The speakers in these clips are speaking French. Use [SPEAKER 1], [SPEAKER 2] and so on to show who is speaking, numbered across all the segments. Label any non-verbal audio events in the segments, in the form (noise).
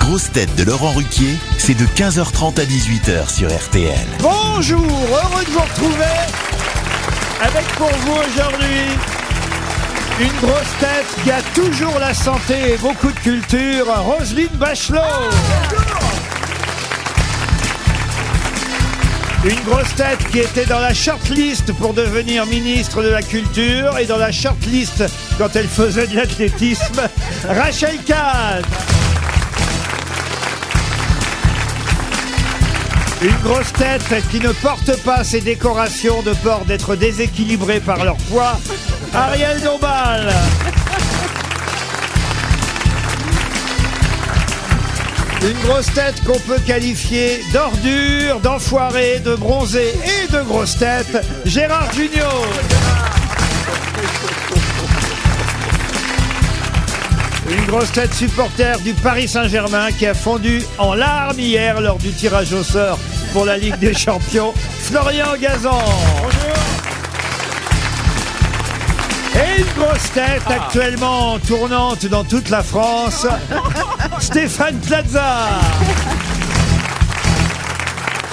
[SPEAKER 1] grosses têtes de Laurent Ruquier, c'est de 15h30 à 18h sur RTL.
[SPEAKER 2] Bonjour, heureux de vous retrouver avec pour vous aujourd'hui une grosse tête qui a toujours la santé et beaucoup de culture, Roselyne Bachelot. Une grosse tête qui était dans la shortlist pour devenir ministre de la Culture et dans la shortlist quand elle faisait de l'athlétisme, Rachel Kahn. Une grosse tête qui ne porte pas ses décorations de peur d'être déséquilibrée par leur poids, Ariel Dombal. Une grosse tête qu'on peut qualifier d'ordure, d'enfoiré, de bronzé et de grosse tête, Gérard Junior. Une grosse tête supporter du Paris Saint-Germain qui a fondu en larmes hier lors du tirage au sort pour la Ligue des Champions, Florian Gazan. Et une grosse tête actuellement tournante dans toute la France, Stéphane Plaza.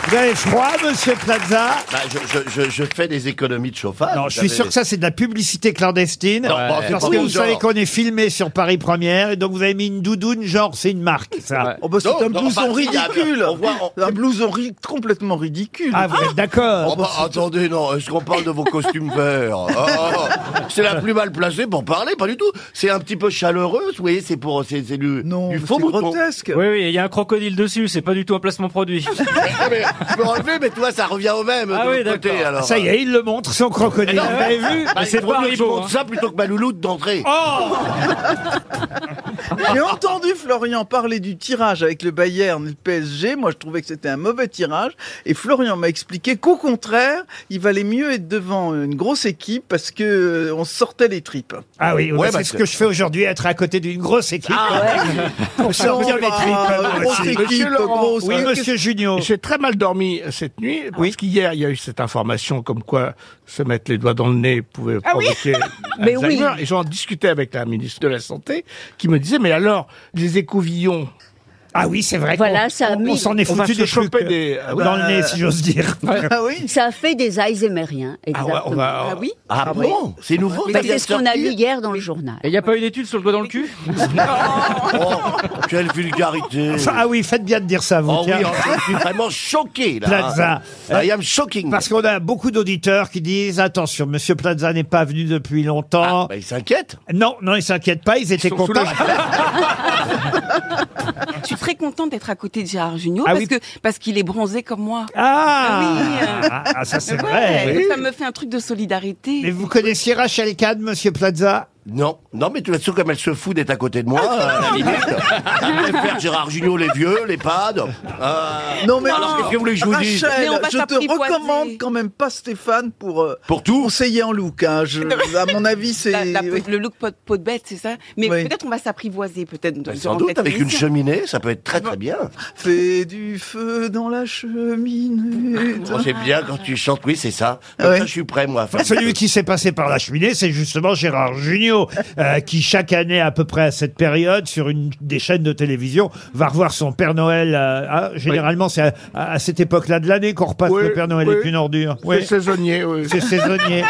[SPEAKER 2] Vous avez froid, monsieur Plaza
[SPEAKER 3] Bah, je, je- je- je fais des économies de chauffage.
[SPEAKER 2] Non, Oh, je suis sûr que ça, c'est de la publicité clandestine.
[SPEAKER 3] Non, bon, c'est
[SPEAKER 2] parce
[SPEAKER 3] pas
[SPEAKER 2] que
[SPEAKER 3] mon
[SPEAKER 2] vous
[SPEAKER 3] genre.
[SPEAKER 2] savez qu'on est filmé sur Paris Première, et donc vous avez mis une doudoune, genre, c'est une marque, ça.
[SPEAKER 4] Oh bah c'est
[SPEAKER 3] Non,
[SPEAKER 4] un
[SPEAKER 3] non,
[SPEAKER 4] blouson
[SPEAKER 3] bah, il y a-
[SPEAKER 4] ridicule
[SPEAKER 3] on voit- on-
[SPEAKER 4] Un blouson ri- complètement ridicule
[SPEAKER 2] Ah, vous êtes d'accord
[SPEAKER 3] Oh, bah, attendez, non, est-ce qu'on parle de vos costumes (laughs) verts Ah, ah, ah. C'est la plus mal placée pour parler, pas du tout. C'est un petit peu chaleureux, vous voyez, c'est pour c'est c'est du,
[SPEAKER 4] Non,
[SPEAKER 3] du
[SPEAKER 4] mais
[SPEAKER 3] faux
[SPEAKER 4] c'est
[SPEAKER 3] mouton. (laughs)
[SPEAKER 4] grotesque
[SPEAKER 5] Oui, oui, il y a un crocodile dessus, c'est pas du tout un placement produit.
[SPEAKER 3] Ah, mais, je me relevais, mais toi, ça revient au même.
[SPEAKER 5] Ah
[SPEAKER 3] de
[SPEAKER 5] oui,
[SPEAKER 3] l'autre côté,
[SPEAKER 5] d'accord.
[SPEAKER 3] alors.
[SPEAKER 2] Ça y est, il le montre, son crocodile.
[SPEAKER 3] Non,
[SPEAKER 2] Vous avez vu
[SPEAKER 3] Bah,
[SPEAKER 5] c'est
[SPEAKER 3] il vaut
[SPEAKER 5] pas
[SPEAKER 3] mieux que je
[SPEAKER 5] Haribo,
[SPEAKER 3] monte
[SPEAKER 5] hein.
[SPEAKER 3] ça plutôt que ma louloute d'entrée.
[SPEAKER 2] Oh
[SPEAKER 4] J'ai entendu Florian parler du tirage avec le Bayern et le PSG. Moi, je trouvais que c'était un mauvais tirage. Et Florian m'a expliqué qu'au contraire, il valait mieux être devant une grosse équipe parce que euh, on sortait les tripes.
[SPEAKER 2] Ah oui,
[SPEAKER 3] Ouais,
[SPEAKER 2] bah, c'est
[SPEAKER 3] parce
[SPEAKER 2] ce
[SPEAKER 3] que-
[SPEAKER 2] que je fais aujourd'hui, être à côté d'une grosse
[SPEAKER 4] Ah,
[SPEAKER 2] équipe.
[SPEAKER 3] Ah,
[SPEAKER 4] (laughs)
[SPEAKER 2] Pour
[SPEAKER 4] Non,
[SPEAKER 2] sortir les
[SPEAKER 4] bah,
[SPEAKER 2] tripes. moi
[SPEAKER 4] grosse
[SPEAKER 2] aussi.
[SPEAKER 4] équipe, grosse-
[SPEAKER 2] Oui, monsieur Junio.
[SPEAKER 6] euh, J'ai très mal dormi euh, cette nuit parce
[SPEAKER 2] Oui.
[SPEAKER 6] qu'hier il y a eu cette information comme quoi se mettre les doigts dans le nez pouvait
[SPEAKER 2] Ah (laughs)
[SPEAKER 6] provoquer
[SPEAKER 7] Mais
[SPEAKER 6] Alzheimer.
[SPEAKER 7] oui.
[SPEAKER 6] Et j'en discutais avec la ministre de la santé qui me disait mais alors les écouvillons,
[SPEAKER 2] Ah oui, c'est vrai.
[SPEAKER 7] Voilà,
[SPEAKER 2] qu'on-
[SPEAKER 7] ça a
[SPEAKER 2] on-
[SPEAKER 7] mis-
[SPEAKER 2] On s'en est
[SPEAKER 6] on va
[SPEAKER 2] foutu
[SPEAKER 6] se
[SPEAKER 2] des trucs
[SPEAKER 6] choper
[SPEAKER 2] euh,
[SPEAKER 6] des. Ah,
[SPEAKER 2] dans le nez, si j'ose dire.
[SPEAKER 4] Ah oui
[SPEAKER 7] Ça a fait des Alzheimeriens,
[SPEAKER 6] Ah
[SPEAKER 7] exactement.
[SPEAKER 6] ouais, on va-
[SPEAKER 7] oui
[SPEAKER 3] Ah,
[SPEAKER 4] Ah
[SPEAKER 3] bon C'est nouveau
[SPEAKER 7] Bah,
[SPEAKER 3] ça vient
[SPEAKER 7] C'est
[SPEAKER 3] de
[SPEAKER 7] ce qu'on a
[SPEAKER 3] sortir
[SPEAKER 7] lu hier dans le journal.
[SPEAKER 5] Et il n'y a pas une étude sur le doigt dans le cul
[SPEAKER 3] Oh, quelle vulgarité.
[SPEAKER 2] Enfin, ah oui, faites bien de dire ça, vous.
[SPEAKER 3] Oh oui,
[SPEAKER 2] tiens.
[SPEAKER 3] oh, je suis vraiment choqué, là. hein.
[SPEAKER 2] Plaza. Ah,
[SPEAKER 3] Eh, I am shocking.
[SPEAKER 2] Parce qu'on a beaucoup d'auditeurs qui disent attention, Monsieur Plaza n'est pas venu depuis longtemps.
[SPEAKER 3] Ah, bah, il s'inquiète.
[SPEAKER 2] Non, non, ils s'inquiètent pas, ils étaient
[SPEAKER 6] sont
[SPEAKER 2] contents.
[SPEAKER 8] Je suis très contente d'être à côté de Gérard Junior
[SPEAKER 2] Ah
[SPEAKER 8] parce
[SPEAKER 2] oui.
[SPEAKER 8] que parce qu'il est bronzé comme moi.
[SPEAKER 2] Ah,
[SPEAKER 8] Ah oui, euh.
[SPEAKER 2] Ah, ah, ça c'est
[SPEAKER 8] Ouais,
[SPEAKER 2] vrai.
[SPEAKER 8] Ça me fait un truc de solidarité.
[SPEAKER 2] Mais vous connaissiez Rachel Kahn, Monsieur Plaza Ah,
[SPEAKER 3] Non, non, mais tu toute façon, comme elle se fout d'être à côté de moi, à la limite, je préfère Gérard Junior, les vieux, les pads. euh,
[SPEAKER 4] Non mais
[SPEAKER 3] Alors, qu'est-ce que vous voulez que je vous dise
[SPEAKER 4] Rachel,
[SPEAKER 8] Mais on va
[SPEAKER 4] je te
[SPEAKER 8] s'apprivoiser.
[SPEAKER 4] recommande quand même pas Stéphane pour euh,
[SPEAKER 3] Pour tout
[SPEAKER 4] conseiller en look. hein. Je- à mon avis, c'est
[SPEAKER 8] La- la-
[SPEAKER 4] oui.
[SPEAKER 8] le look peau de, peau de bête, c'est ça Mais
[SPEAKER 4] Oui.
[SPEAKER 8] peut-être on va s'apprivoiser, peut-être.
[SPEAKER 3] Bah, Sans
[SPEAKER 8] durant
[SPEAKER 3] doute,
[SPEAKER 8] cette
[SPEAKER 3] avec
[SPEAKER 8] (laughs)
[SPEAKER 3] une
[SPEAKER 8] émission.
[SPEAKER 3] cheminée, ça peut être Ah, très très bien.
[SPEAKER 4] fait du feu dans la cheminée.
[SPEAKER 3] On sait Ah, oh, bien quand tu chantes, oui, c'est ça.
[SPEAKER 4] Ah ouais.
[SPEAKER 3] Ça, je suis prêt, moi. à faire ça.
[SPEAKER 2] Celui qui s'est passé par la cheminée, c'est justement Gérard Jugnot, euh, qui chaque année, à peu près à cette période, sur une des chaînes de télévision, va revoir son Père Noël. euh, ah, généralement, c'est à, à- à cette époque-là de l'année qu'on repasse
[SPEAKER 6] Oui,
[SPEAKER 2] le Père Noël
[SPEAKER 6] oui.
[SPEAKER 2] est une ordure.
[SPEAKER 6] c'est
[SPEAKER 2] Oui,
[SPEAKER 6] saisonnier. oui.
[SPEAKER 2] c'est
[SPEAKER 6] (laughs)
[SPEAKER 2] saisonnier.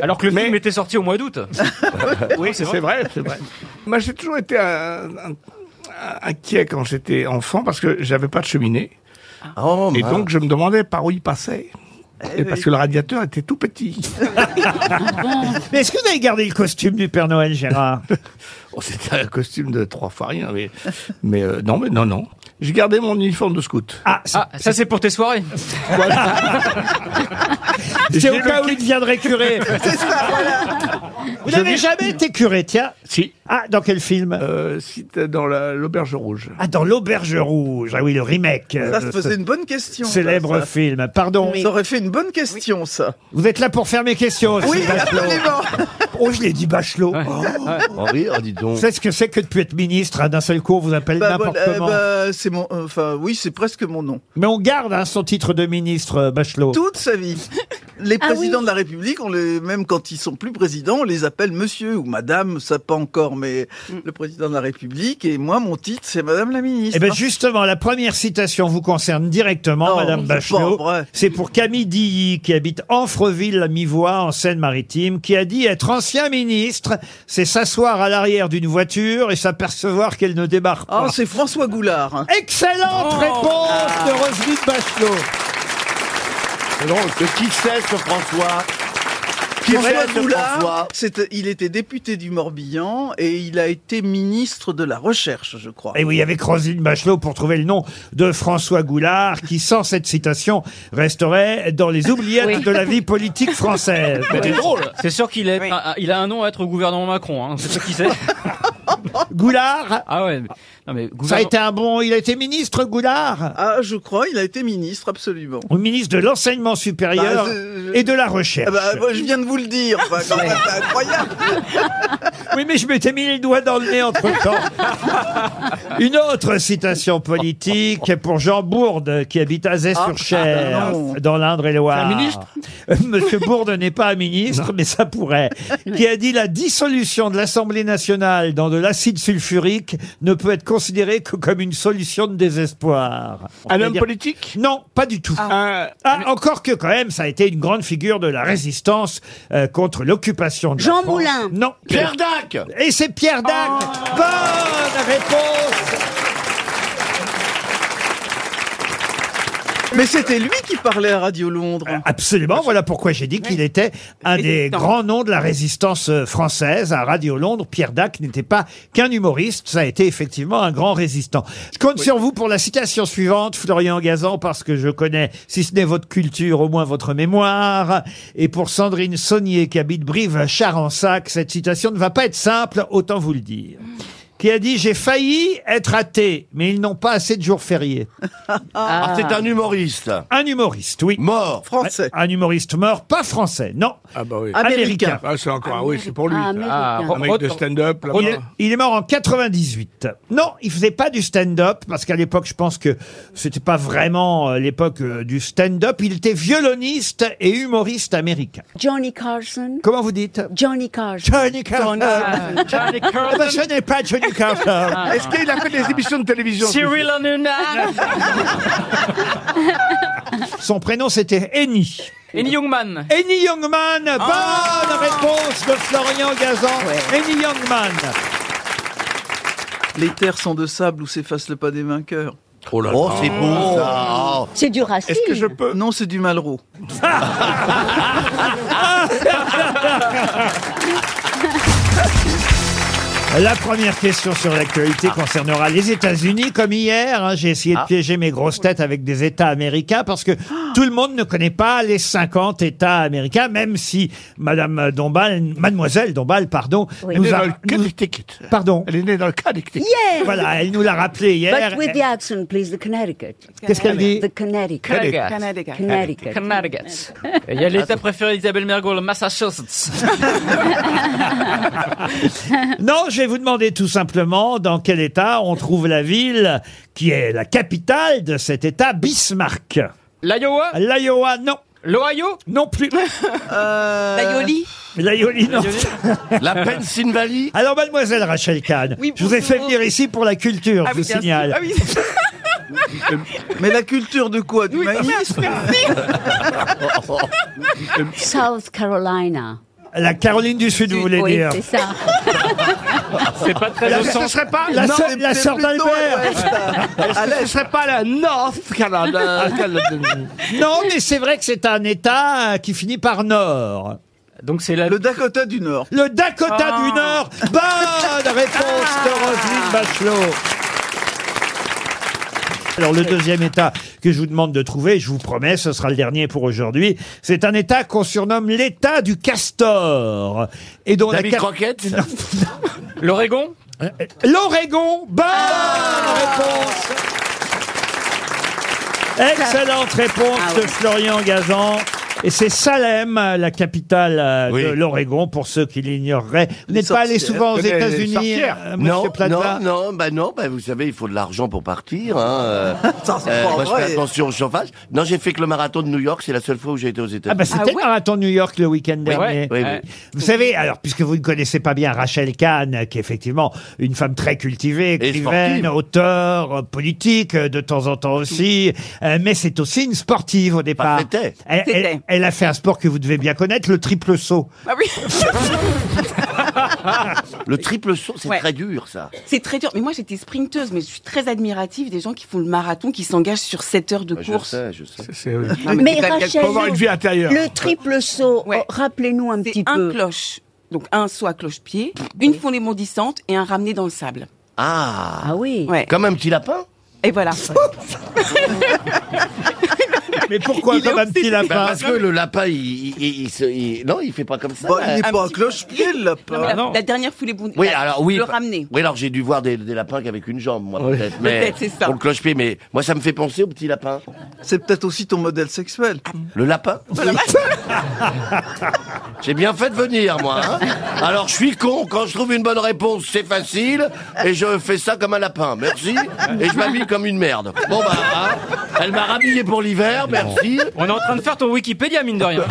[SPEAKER 5] Alors que le
[SPEAKER 6] Mais-
[SPEAKER 5] film était sorti au mois d'août.
[SPEAKER 6] Oui, c'est vrai, c'est vrai. Moi, j'ai toujours été euh, un- un- inquiet quand j'étais enfant parce que j'avais pas de cheminée
[SPEAKER 5] Ah.
[SPEAKER 3] Oh,
[SPEAKER 6] et
[SPEAKER 3] mince.
[SPEAKER 6] donc je me demandais par où il passait.
[SPEAKER 5] Eh
[SPEAKER 6] Et parce que le radiateur était tout petit.
[SPEAKER 2] Mais est-ce que vous avez gardé le costume du Père Noël, Gérard
[SPEAKER 6] (laughs) Oh, C'était un costume de trois fois rien, mais, mais euh, non, mais non, non. J'ai gardé mon uniforme de scout.
[SPEAKER 2] Ah, c'est-
[SPEAKER 5] Ah, ça c'est pour tes
[SPEAKER 2] (laughs)
[SPEAKER 5] soirées.
[SPEAKER 2] (laughs) c'est au cas où il deviendrait curé.
[SPEAKER 4] C'est ça, voilà.
[SPEAKER 2] Vous n'avez jamais été curé, tiens.
[SPEAKER 6] Si.
[SPEAKER 2] Ah, dans quel film
[SPEAKER 6] Euh, si t'es dans la- l'auberge rouge.
[SPEAKER 2] Ah, dans L'Auberge Rouge. Ah oui, le remake. euh,
[SPEAKER 4] Ça
[SPEAKER 2] de
[SPEAKER 4] se
[SPEAKER 2] ce
[SPEAKER 4] faisait une bonne question. ça,
[SPEAKER 2] Célèbre
[SPEAKER 4] ça.
[SPEAKER 2] film. Pardon.
[SPEAKER 4] Ça aurait fait une bonne question, ça.
[SPEAKER 2] Vous êtes là pour faire mes questions aussi.
[SPEAKER 4] Oui,
[SPEAKER 2] Bachelot.
[SPEAKER 4] absolument.
[SPEAKER 2] Oh, je l'ai dit Bachelot.
[SPEAKER 5] Ouais.
[SPEAKER 2] Oh,
[SPEAKER 3] Oh oui, oh, dis donc.
[SPEAKER 2] c'est ce que c'est que depuis être ministre, hein, d'un seul coup, on vous appelle
[SPEAKER 4] Bah,
[SPEAKER 2] n'importe
[SPEAKER 4] voilà, euh,
[SPEAKER 2] comment.
[SPEAKER 4] bah, c'est mon, euh, enfin oui, c'est presque mon nom.
[SPEAKER 2] Mais on garde hein, son titre de ministre, euh, Bachelot.
[SPEAKER 4] Toute
[SPEAKER 8] (laughs)
[SPEAKER 4] sa vie. Les
[SPEAKER 7] Ah
[SPEAKER 4] présidents
[SPEAKER 7] oui.
[SPEAKER 4] de la République, on les, même quand ils sont plus présidents, on les appelle monsieur ou madame, ça pas encore, mais
[SPEAKER 8] Mm.
[SPEAKER 4] le président de la République. Et moi, mon titre, c'est madame la ministre.
[SPEAKER 2] Eh bien justement, la première citation vous concerne directement,
[SPEAKER 4] Non,
[SPEAKER 2] Madame
[SPEAKER 4] c'est
[SPEAKER 2] Bachelot.
[SPEAKER 4] pas vrai.
[SPEAKER 2] C'est pour Camille Dilly, qui habite Amfreville, à mi-voix, en Seine-Maritime, qui a dit être ancien ministre, c'est s'asseoir à l'arrière d'une voiture et s'apercevoir qu'elle ne débarque
[SPEAKER 4] Ah,
[SPEAKER 2] pas.
[SPEAKER 4] c'est François Goulard. hein.
[SPEAKER 2] Excellente
[SPEAKER 3] (laughs)
[SPEAKER 2] réponse de
[SPEAKER 4] Ah.
[SPEAKER 2] Roselyne Bachelot.
[SPEAKER 3] C'est drôle. De qui c'est ce François Qui
[SPEAKER 4] François
[SPEAKER 3] c'est ce
[SPEAKER 4] Goulard,
[SPEAKER 3] François
[SPEAKER 4] c'était- il était député du Morbihan et il a été ministre de la Recherche, je crois.
[SPEAKER 2] Et oui, avec Roselyne Bachelot pour trouver le nom de François Goulard, qui sans cette citation resterait dans les oubliettes de la vie politique française.
[SPEAKER 5] (laughs) C'est drôle. C'est sûr qu'il est,
[SPEAKER 8] Oui.
[SPEAKER 5] ah, ah, il a un nom à être au gouvernement Macron. Hein. C'est ce
[SPEAKER 7] (laughs)
[SPEAKER 5] qu'il sait.
[SPEAKER 2] Goulard,
[SPEAKER 5] Ah ouais. mais- Non mais
[SPEAKER 2] ça a
[SPEAKER 5] gouvernement-
[SPEAKER 2] été un bon. Il a été ministre Goulard,
[SPEAKER 4] Ah, je crois, il a été ministre, absolument.
[SPEAKER 2] ou ministre de l'enseignement supérieur
[SPEAKER 4] Bah, euh,
[SPEAKER 2] et de la recherche.
[SPEAKER 4] Ah bah, moi, je viens de vous le dire.
[SPEAKER 2] (laughs)
[SPEAKER 4] Enfin, quand même, c'est incroyable.
[SPEAKER 2] Oui, mais je m'étais mis les doigts dans le nez entre temps. Une autre citation politique est pour Jean Bourde, qui habite
[SPEAKER 4] Ah,
[SPEAKER 2] Azay-sur-Cher,
[SPEAKER 4] non.
[SPEAKER 2] dans l'Indre-et-Loire. Euh,
[SPEAKER 6] ben C'est un ministre
[SPEAKER 2] Monsieur Bourde n'est pas un ministre, mais ça pourrait. Qui a dit la dissolution de l'Assemblée nationale dans de l'acide sulfurique ne peut être considérée que comme une solution de désespoir.
[SPEAKER 6] Un homme
[SPEAKER 2] C'est-à-dire-
[SPEAKER 6] politique
[SPEAKER 2] Non, pas du tout.
[SPEAKER 6] Un-
[SPEAKER 2] Ah, encore que quand même, ça a été une grande figure de la résistance euh, contre l'occupation de la
[SPEAKER 7] Jean
[SPEAKER 2] France.
[SPEAKER 7] Moulin.
[SPEAKER 2] Non.
[SPEAKER 3] Pierre Dac Oh.
[SPEAKER 2] Et c'est Pierre Dac. Bonne réponse.
[SPEAKER 4] Mais c'était lui qui parlait à Radio Londres.
[SPEAKER 2] Euh, Absolument. Voilà pourquoi j'ai dit qu'il était un des
[SPEAKER 8] Résistant.
[SPEAKER 2] grands noms de la résistance euh, française à Radio Londres. Pierre Dac n'était pas qu'un humoriste. Ça a été effectivement un grand résistant. Je compte sur vous pour la citation suivante, Florian Gazan, parce que je connais, si ce n'est votre culture, au moins votre mémoire. Et pour Sandrine Saunier, qui habite Brive-Charensac, cette citation ne va pas être simple, autant vous le dire. Qui a dit, j'ai failli être athée, mais ils n'ont pas assez de jours fériés.
[SPEAKER 3] Ah, C'est un humoriste.
[SPEAKER 2] Un humoriste, oui.
[SPEAKER 3] Mort.
[SPEAKER 4] Français.
[SPEAKER 2] Un humoriste mort, pas français, non,
[SPEAKER 6] Ah bah oui.
[SPEAKER 2] américain.
[SPEAKER 6] Ah, c'est encore, ah oui, c'est pour lui.
[SPEAKER 7] Ah,
[SPEAKER 6] ça.
[SPEAKER 5] Ah,
[SPEAKER 7] américain.
[SPEAKER 6] un mec de stand-up, bah. là-bas.
[SPEAKER 2] Il est, il est mort en 98. Non, il faisait pas du stand-up parce qu'à l'époque, je pense que c'était pas vraiment euh, l'époque euh, du stand-up. Il était violoniste et humoriste américain.
[SPEAKER 7] Johnny Carson.
[SPEAKER 2] Comment vous dites
[SPEAKER 7] Johnny Carson.
[SPEAKER 2] Johnny Carson.
[SPEAKER 5] (laughs) Johnny
[SPEAKER 2] Eh ben,
[SPEAKER 5] Carson. Ah.
[SPEAKER 2] je n'ai pas Johnny Carson.
[SPEAKER 6] Est-ce qu'il a fait des émissions de télévision
[SPEAKER 5] Cyril Hanouna.
[SPEAKER 2] Son prénom c'était Eni.
[SPEAKER 5] Annie Youngman. Ah.
[SPEAKER 2] Eni Youngman. Bonne réponse de Florian Gazan. Eni Youngman.
[SPEAKER 4] Les terres sont de sable où s'efface le pas des vainqueurs.
[SPEAKER 3] Oh, c'est beau ça.
[SPEAKER 7] C'est du racisme.
[SPEAKER 6] Est-ce que je peux
[SPEAKER 4] Non, c'est du Malraux.
[SPEAKER 2] La première question sur l'actualité
[SPEAKER 7] Ah.
[SPEAKER 2] concernera les États-Unis. Comme hier, hein, j'ai essayé de piéger mes grosses têtes avec des États américains parce que
[SPEAKER 7] Ah.
[SPEAKER 2] tout le monde ne connaît pas les 50 États américains, même si Madame Dombal, Mademoiselle Dombal, pardon,
[SPEAKER 7] Oui.
[SPEAKER 6] Elle est
[SPEAKER 2] nous
[SPEAKER 6] dans
[SPEAKER 2] a,
[SPEAKER 6] le
[SPEAKER 2] nous-
[SPEAKER 6] Connecticut.
[SPEAKER 2] pardon,
[SPEAKER 6] Elle est née dans le Connecticut.
[SPEAKER 7] Yeah. Bah,
[SPEAKER 2] voilà, elle nous l'a rappelé hier.
[SPEAKER 7] But with the accent, please, the Connecticut.
[SPEAKER 2] Qu'est-ce qu'elle dit
[SPEAKER 7] The Connecticut.
[SPEAKER 5] Connecticut.
[SPEAKER 8] Canada.
[SPEAKER 7] Connecticut.
[SPEAKER 5] Connecticut. Et Il y a l'état préféré d'Isabelle Mergo, le Massachusetts.
[SPEAKER 2] (laughs) Non, je vais vous demander tout simplement dans quel État on trouve la ville qui est la capitale de cet État, Bismarck.
[SPEAKER 5] L'Iowa.
[SPEAKER 2] L'Iowa, non,
[SPEAKER 5] L'Ohio.
[SPEAKER 2] non plus.
[SPEAKER 4] Euh,
[SPEAKER 8] La Yoli
[SPEAKER 2] L'Iowa, non.
[SPEAKER 3] La Pennsylvanie
[SPEAKER 2] Alors, mademoiselle Rachel Kahn,
[SPEAKER 8] Oui,
[SPEAKER 2] je vous ai
[SPEAKER 8] bonjour.
[SPEAKER 2] fait venir ici pour la culture,
[SPEAKER 7] Ah
[SPEAKER 2] je vous signale.
[SPEAKER 4] Mais la culture de quoi Du maïs
[SPEAKER 7] (laughs) South Carolina.
[SPEAKER 2] La Caroline du Sud, vous voulez
[SPEAKER 7] oui,
[SPEAKER 2] dire.
[SPEAKER 7] c'est ça.
[SPEAKER 5] Ah, C'est pas très
[SPEAKER 6] Est-ce que ce serait pas
[SPEAKER 2] La
[SPEAKER 6] Non,
[SPEAKER 2] sœur, la
[SPEAKER 4] C'est
[SPEAKER 2] sœur
[SPEAKER 4] plutôt
[SPEAKER 2] d'Albert
[SPEAKER 4] l'Ouest.
[SPEAKER 6] est-ce que ce serait pas la North Carolina
[SPEAKER 2] (laughs) Non, mais c'est vrai que c'est un État euh, qui finit par Nord.
[SPEAKER 5] Donc c'est la...
[SPEAKER 4] Le Dakota du Nord.
[SPEAKER 2] Le Dakota
[SPEAKER 5] Ah.
[SPEAKER 2] du Nord Bonne réponse de Roselyne Bachelot alors le deuxième état que je vous demande de trouver, je vous promets, ce sera le dernier pour aujourd'hui, c'est un état qu'on surnomme l'état du castor et dont la
[SPEAKER 3] David
[SPEAKER 2] cap-
[SPEAKER 3] Croquette Bah,
[SPEAKER 5] L'Oregon.
[SPEAKER 2] L'Oregon, bonne réponse Excellente réponse
[SPEAKER 7] Ah ouais.
[SPEAKER 2] de Florian Gazan. Et c'est Salem, euh, la capitale euh,
[SPEAKER 3] Oui. Eh
[SPEAKER 2] de l'Oregon, pour ceux qui l'ignoreraient. Vous n'êtes pas allé
[SPEAKER 4] sorcières.
[SPEAKER 2] souvent aux
[SPEAKER 6] Les- les
[SPEAKER 2] États-Unis,
[SPEAKER 6] sorcières.
[SPEAKER 2] euh,
[SPEAKER 3] Non,
[SPEAKER 2] monsieur Plaza
[SPEAKER 3] non, non, bah non, bah vous savez, il faut de l'argent pour partir. Hein, euh,
[SPEAKER 4] (laughs) Ça, c'est
[SPEAKER 3] euh,
[SPEAKER 4] pas
[SPEAKER 3] moi, je
[SPEAKER 4] vrai.
[SPEAKER 3] fais attention au chauffage. Non, j'ai fait que le marathon de New York, c'est la seule fois où j'ai été aux
[SPEAKER 2] Ah bah
[SPEAKER 3] États-Unis.
[SPEAKER 2] c'était
[SPEAKER 8] Ah
[SPEAKER 2] le
[SPEAKER 8] ouais
[SPEAKER 2] marathon de New York le week-end
[SPEAKER 5] Oui,
[SPEAKER 2] dernier.
[SPEAKER 5] ouais.
[SPEAKER 3] oui,
[SPEAKER 5] Ouais.
[SPEAKER 3] oui.
[SPEAKER 2] Vous savez, alors puisque vous ne connaissez pas bien Rachel Kahn, qui est effectivement une femme très cultivée, écrivaine,
[SPEAKER 3] sportive.
[SPEAKER 2] auteur, euh, politique euh, de temps en temps aussi, euh, mais c'est aussi une sportive au départ.
[SPEAKER 3] c'était.
[SPEAKER 2] Elle, elle-
[SPEAKER 8] C'était.
[SPEAKER 2] elle a fait un sport que vous devez bien connaître, le triple saut.
[SPEAKER 8] Ah oui, (laughs)
[SPEAKER 3] Ah. Le triple saut, c'est
[SPEAKER 8] Ouais.
[SPEAKER 3] très dur, ça.
[SPEAKER 8] c'est très dur. Mais moi, j'étais sprinteuse, mais je suis très admirative des gens qui font le marathon, qui s'engagent sur 7 heures de
[SPEAKER 4] Bah,
[SPEAKER 3] Ouais, Je
[SPEAKER 8] course.
[SPEAKER 3] sais, je sais.
[SPEAKER 6] C'est-
[SPEAKER 2] euh,
[SPEAKER 6] oui.
[SPEAKER 8] Non,
[SPEAKER 7] Mais
[SPEAKER 8] c'est quand même quelque-
[SPEAKER 7] Rachel,
[SPEAKER 6] Faut avoir une vie intérieure.
[SPEAKER 7] le triple saut,
[SPEAKER 8] Ouais.
[SPEAKER 7] oh, rappelez-nous un petit
[SPEAKER 8] c'est un
[SPEAKER 7] peu.
[SPEAKER 8] cloche. Donc un saut à cloche-pied, une fondée mondissante et un ramené dans le sable.
[SPEAKER 3] Ah,
[SPEAKER 7] Ah oui.
[SPEAKER 8] Ouais.
[SPEAKER 3] comme un petit lapin
[SPEAKER 8] Et voilà.
[SPEAKER 2] (laughs) Mais pourquoi
[SPEAKER 8] Il est
[SPEAKER 2] comme un petit lapin
[SPEAKER 3] Bah, Parce que le lapin, il, il, il- il se- il- non, il fait pas comme ça.
[SPEAKER 4] Bon, il n'est
[SPEAKER 8] un
[SPEAKER 4] pas un
[SPEAKER 8] petit-
[SPEAKER 4] cloche-pied, le lapin.
[SPEAKER 8] La,
[SPEAKER 2] non.
[SPEAKER 8] la dernière foulée bond-
[SPEAKER 3] Oui,
[SPEAKER 8] la-
[SPEAKER 3] alors oui.
[SPEAKER 8] le
[SPEAKER 3] pa-
[SPEAKER 8] ramener.
[SPEAKER 3] Oui, alors j'ai dû voir des, des lapins qu'avec une jambe, moi,
[SPEAKER 8] (laughs)
[SPEAKER 3] peut-être. mais-
[SPEAKER 8] Peut-être, c'est ça.
[SPEAKER 3] Pour le cloche-pied, mais moi, ça me fait penser au petit lapin.
[SPEAKER 4] C'est peut-être aussi ton modèle sexuel.
[SPEAKER 3] Le lapin (laughs) J'ai bien fait de venir, moi. hein. Alors, je suis con. Quand je trouve une bonne réponse, c'est facile. Et je fais ça comme un lapin. Merci. Et je m'habille comme une merde. Bon, bah, hein. elle m'a rhabillé pour l'hiver. Merci.
[SPEAKER 4] Oh
[SPEAKER 5] On est en train de faire ton Wikipédia, mine de rien.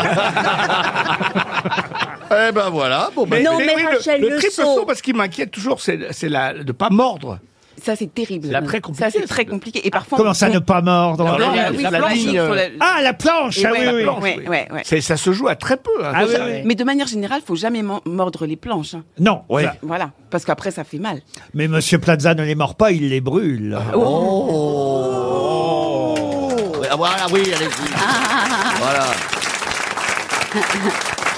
[SPEAKER 3] Eh ben voilà. Bon, bah,
[SPEAKER 7] Non, mais
[SPEAKER 6] oui,
[SPEAKER 7] Rachel,
[SPEAKER 6] le,
[SPEAKER 7] le
[SPEAKER 6] triple
[SPEAKER 7] saut.
[SPEAKER 6] saut, parce qu'il m'inquiète toujours, c'est c'est la de pas mordre.
[SPEAKER 8] Ça, c'est terrible.
[SPEAKER 6] C'est après compliqué,
[SPEAKER 8] Ça, c'est
[SPEAKER 6] ça.
[SPEAKER 8] très compliqué. Et parfois,
[SPEAKER 2] Comment
[SPEAKER 8] on-
[SPEAKER 2] ça
[SPEAKER 8] on-
[SPEAKER 2] ne pas mordre
[SPEAKER 8] on-
[SPEAKER 6] Non,
[SPEAKER 8] on-
[SPEAKER 6] la-
[SPEAKER 8] oui,
[SPEAKER 6] la
[SPEAKER 8] sur la
[SPEAKER 6] ligne, euh,
[SPEAKER 8] ligne, sur la-
[SPEAKER 2] Ah, la planche
[SPEAKER 8] Et
[SPEAKER 2] Ah oui,
[SPEAKER 8] ouais, la
[SPEAKER 2] oui.
[SPEAKER 8] planche. Ouais, ouais, ouais.
[SPEAKER 6] C'est- Ça se joue à très peu. hein.
[SPEAKER 2] Ah oui,
[SPEAKER 6] Ça-
[SPEAKER 2] oui.
[SPEAKER 8] Mais de manière générale, faut jamais man- mordre les planches. hein.
[SPEAKER 2] Non, ça-
[SPEAKER 8] Voilà, parce qu'après, ça fait mal.
[SPEAKER 2] mais Monsieur Plaza ne les mord pas, il les brûle.
[SPEAKER 8] Oh.
[SPEAKER 3] Ah, voilà, oui, allez-y.
[SPEAKER 7] Ah.
[SPEAKER 3] Voilà.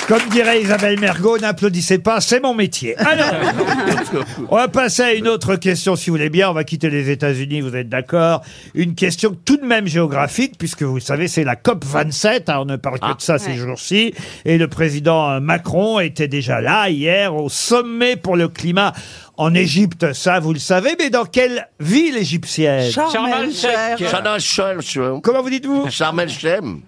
[SPEAKER 2] Comme dirait Isabelle Mergot, n'applaudissez pas, c'est mon métier. Alors, (laughs) on va passer à une autre question, si vous voulez bien. On va quitter les États-Unis, vous êtes d'accord Une question tout de même géographique, puisque vous le savez, c'est la COP 27. hein, on ne parle que de ça ces
[SPEAKER 8] Ouais.
[SPEAKER 2] jours-ci. Et le président euh, Macron était déjà là hier au sommet pour le climat en Égypte. Ça, vous le savez. Mais dans quelle ville égyptienne
[SPEAKER 4] Charmel,
[SPEAKER 5] Charmel
[SPEAKER 4] cher.
[SPEAKER 5] Sheikh.
[SPEAKER 3] Chana Shem, tu vois.
[SPEAKER 2] Comment vous dites-vous
[SPEAKER 3] Charmel
[SPEAKER 2] (laughs)
[SPEAKER 3] Shem.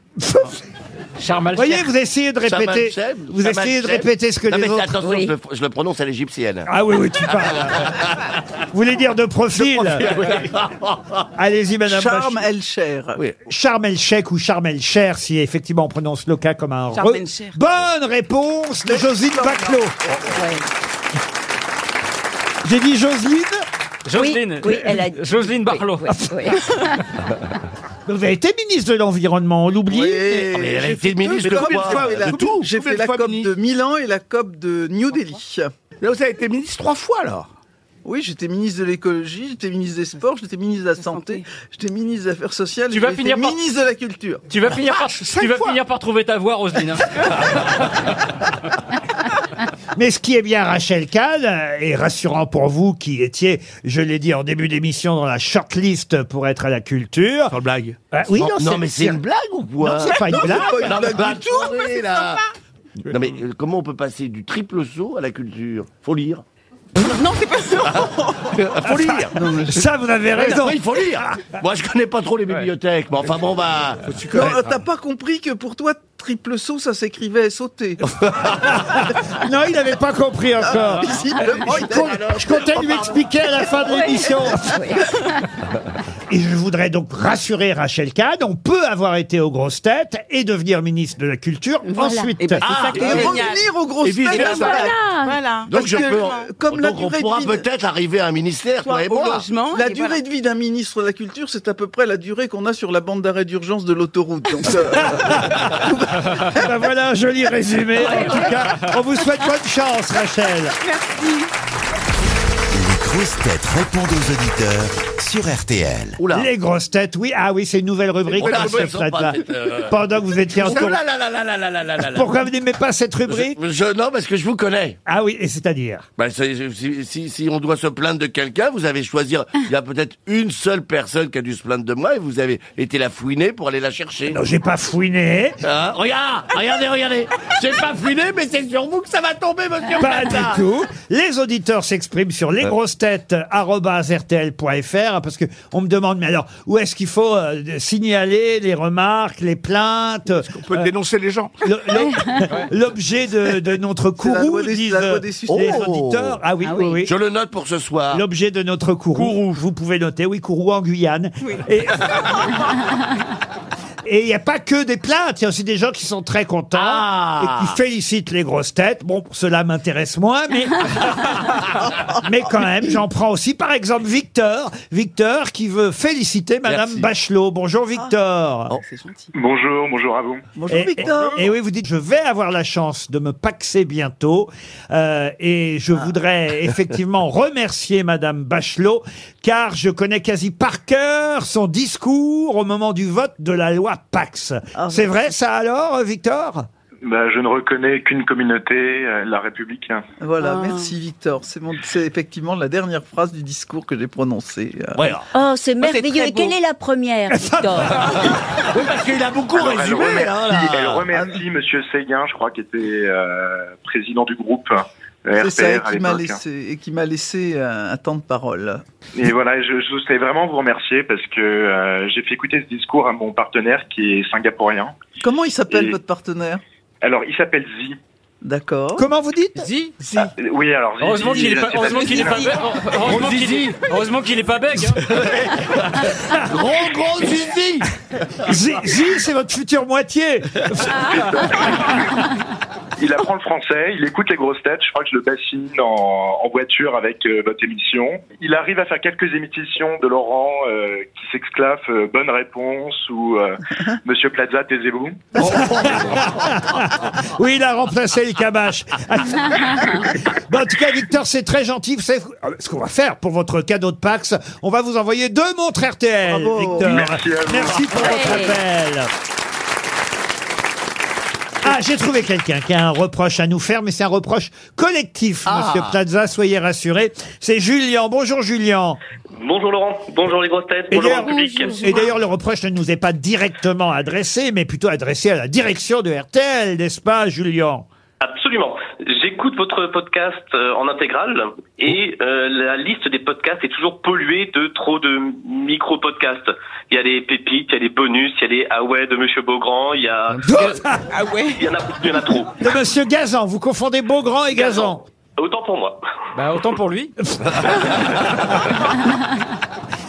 [SPEAKER 5] Charmal
[SPEAKER 2] Voyez, vous essayez de répéter,
[SPEAKER 3] Shem.
[SPEAKER 2] vous
[SPEAKER 3] Shamal
[SPEAKER 2] essayez de
[SPEAKER 3] Shem.
[SPEAKER 2] répéter ce que
[SPEAKER 3] non,
[SPEAKER 2] les
[SPEAKER 3] mais
[SPEAKER 2] autres.
[SPEAKER 3] Attention,
[SPEAKER 7] Oui.
[SPEAKER 3] je, le, je le prononce à l'égyptienne.
[SPEAKER 2] Ah oui, oui, tu parles. Vous voulez dire de profil (laughs) Allez-y, madame.
[SPEAKER 4] Charme
[SPEAKER 2] Bachelot.
[SPEAKER 4] El Cher.
[SPEAKER 3] Oui.
[SPEAKER 2] Charm el Sheikh ou Charm el Cher, si effectivement on prononce le cas comme un
[SPEAKER 8] Charm
[SPEAKER 2] re.
[SPEAKER 8] el Cher.
[SPEAKER 2] Bonne réponse de Josine Baclot. J'ai dit Josine
[SPEAKER 5] Jocelyne.
[SPEAKER 7] Oui, oui, elle a dit-
[SPEAKER 5] Jocelyne Barlot.
[SPEAKER 7] Oui, oui.
[SPEAKER 2] (laughs) Vous avez été ministre de l'Environnement, on l'oublie.
[SPEAKER 4] Oui.
[SPEAKER 3] Mais elle a
[SPEAKER 4] J'ai
[SPEAKER 3] été ministre de
[SPEAKER 4] combien
[SPEAKER 3] quoi
[SPEAKER 4] fois la-
[SPEAKER 3] De tout
[SPEAKER 4] J'ai
[SPEAKER 6] Combien
[SPEAKER 4] fait
[SPEAKER 6] de
[SPEAKER 4] la
[SPEAKER 6] fois
[SPEAKER 4] COP
[SPEAKER 6] ministre
[SPEAKER 4] de Milan et la COP de New Delhi.
[SPEAKER 6] Là, vous avez été ministre trois fois, alors.
[SPEAKER 4] Oui, j'étais ministre de l'écologie, j'étais ministre des sports, j'étais ministre de la santé, j'étais ministre des affaires sociales,
[SPEAKER 5] Tu vas
[SPEAKER 4] j'étais
[SPEAKER 5] finir par-
[SPEAKER 4] ministre de la culture.
[SPEAKER 5] Tu
[SPEAKER 7] Ah,
[SPEAKER 5] vas finir par,
[SPEAKER 6] cinq
[SPEAKER 5] tu vas
[SPEAKER 6] fois.
[SPEAKER 5] finir par trouver ta voix, Roselyne. hein.
[SPEAKER 2] Mais ce qui est bien, Rachel Kahn, euh, et rassurant pour vous qui étiez, je l'ai dit en début d'émission, dans la shortlist pour être à la culture.
[SPEAKER 6] Sans blague.
[SPEAKER 2] Euh, oui, non,
[SPEAKER 3] Ah non, mais c'est une blague ou quoi
[SPEAKER 2] Non, c'est pas une blague.
[SPEAKER 4] Pas une
[SPEAKER 3] Non, mais
[SPEAKER 4] blague
[SPEAKER 3] bah,
[SPEAKER 4] du tout.
[SPEAKER 3] attendez, là. Non mais euh, comment on peut passer du triple saut à la culture Faut lire.
[SPEAKER 8] Non, c'est pas ça.
[SPEAKER 3] (laughs) Faut lire.
[SPEAKER 2] Ça, vous avez
[SPEAKER 3] Ouais,
[SPEAKER 2] raison.
[SPEAKER 3] après, il faut lire. Moi, je connais pas trop les bibliothèques, mais enfin bon, bah.
[SPEAKER 4] (laughs) Non, t'as pas compris que pour toi, triple saut, ça s'écrivait sauter.
[SPEAKER 2] Non, il n'avait pas compris
[SPEAKER 4] Ah,
[SPEAKER 2] encore. Euh,
[SPEAKER 4] Visiblement, il
[SPEAKER 2] Je compte- Je comptais lui expliquer à la fin de l'émission. Et je voudrais donc rassurer Rachel Kahn, on peut avoir été aux grosses têtes et devenir ministre de la Culture
[SPEAKER 7] Voilà.
[SPEAKER 2] ensuite.
[SPEAKER 8] Et ben, c'est ça qui
[SPEAKER 4] Et
[SPEAKER 3] Ah,
[SPEAKER 8] est génial.
[SPEAKER 4] revenir aux grosses
[SPEAKER 6] vice
[SPEAKER 4] têtes.
[SPEAKER 6] versa.
[SPEAKER 4] après.
[SPEAKER 8] Voilà.
[SPEAKER 3] Donc
[SPEAKER 4] Parce
[SPEAKER 3] je
[SPEAKER 4] que,
[SPEAKER 3] peux.
[SPEAKER 4] comme la
[SPEAKER 3] donc on
[SPEAKER 4] durée de
[SPEAKER 3] pourra
[SPEAKER 4] vie-
[SPEAKER 3] peut-être arriver à un ministère, toi et
[SPEAKER 8] au
[SPEAKER 3] moi.
[SPEAKER 8] logement.
[SPEAKER 4] La
[SPEAKER 8] et
[SPEAKER 4] durée
[SPEAKER 8] voilà.
[SPEAKER 4] de vie d'un ministre de la Culture, c'est à peu près la durée qu'on a sur la bande d'arrêt d'urgence de l'autoroute. Donc, euh,
[SPEAKER 2] Ah (laughs) ben voilà un joli résumé. En tout cas, on vous souhaite bonne chance, Rachel.
[SPEAKER 1] Les grosses têtes répondent aux auditeurs sur RTL.
[SPEAKER 3] Oula.
[SPEAKER 2] Les grosses têtes, oui. Ah oui, c'est une nouvelle rubrique.
[SPEAKER 3] Voilà,
[SPEAKER 2] monsieur
[SPEAKER 3] ils sont pas,
[SPEAKER 2] Plaza.
[SPEAKER 3] c'est, euh,
[SPEAKER 2] Pendant que vous étiez en tour.
[SPEAKER 3] Oula, là, là, là, là, là, là, là, là, là.
[SPEAKER 2] Pourquoi vous n'aimez pas cette rubrique
[SPEAKER 3] Je- je- non, parce que je vous connais.
[SPEAKER 2] Ah oui, et c'est-à-dire
[SPEAKER 3] Bah, c'est- si, si- si on doit se plaindre de quelqu'un, vous avez choisi. Il y a peut-être une seule personne qui a dû se plaindre de moi et vous avez été la fouiner pour aller la chercher.
[SPEAKER 2] Non, j'ai pas fouiné.
[SPEAKER 3] Hein, regarde, regardez, regardez. J'ai pas fouiné, mais c'est sur vous que ça va tomber, monsieur
[SPEAKER 2] Pas du
[SPEAKER 3] Plaza.
[SPEAKER 4] Euh.
[SPEAKER 2] euh, tout. Les auditeurs s'expriment sur lesgrossetêtes.rtl.fr hein, parce que on me demande, mais alors, où est-ce qu'il faut euh, signaler les remarques, les plaintes euh,
[SPEAKER 6] On peut dénoncer les gens.
[SPEAKER 2] Le- le-
[SPEAKER 6] (laughs)
[SPEAKER 2] L'objet de, de notre
[SPEAKER 4] la
[SPEAKER 2] courroux,
[SPEAKER 4] loi des-
[SPEAKER 2] disent
[SPEAKER 4] la loi
[SPEAKER 2] euh,
[SPEAKER 4] des
[SPEAKER 2] les
[SPEAKER 4] suspects.
[SPEAKER 3] Oh.
[SPEAKER 2] auditeurs. Ah oui, oui, oui.
[SPEAKER 3] Je le note pour ce soir.
[SPEAKER 2] L'objet de notre courroux. Vous pouvez noter, oui, courroux en Guyane. Et... (laughs) Et il n'y a pas que des plaintes, il y a aussi des gens qui sont très contents
[SPEAKER 3] Ah.
[SPEAKER 2] et qui félicitent les grosses têtes. Bon, cela m'intéresse moins, mais mais quand même, j'en prends aussi. Par exemple, Victor, Victor qui veut féliciter Madame
[SPEAKER 3] Merci.
[SPEAKER 2] Bachelot. Bonjour Victor.
[SPEAKER 3] Oh.
[SPEAKER 8] C'est gentil.
[SPEAKER 9] Bonjour, bonjour à vous.
[SPEAKER 4] Bonjour
[SPEAKER 2] Et-
[SPEAKER 4] Victor.
[SPEAKER 2] Et, et oui, vous dites, je vais avoir la chance de me paxer bientôt. Euh, et je voudrais effectivement remercier Madame Bachelot, car je connais quasi par cœur son discours au moment du vote de la loi Pax.
[SPEAKER 4] Ah,
[SPEAKER 2] C'est vrai ça alors, Victor
[SPEAKER 9] Bah, je ne reconnais qu'une communauté, euh, la République.
[SPEAKER 4] Voilà,
[SPEAKER 8] Ah.
[SPEAKER 4] merci Victor. C'est mon- c'est effectivement la dernière phrase du discours que j'ai prononcé. Euh,
[SPEAKER 2] (laughs)
[SPEAKER 3] Voilà.
[SPEAKER 7] Oh, c'est merveilleux.
[SPEAKER 8] très
[SPEAKER 7] Et quelle
[SPEAKER 8] beau.
[SPEAKER 7] est la première, Victor
[SPEAKER 3] Oui, parce qu'il a beaucoup
[SPEAKER 4] Oh,
[SPEAKER 9] Alors, elle,
[SPEAKER 3] résumé.
[SPEAKER 9] remercie,
[SPEAKER 3] hein, là.
[SPEAKER 9] elle
[SPEAKER 4] Ah,
[SPEAKER 9] remercie Monsieur Séguin, je crois, qui était euh, président du groupe euh,
[SPEAKER 4] C'est ça, et
[SPEAKER 9] RPR à
[SPEAKER 4] qui m'a
[SPEAKER 9] l'époque. hein.
[SPEAKER 4] laissé, et qui m'a laissé euh, un temps de parole.
[SPEAKER 9] Et voilà, je, je voulais vraiment vous remercier parce que euh, j'ai fait écouter ce discours à mon partenaire qui est singapourien.
[SPEAKER 4] Comment il s'appelle
[SPEAKER 9] Et-
[SPEAKER 4] votre partenaire
[SPEAKER 9] Alors, il s'appelle Zi.
[SPEAKER 4] D'accord.
[SPEAKER 2] Comment vous dites
[SPEAKER 5] Zi
[SPEAKER 9] Ah, euh, oui, alors Zi.
[SPEAKER 5] Heureusement
[SPEAKER 9] Zi,
[SPEAKER 5] qu'il est
[SPEAKER 9] je
[SPEAKER 5] pas,
[SPEAKER 9] sais
[SPEAKER 5] heureusement
[SPEAKER 9] si-
[SPEAKER 5] qu'il est pas, hein. heureusement qu'il est, heureusement qu'il est pas bec. hein.
[SPEAKER 3] Gros, gros Zizi
[SPEAKER 2] (laughs) Zi, Zi, c'est votre future moitié.
[SPEAKER 9] Il apprend le français, il écoute les grosses têtes. Je crois que je le bassine en, en voiture avec euh, votre émission. Il arrive à faire quelques émissions de Laurent euh, qui s'exclave euh, Bonne réponse ou euh, Monsieur Plaza, taisez-vous.
[SPEAKER 2] (laughs) Oui, il a remplacé les cabaches. Bon, Bah, en tout cas, Victor, c'est très gentil. Vous savez ah, ce qu'on va faire pour votre cadeau de Pax. On va vous envoyer deux montres RTL,
[SPEAKER 4] Bravo.
[SPEAKER 2] Victor.
[SPEAKER 9] Merci à vous.
[SPEAKER 2] Merci pour votre
[SPEAKER 7] Ouais.
[SPEAKER 2] appel. Ah, j'ai trouvé quelqu'un qui a un reproche à nous faire, mais c'est un reproche collectif, monsieur Plaza, soyez rassurés. C'est Julien. Bonjour, Julien.
[SPEAKER 10] Bonjour Laurent, bonjour les grosses têtes,
[SPEAKER 2] Et
[SPEAKER 10] bonjour
[SPEAKER 2] d'ailleurs-
[SPEAKER 10] le public.
[SPEAKER 2] Et d'ailleurs, le reproche ne nous est pas directement adressé, mais plutôt adressé à la direction de RTL, n'est-ce pas, Julien?
[SPEAKER 10] Absolument. J'écoute votre podcast euh, en intégrale et euh, la liste des podcasts est toujours polluée de trop de micro-podcasts. Il y a des pépites, il y a des bonus, il y a des ah ouais de Monsieur Beaugrand, il y
[SPEAKER 2] (laughs)
[SPEAKER 10] a...
[SPEAKER 2] de
[SPEAKER 10] Il y en a, il y en a trop.
[SPEAKER 2] Monsieur Gazan. Vous confondez Beaugrand et Gazan.
[SPEAKER 10] Autant pour moi.
[SPEAKER 5] Bah autant pour lui.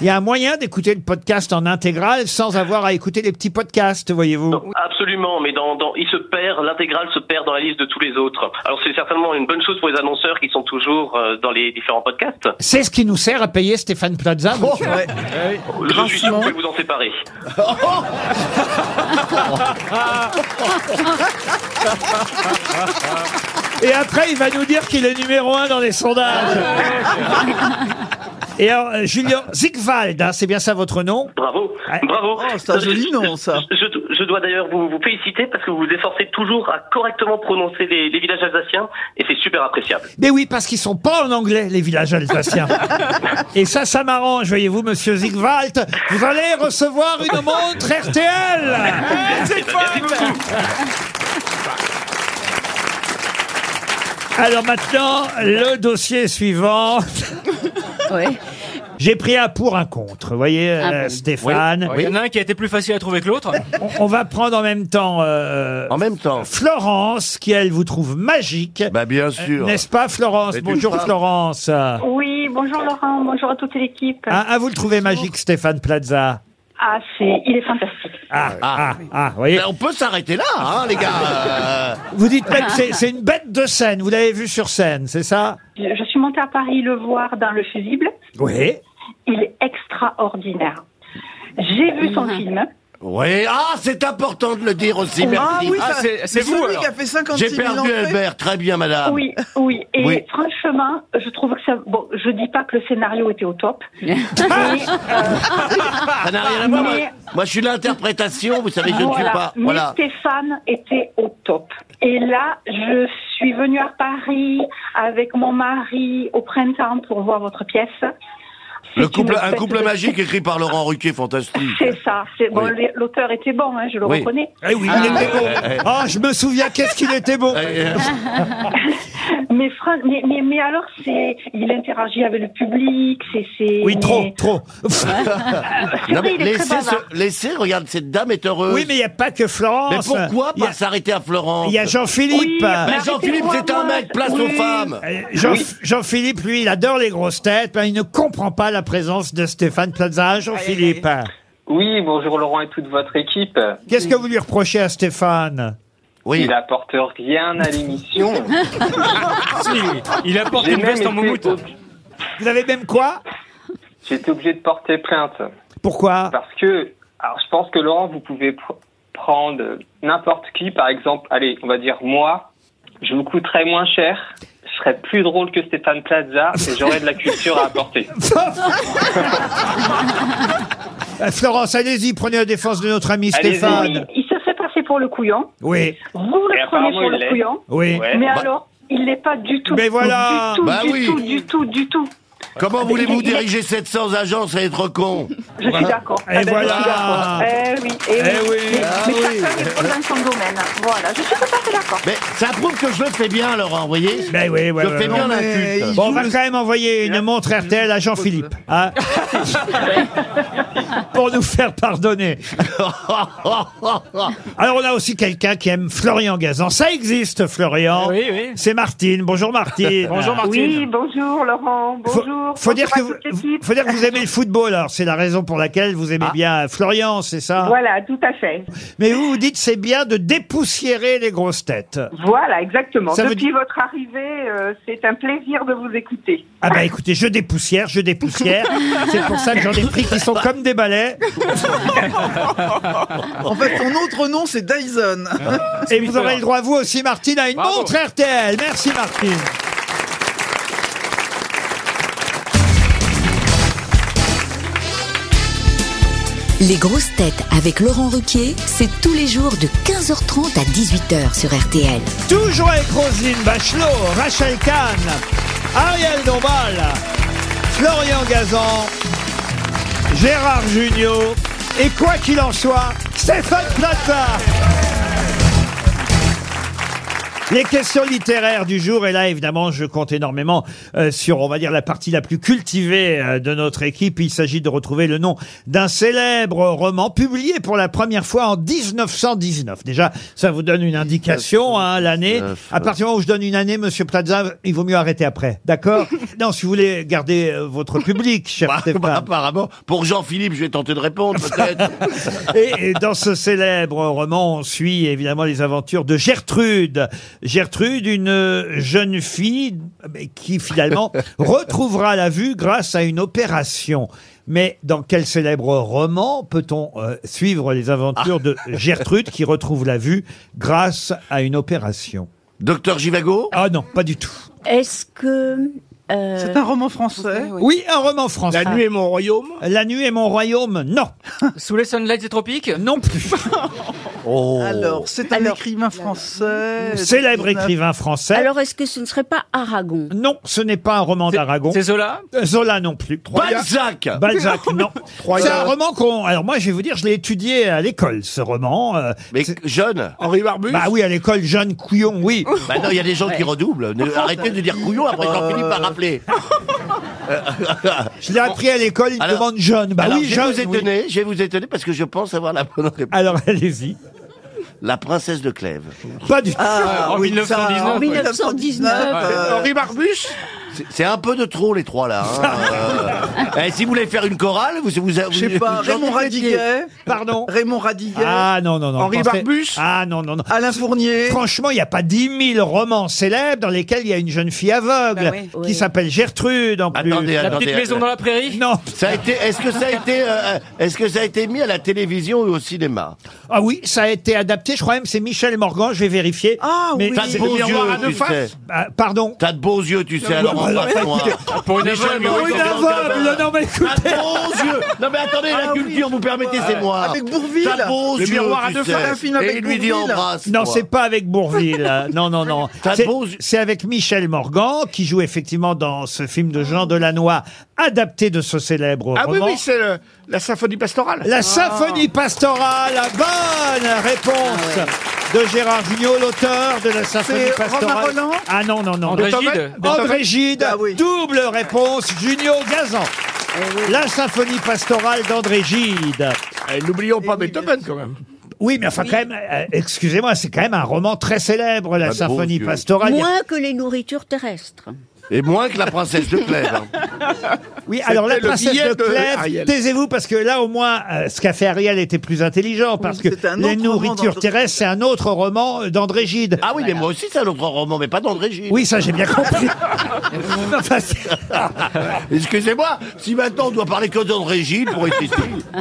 [SPEAKER 2] Il y a un moyen d'écouter le podcast en intégrale sans avoir à écouter les petits podcasts, voyez-vous.
[SPEAKER 10] Absolument, mais dans, dans, il se perd, l'intégrale se perd dans la liste de tous les autres. Alors c'est certainement une bonne chose pour les annonceurs qui sont toujours euh, dans les différents podcasts.
[SPEAKER 2] C'est ce qui nous sert à payer Stéphane Plaza. monsieur.
[SPEAKER 4] Ouais.
[SPEAKER 10] Je suis sûr que
[SPEAKER 4] Franchement.
[SPEAKER 10] vous pouvez vous en séparer.
[SPEAKER 2] Et après, il va nous dire qu'il est numéro un dans les sondages. Et alors, euh, Julien Ziegwald, hein, c'est bien ça votre nom
[SPEAKER 10] Bravo,
[SPEAKER 2] Ouais.
[SPEAKER 10] bravo.
[SPEAKER 4] Oh, c'est un joli nom, ça.
[SPEAKER 10] Je, je- je dois d'ailleurs vous, vous féliciter parce que vous vous efforcez toujours à correctement prononcer les, les villages alsaciens et c'est super appréciable.
[SPEAKER 2] Mais oui, parce qu'ils sont pas en anglais, les villages alsaciens. Et ça, ça m'arrange, voyez-vous, monsieur Ziegwald. Vous allez recevoir une montre RTL
[SPEAKER 10] Merci beaucoup.
[SPEAKER 2] Alors maintenant, le dossier suivant.
[SPEAKER 7] Ouais.
[SPEAKER 2] J'ai pris un pour un contre, vous voyez,
[SPEAKER 5] Ah
[SPEAKER 2] euh, Stéphane.
[SPEAKER 5] Il y en a un qui a été plus facile à trouver que l'autre.
[SPEAKER 2] On, on va prendre en même temps euh,
[SPEAKER 3] En même temps.
[SPEAKER 2] Florence, qui elle vous trouve magique. Euh,
[SPEAKER 3] Bah bien sûr.
[SPEAKER 2] N'est-ce pas, Florence
[SPEAKER 3] C'est une
[SPEAKER 2] Bonjour,
[SPEAKER 3] femme.
[SPEAKER 2] Florence. Ah,
[SPEAKER 11] Oui, bonjour Laurent, bonjour à toute l'équipe. Ah,
[SPEAKER 2] ah, vous le trouvez magique, Stéphane Plaza
[SPEAKER 11] c'est, il est fantastique.
[SPEAKER 2] ah, ah, ah, vous voyez.
[SPEAKER 3] Mais on peut s'arrêter là, hein, les (laughs) gars. Euh,
[SPEAKER 2] Vous dites même que c'est- c'est une bête de scène. Vous l'avez vu sur scène, c'est ça
[SPEAKER 11] Je, je suis montée à Paris le voir dans Le Fusible.
[SPEAKER 2] Oui.
[SPEAKER 11] Il est extraordinaire. J'ai vu
[SPEAKER 3] Ah.
[SPEAKER 11] son film.
[SPEAKER 3] Oui, ah, c'est important de le dire aussi,
[SPEAKER 4] Ah
[SPEAKER 3] merci.
[SPEAKER 4] oui,
[SPEAKER 5] Ah,
[SPEAKER 4] ça-
[SPEAKER 5] c'est- c'est vous,
[SPEAKER 4] celui
[SPEAKER 5] alors.
[SPEAKER 4] qui a fait 56
[SPEAKER 3] J'ai
[SPEAKER 4] 000
[SPEAKER 3] perdu
[SPEAKER 4] entrées.
[SPEAKER 3] Albert, très bien, madame.
[SPEAKER 11] Oui, oui. Et
[SPEAKER 3] Oui.
[SPEAKER 11] franchement, je trouve que ça. Bon, je dis pas que le scénario était au
[SPEAKER 3] (laughs)
[SPEAKER 11] top.
[SPEAKER 3] Ah,
[SPEAKER 11] mais, euh,
[SPEAKER 3] Ça n'a rien à voir.
[SPEAKER 11] Mais-
[SPEAKER 3] Moi, moi, je suis l'interprétation, vous savez, je ne suis pas.
[SPEAKER 11] Mais
[SPEAKER 3] Voilà.
[SPEAKER 11] Stéphane était au top. Et là, je suis venue à Paris avec mon mari au printemps pour voir votre pièce. C'est
[SPEAKER 3] Le couple,
[SPEAKER 11] une
[SPEAKER 3] un
[SPEAKER 11] espèce
[SPEAKER 3] couple
[SPEAKER 11] de-
[SPEAKER 3] magique écrit par Laurent Ruquier, fantastique.
[SPEAKER 11] C'est ça. C'est bon.
[SPEAKER 3] Oui.
[SPEAKER 11] les- L'auteur était bon, hein, je le
[SPEAKER 3] Oui. Eh,
[SPEAKER 11] reconnais.
[SPEAKER 2] Ah, Oh, Eh oui, il était bon. Ah, je me souviens, qu'est-ce qu'il était bon.
[SPEAKER 3] Euh,
[SPEAKER 11] (laughs) Mais, Fran- mais, mais, mais alors, c'est, il interagit avec le public, c'est, c'est.
[SPEAKER 3] Oui, trop,
[SPEAKER 11] mais-
[SPEAKER 2] trop.
[SPEAKER 11] C'est
[SPEAKER 3] Non,
[SPEAKER 11] vrai,
[SPEAKER 3] mais
[SPEAKER 11] il est très
[SPEAKER 3] laissez,
[SPEAKER 11] bavard.
[SPEAKER 3] ce- laissez, regarde, cette dame est heureuse.
[SPEAKER 2] Oui, mais il n'y a pas que Florence.
[SPEAKER 3] Mais pourquoi
[SPEAKER 2] Il y
[SPEAKER 3] pas
[SPEAKER 2] a-
[SPEAKER 3] s'arrêter à Florence
[SPEAKER 2] Il y a Jean-Philippe.
[SPEAKER 3] mais Jean-Philippe, c'est un mec, place aux femmes.
[SPEAKER 2] Euh, Jean- Jean-Philippe, lui, il adore les grosses têtes, mais il ne comprend pas la présence de Stéphane Plaza. Hein, Jean-Philippe.
[SPEAKER 12] Oui, bonjour Laurent et toute votre équipe.
[SPEAKER 2] Qu'est-ce que vous lui reprochez à Stéphane
[SPEAKER 12] Il apporte rien à l'émission.
[SPEAKER 2] Si, il apporte
[SPEAKER 12] J'ai
[SPEAKER 2] une
[SPEAKER 12] même
[SPEAKER 2] veste en
[SPEAKER 12] été
[SPEAKER 2] moumoute.
[SPEAKER 12] obli-
[SPEAKER 2] Vous avez même quoi
[SPEAKER 12] J'ai été obligé de porter plainte.
[SPEAKER 2] Pourquoi
[SPEAKER 12] Parce que, alors je pense que Laurent, vous pouvez pr- prendre n'importe qui, par exemple, allez, on va dire moi, je vous coûterais moins cher, je serais plus drôle que Stéphane Plaza et j'aurais de la culture à
[SPEAKER 2] (laughs)
[SPEAKER 12] apporter.
[SPEAKER 2] Euh, Florence, allez-y, prenez la défense de notre ami
[SPEAKER 12] Allez-y.
[SPEAKER 2] Stéphane.
[SPEAKER 11] Il se fait passer pour le couillon.
[SPEAKER 2] Oui.
[SPEAKER 11] Vous
[SPEAKER 2] Eh,
[SPEAKER 11] le prenez pour le couillon.
[SPEAKER 2] Oui.
[SPEAKER 11] Mais
[SPEAKER 2] Bah,
[SPEAKER 11] alors, il l'est pas du tout.
[SPEAKER 3] Mais voilà.
[SPEAKER 11] Du tout,
[SPEAKER 3] Bah
[SPEAKER 11] du
[SPEAKER 3] oui.
[SPEAKER 11] tout, du tout, du tout.
[SPEAKER 3] Comment voulez-vous
[SPEAKER 11] Il est-
[SPEAKER 3] diriger 700 agences à être con
[SPEAKER 11] Je suis d'accord.
[SPEAKER 3] Et
[SPEAKER 11] Eh ben, je suis
[SPEAKER 3] voilà
[SPEAKER 11] d'accord. Eh oui, eh oui.
[SPEAKER 3] Eh oui.
[SPEAKER 11] Mais,
[SPEAKER 3] Ah
[SPEAKER 11] mais
[SPEAKER 3] oui.
[SPEAKER 11] chacun est pro dans son domaine. Voilà, je suis tout à fait d'accord.
[SPEAKER 3] Mais ça prouve que je le fais bien, Laurent, vous voyez
[SPEAKER 2] Ben oui, ouais,
[SPEAKER 3] Je
[SPEAKER 2] ouais,
[SPEAKER 3] fais
[SPEAKER 2] ouais.
[SPEAKER 3] bien l'inculte.
[SPEAKER 2] Bon, on va quand même envoyer une montre RTL à Jean-Philippe. hein, pour nous faire (laughs) pardonner. (laughs)
[SPEAKER 3] (laughs)
[SPEAKER 2] Alors, on a aussi quelqu'un qui aime Florian Gazan. Ça existe, Florian. Oui, oui. C'est Martine. (laughs) Bonjour, Martine.
[SPEAKER 11] Oui, bonjour Laurent,
[SPEAKER 2] Faut,
[SPEAKER 11] bonjour.
[SPEAKER 2] faut dire
[SPEAKER 11] bonjour
[SPEAKER 2] que
[SPEAKER 11] à
[SPEAKER 2] vous,
[SPEAKER 11] toute l'équipe.
[SPEAKER 2] faut dire que vous aimez le football. Alors, c'est la raison pour laquelle vous aimez bien Florian, c'est ça
[SPEAKER 11] Voilà, tout à fait.
[SPEAKER 2] Mais vous vous dites c'est bien de dépoussiérer les grosses têtes.
[SPEAKER 11] Voilà, exactement.
[SPEAKER 2] Ça veut
[SPEAKER 11] Depuis
[SPEAKER 2] dire-
[SPEAKER 11] votre arrivée, euh, c'est un plaisir de vous écouter.
[SPEAKER 2] Ah bah écoutez, je dépoussière,
[SPEAKER 11] (laughs)
[SPEAKER 2] je dépoussière. c'est pour ça que j'en ai pris qui sont comme des balais.
[SPEAKER 4] En fait, son autre nom, c'est Dyson.
[SPEAKER 2] Et vous aurez le droit, vous aussi, Martine, à une
[SPEAKER 4] Bravo.
[SPEAKER 2] montre RTL. Merci, Martine.
[SPEAKER 13] Les grosses têtes avec Laurent Ruquier, c'est tous les jours de 15h30 à 18h sur RTL.
[SPEAKER 2] Toujours avec Roselyne Bachelot, Rachel Kahn, Ariel Dombal, Florian Gazan, Gérard Junior et quoi qu'il en soit, Stéphane Plata. Les questions littéraires du jour, et là évidemment je compte énormément euh, sur, on va dire, la partie la plus cultivée euh, de notre équipe. Il s'agit de retrouver le nom d'un célèbre roman publié pour la première fois en 1919. Déjà, ça vous donne une indication, hein, l'année. À partir du moment où je donne une année, Monsieur Plaza, il vaut mieux arrêter après, d'accord Non, si vous voulez garder euh, votre public, cher Stéphane.
[SPEAKER 3] apparemment, pour Jean-Philippe, je vais tenter de répondre peut-être.
[SPEAKER 2] (laughs) Et, et dans ce célèbre roman, on suit évidemment les aventures de Gertrude. Gertrude, une euh, jeune fille mais qui finalement retrouvera la vue grâce à une opération. Mais dans quel célèbre roman peut-on euh, suivre les aventures de Gertrude qui retrouve la vue grâce à une opération
[SPEAKER 3] Docteur Givago
[SPEAKER 2] Ah non, pas du tout.
[SPEAKER 7] Est-ce que. euh,
[SPEAKER 4] C'est un roman français.
[SPEAKER 2] Oui, un roman français.
[SPEAKER 5] La nuit
[SPEAKER 2] et mon royaume La nuit et mon royaume, non.
[SPEAKER 5] Sous les sunlights des tropiques
[SPEAKER 2] Non
[SPEAKER 3] (laughs)
[SPEAKER 2] plus.
[SPEAKER 4] Alors, c'est un écrivain
[SPEAKER 7] euh,
[SPEAKER 4] français.
[SPEAKER 2] Oh. Célèbre écrivain français.
[SPEAKER 7] Alors, est-ce que ce ne serait pas Aragon
[SPEAKER 2] Non, ce n'est pas un roman d'Aragon.
[SPEAKER 5] c'est Zola
[SPEAKER 2] Euh, Zola non plus.
[SPEAKER 3] (laughs) Balzac
[SPEAKER 2] Balzac, non. C'est un roman qu'on... Alors moi, je vais vous dire, je l'ai étudié à l'école, ce roman. Mais
[SPEAKER 3] jeune
[SPEAKER 2] Henri Barbus Bah oui, à l'école, jeune, couillon, oui.
[SPEAKER 3] (laughs) Bah non, il y a des gens qui redoublent. Ne- Arrêtez de
[SPEAKER 2] euh,
[SPEAKER 3] dire couillon, après Jean-Philippe a rappelé.
[SPEAKER 2] (laughs) Je l'ai appris à l'école, il me
[SPEAKER 3] Alors-
[SPEAKER 2] demande jeune. Bah
[SPEAKER 3] Alors,
[SPEAKER 2] oui,
[SPEAKER 3] je vais
[SPEAKER 2] jeune.
[SPEAKER 3] vous étonner, je vais vous étonner parce que je pense avoir la bonne réponse.
[SPEAKER 2] Alors, allez-y.
[SPEAKER 3] La princesse de Clèves.
[SPEAKER 2] oui. Pas du tout.
[SPEAKER 3] Ah,
[SPEAKER 4] en 1919,
[SPEAKER 7] En 1919. euh,
[SPEAKER 3] Henri Barbuche C'est un peu de trop, les trois, là. hein. Euh, eh, si vous voulez faire une chorale, vous... vous, vous
[SPEAKER 4] Je sais pas, Raymond Radiguet.
[SPEAKER 2] Pardon
[SPEAKER 4] Raymond Radiguet.
[SPEAKER 2] Ah non, non, non.
[SPEAKER 4] Henri
[SPEAKER 2] je pensais-
[SPEAKER 4] Barbuche
[SPEAKER 2] Ah non, non, non.
[SPEAKER 4] Alain Fournier.
[SPEAKER 2] Franchement, il n'y a pas 10 000 romans célèbres dans lesquels il y a une jeune fille aveugle
[SPEAKER 5] Bah oui.
[SPEAKER 2] qui s'appelle Gertrude en plus.
[SPEAKER 3] Attendez,
[SPEAKER 5] La petite
[SPEAKER 3] attendez,
[SPEAKER 5] maison
[SPEAKER 3] attendez.
[SPEAKER 5] dans la prairie
[SPEAKER 2] Non.
[SPEAKER 3] Ça a été, est-ce que ça a été, euh, est-ce que ça a été mis à la télévision ou au cinéma
[SPEAKER 2] Ah oui, ça a été adapté. Je crois même c'est Michel Morgan. Je vais vérifier. Ah
[SPEAKER 3] oui. T'as de beaux yeux, tu sais.
[SPEAKER 2] Ah, pardon.
[SPEAKER 3] T'as de beaux yeux, tu sais,
[SPEAKER 2] Non, (laughs) bah,
[SPEAKER 3] alors on passe
[SPEAKER 2] bah,
[SPEAKER 3] loin.
[SPEAKER 2] écoutez,
[SPEAKER 5] pour une
[SPEAKER 3] Michel
[SPEAKER 5] aveugle,
[SPEAKER 3] Morgan,
[SPEAKER 2] pour une
[SPEAKER 3] Jean-Pierre
[SPEAKER 2] aveugle,
[SPEAKER 3] Gabin.
[SPEAKER 2] non, mais écoutez.
[SPEAKER 3] T'as de beaux yeux. Non mais attendez, la culture, vous permettez, c'est moi.
[SPEAKER 4] Ah. Avec Bourvil.
[SPEAKER 3] T'as de beaux
[SPEAKER 4] Le
[SPEAKER 3] yeux,
[SPEAKER 4] miroir à
[SPEAKER 3] tu
[SPEAKER 4] deux
[SPEAKER 3] sais.
[SPEAKER 4] faces, un film
[SPEAKER 3] Et
[SPEAKER 4] avec
[SPEAKER 3] il lui dit
[SPEAKER 4] Bourvil.
[SPEAKER 3] embrasse.
[SPEAKER 2] Non, c'est pas avec Bourville.
[SPEAKER 3] (laughs)
[SPEAKER 2] euh, Non, non, non.
[SPEAKER 3] T'as
[SPEAKER 2] C'est-
[SPEAKER 3] beaux
[SPEAKER 2] C'est avec Michel Morgan qui joue effectivement dans ce film de Jean Delannoy adapté de ce célèbre
[SPEAKER 6] Ah oui,
[SPEAKER 2] roman.
[SPEAKER 6] oui, c'est le- la symphonie pastorale.
[SPEAKER 2] La symphonie pastorale, bonne réponse
[SPEAKER 3] Ah
[SPEAKER 2] de Gérard Jugnot, l'auteur de la symphonie
[SPEAKER 4] C'est Romain
[SPEAKER 2] pastorale.
[SPEAKER 4] Roland Ah
[SPEAKER 2] ah non, non, non.
[SPEAKER 5] André
[SPEAKER 2] Beethoven-
[SPEAKER 5] Gide.
[SPEAKER 2] André Gide, double réponse, Jugnot Gazan.
[SPEAKER 4] Eh
[SPEAKER 2] La symphonie pastorale d'André Gide.
[SPEAKER 6] Ah. N'oublions pas Beethoven quand même.
[SPEAKER 2] Oui, mais enfin, quand même, euh, excusez-moi, c'est quand même un roman très célèbre, la
[SPEAKER 3] Ah, bon
[SPEAKER 2] symphonie
[SPEAKER 3] Dieu.
[SPEAKER 2] pastorale. Il y a-
[SPEAKER 7] Moins que les nourritures terrestres.
[SPEAKER 3] Et moins que la princesse de Clèves. hein.
[SPEAKER 2] Oui, alors la
[SPEAKER 3] C'était le
[SPEAKER 2] princesse
[SPEAKER 3] billet
[SPEAKER 2] de
[SPEAKER 3] de
[SPEAKER 2] Clèves,
[SPEAKER 3] Ariel.
[SPEAKER 2] taisez-vous, parce que là, au moins, euh, ce qu'a fait Ariel était plus intelligent, parce que
[SPEAKER 3] c'est un
[SPEAKER 2] Les
[SPEAKER 3] autre roman
[SPEAKER 2] nourritures
[SPEAKER 3] d'André-
[SPEAKER 2] terrestres, c'est un autre roman euh, d'André Gide.
[SPEAKER 3] Ah oui, mais moi aussi, c'est un autre roman, mais pas d'André Gide.
[SPEAKER 2] Oui, ça, j'ai bien
[SPEAKER 3] (laughs)
[SPEAKER 2] compris. Enfin, c'est-
[SPEAKER 3] Excusez-moi, si maintenant on doit parler que d'André Gide pour être ici.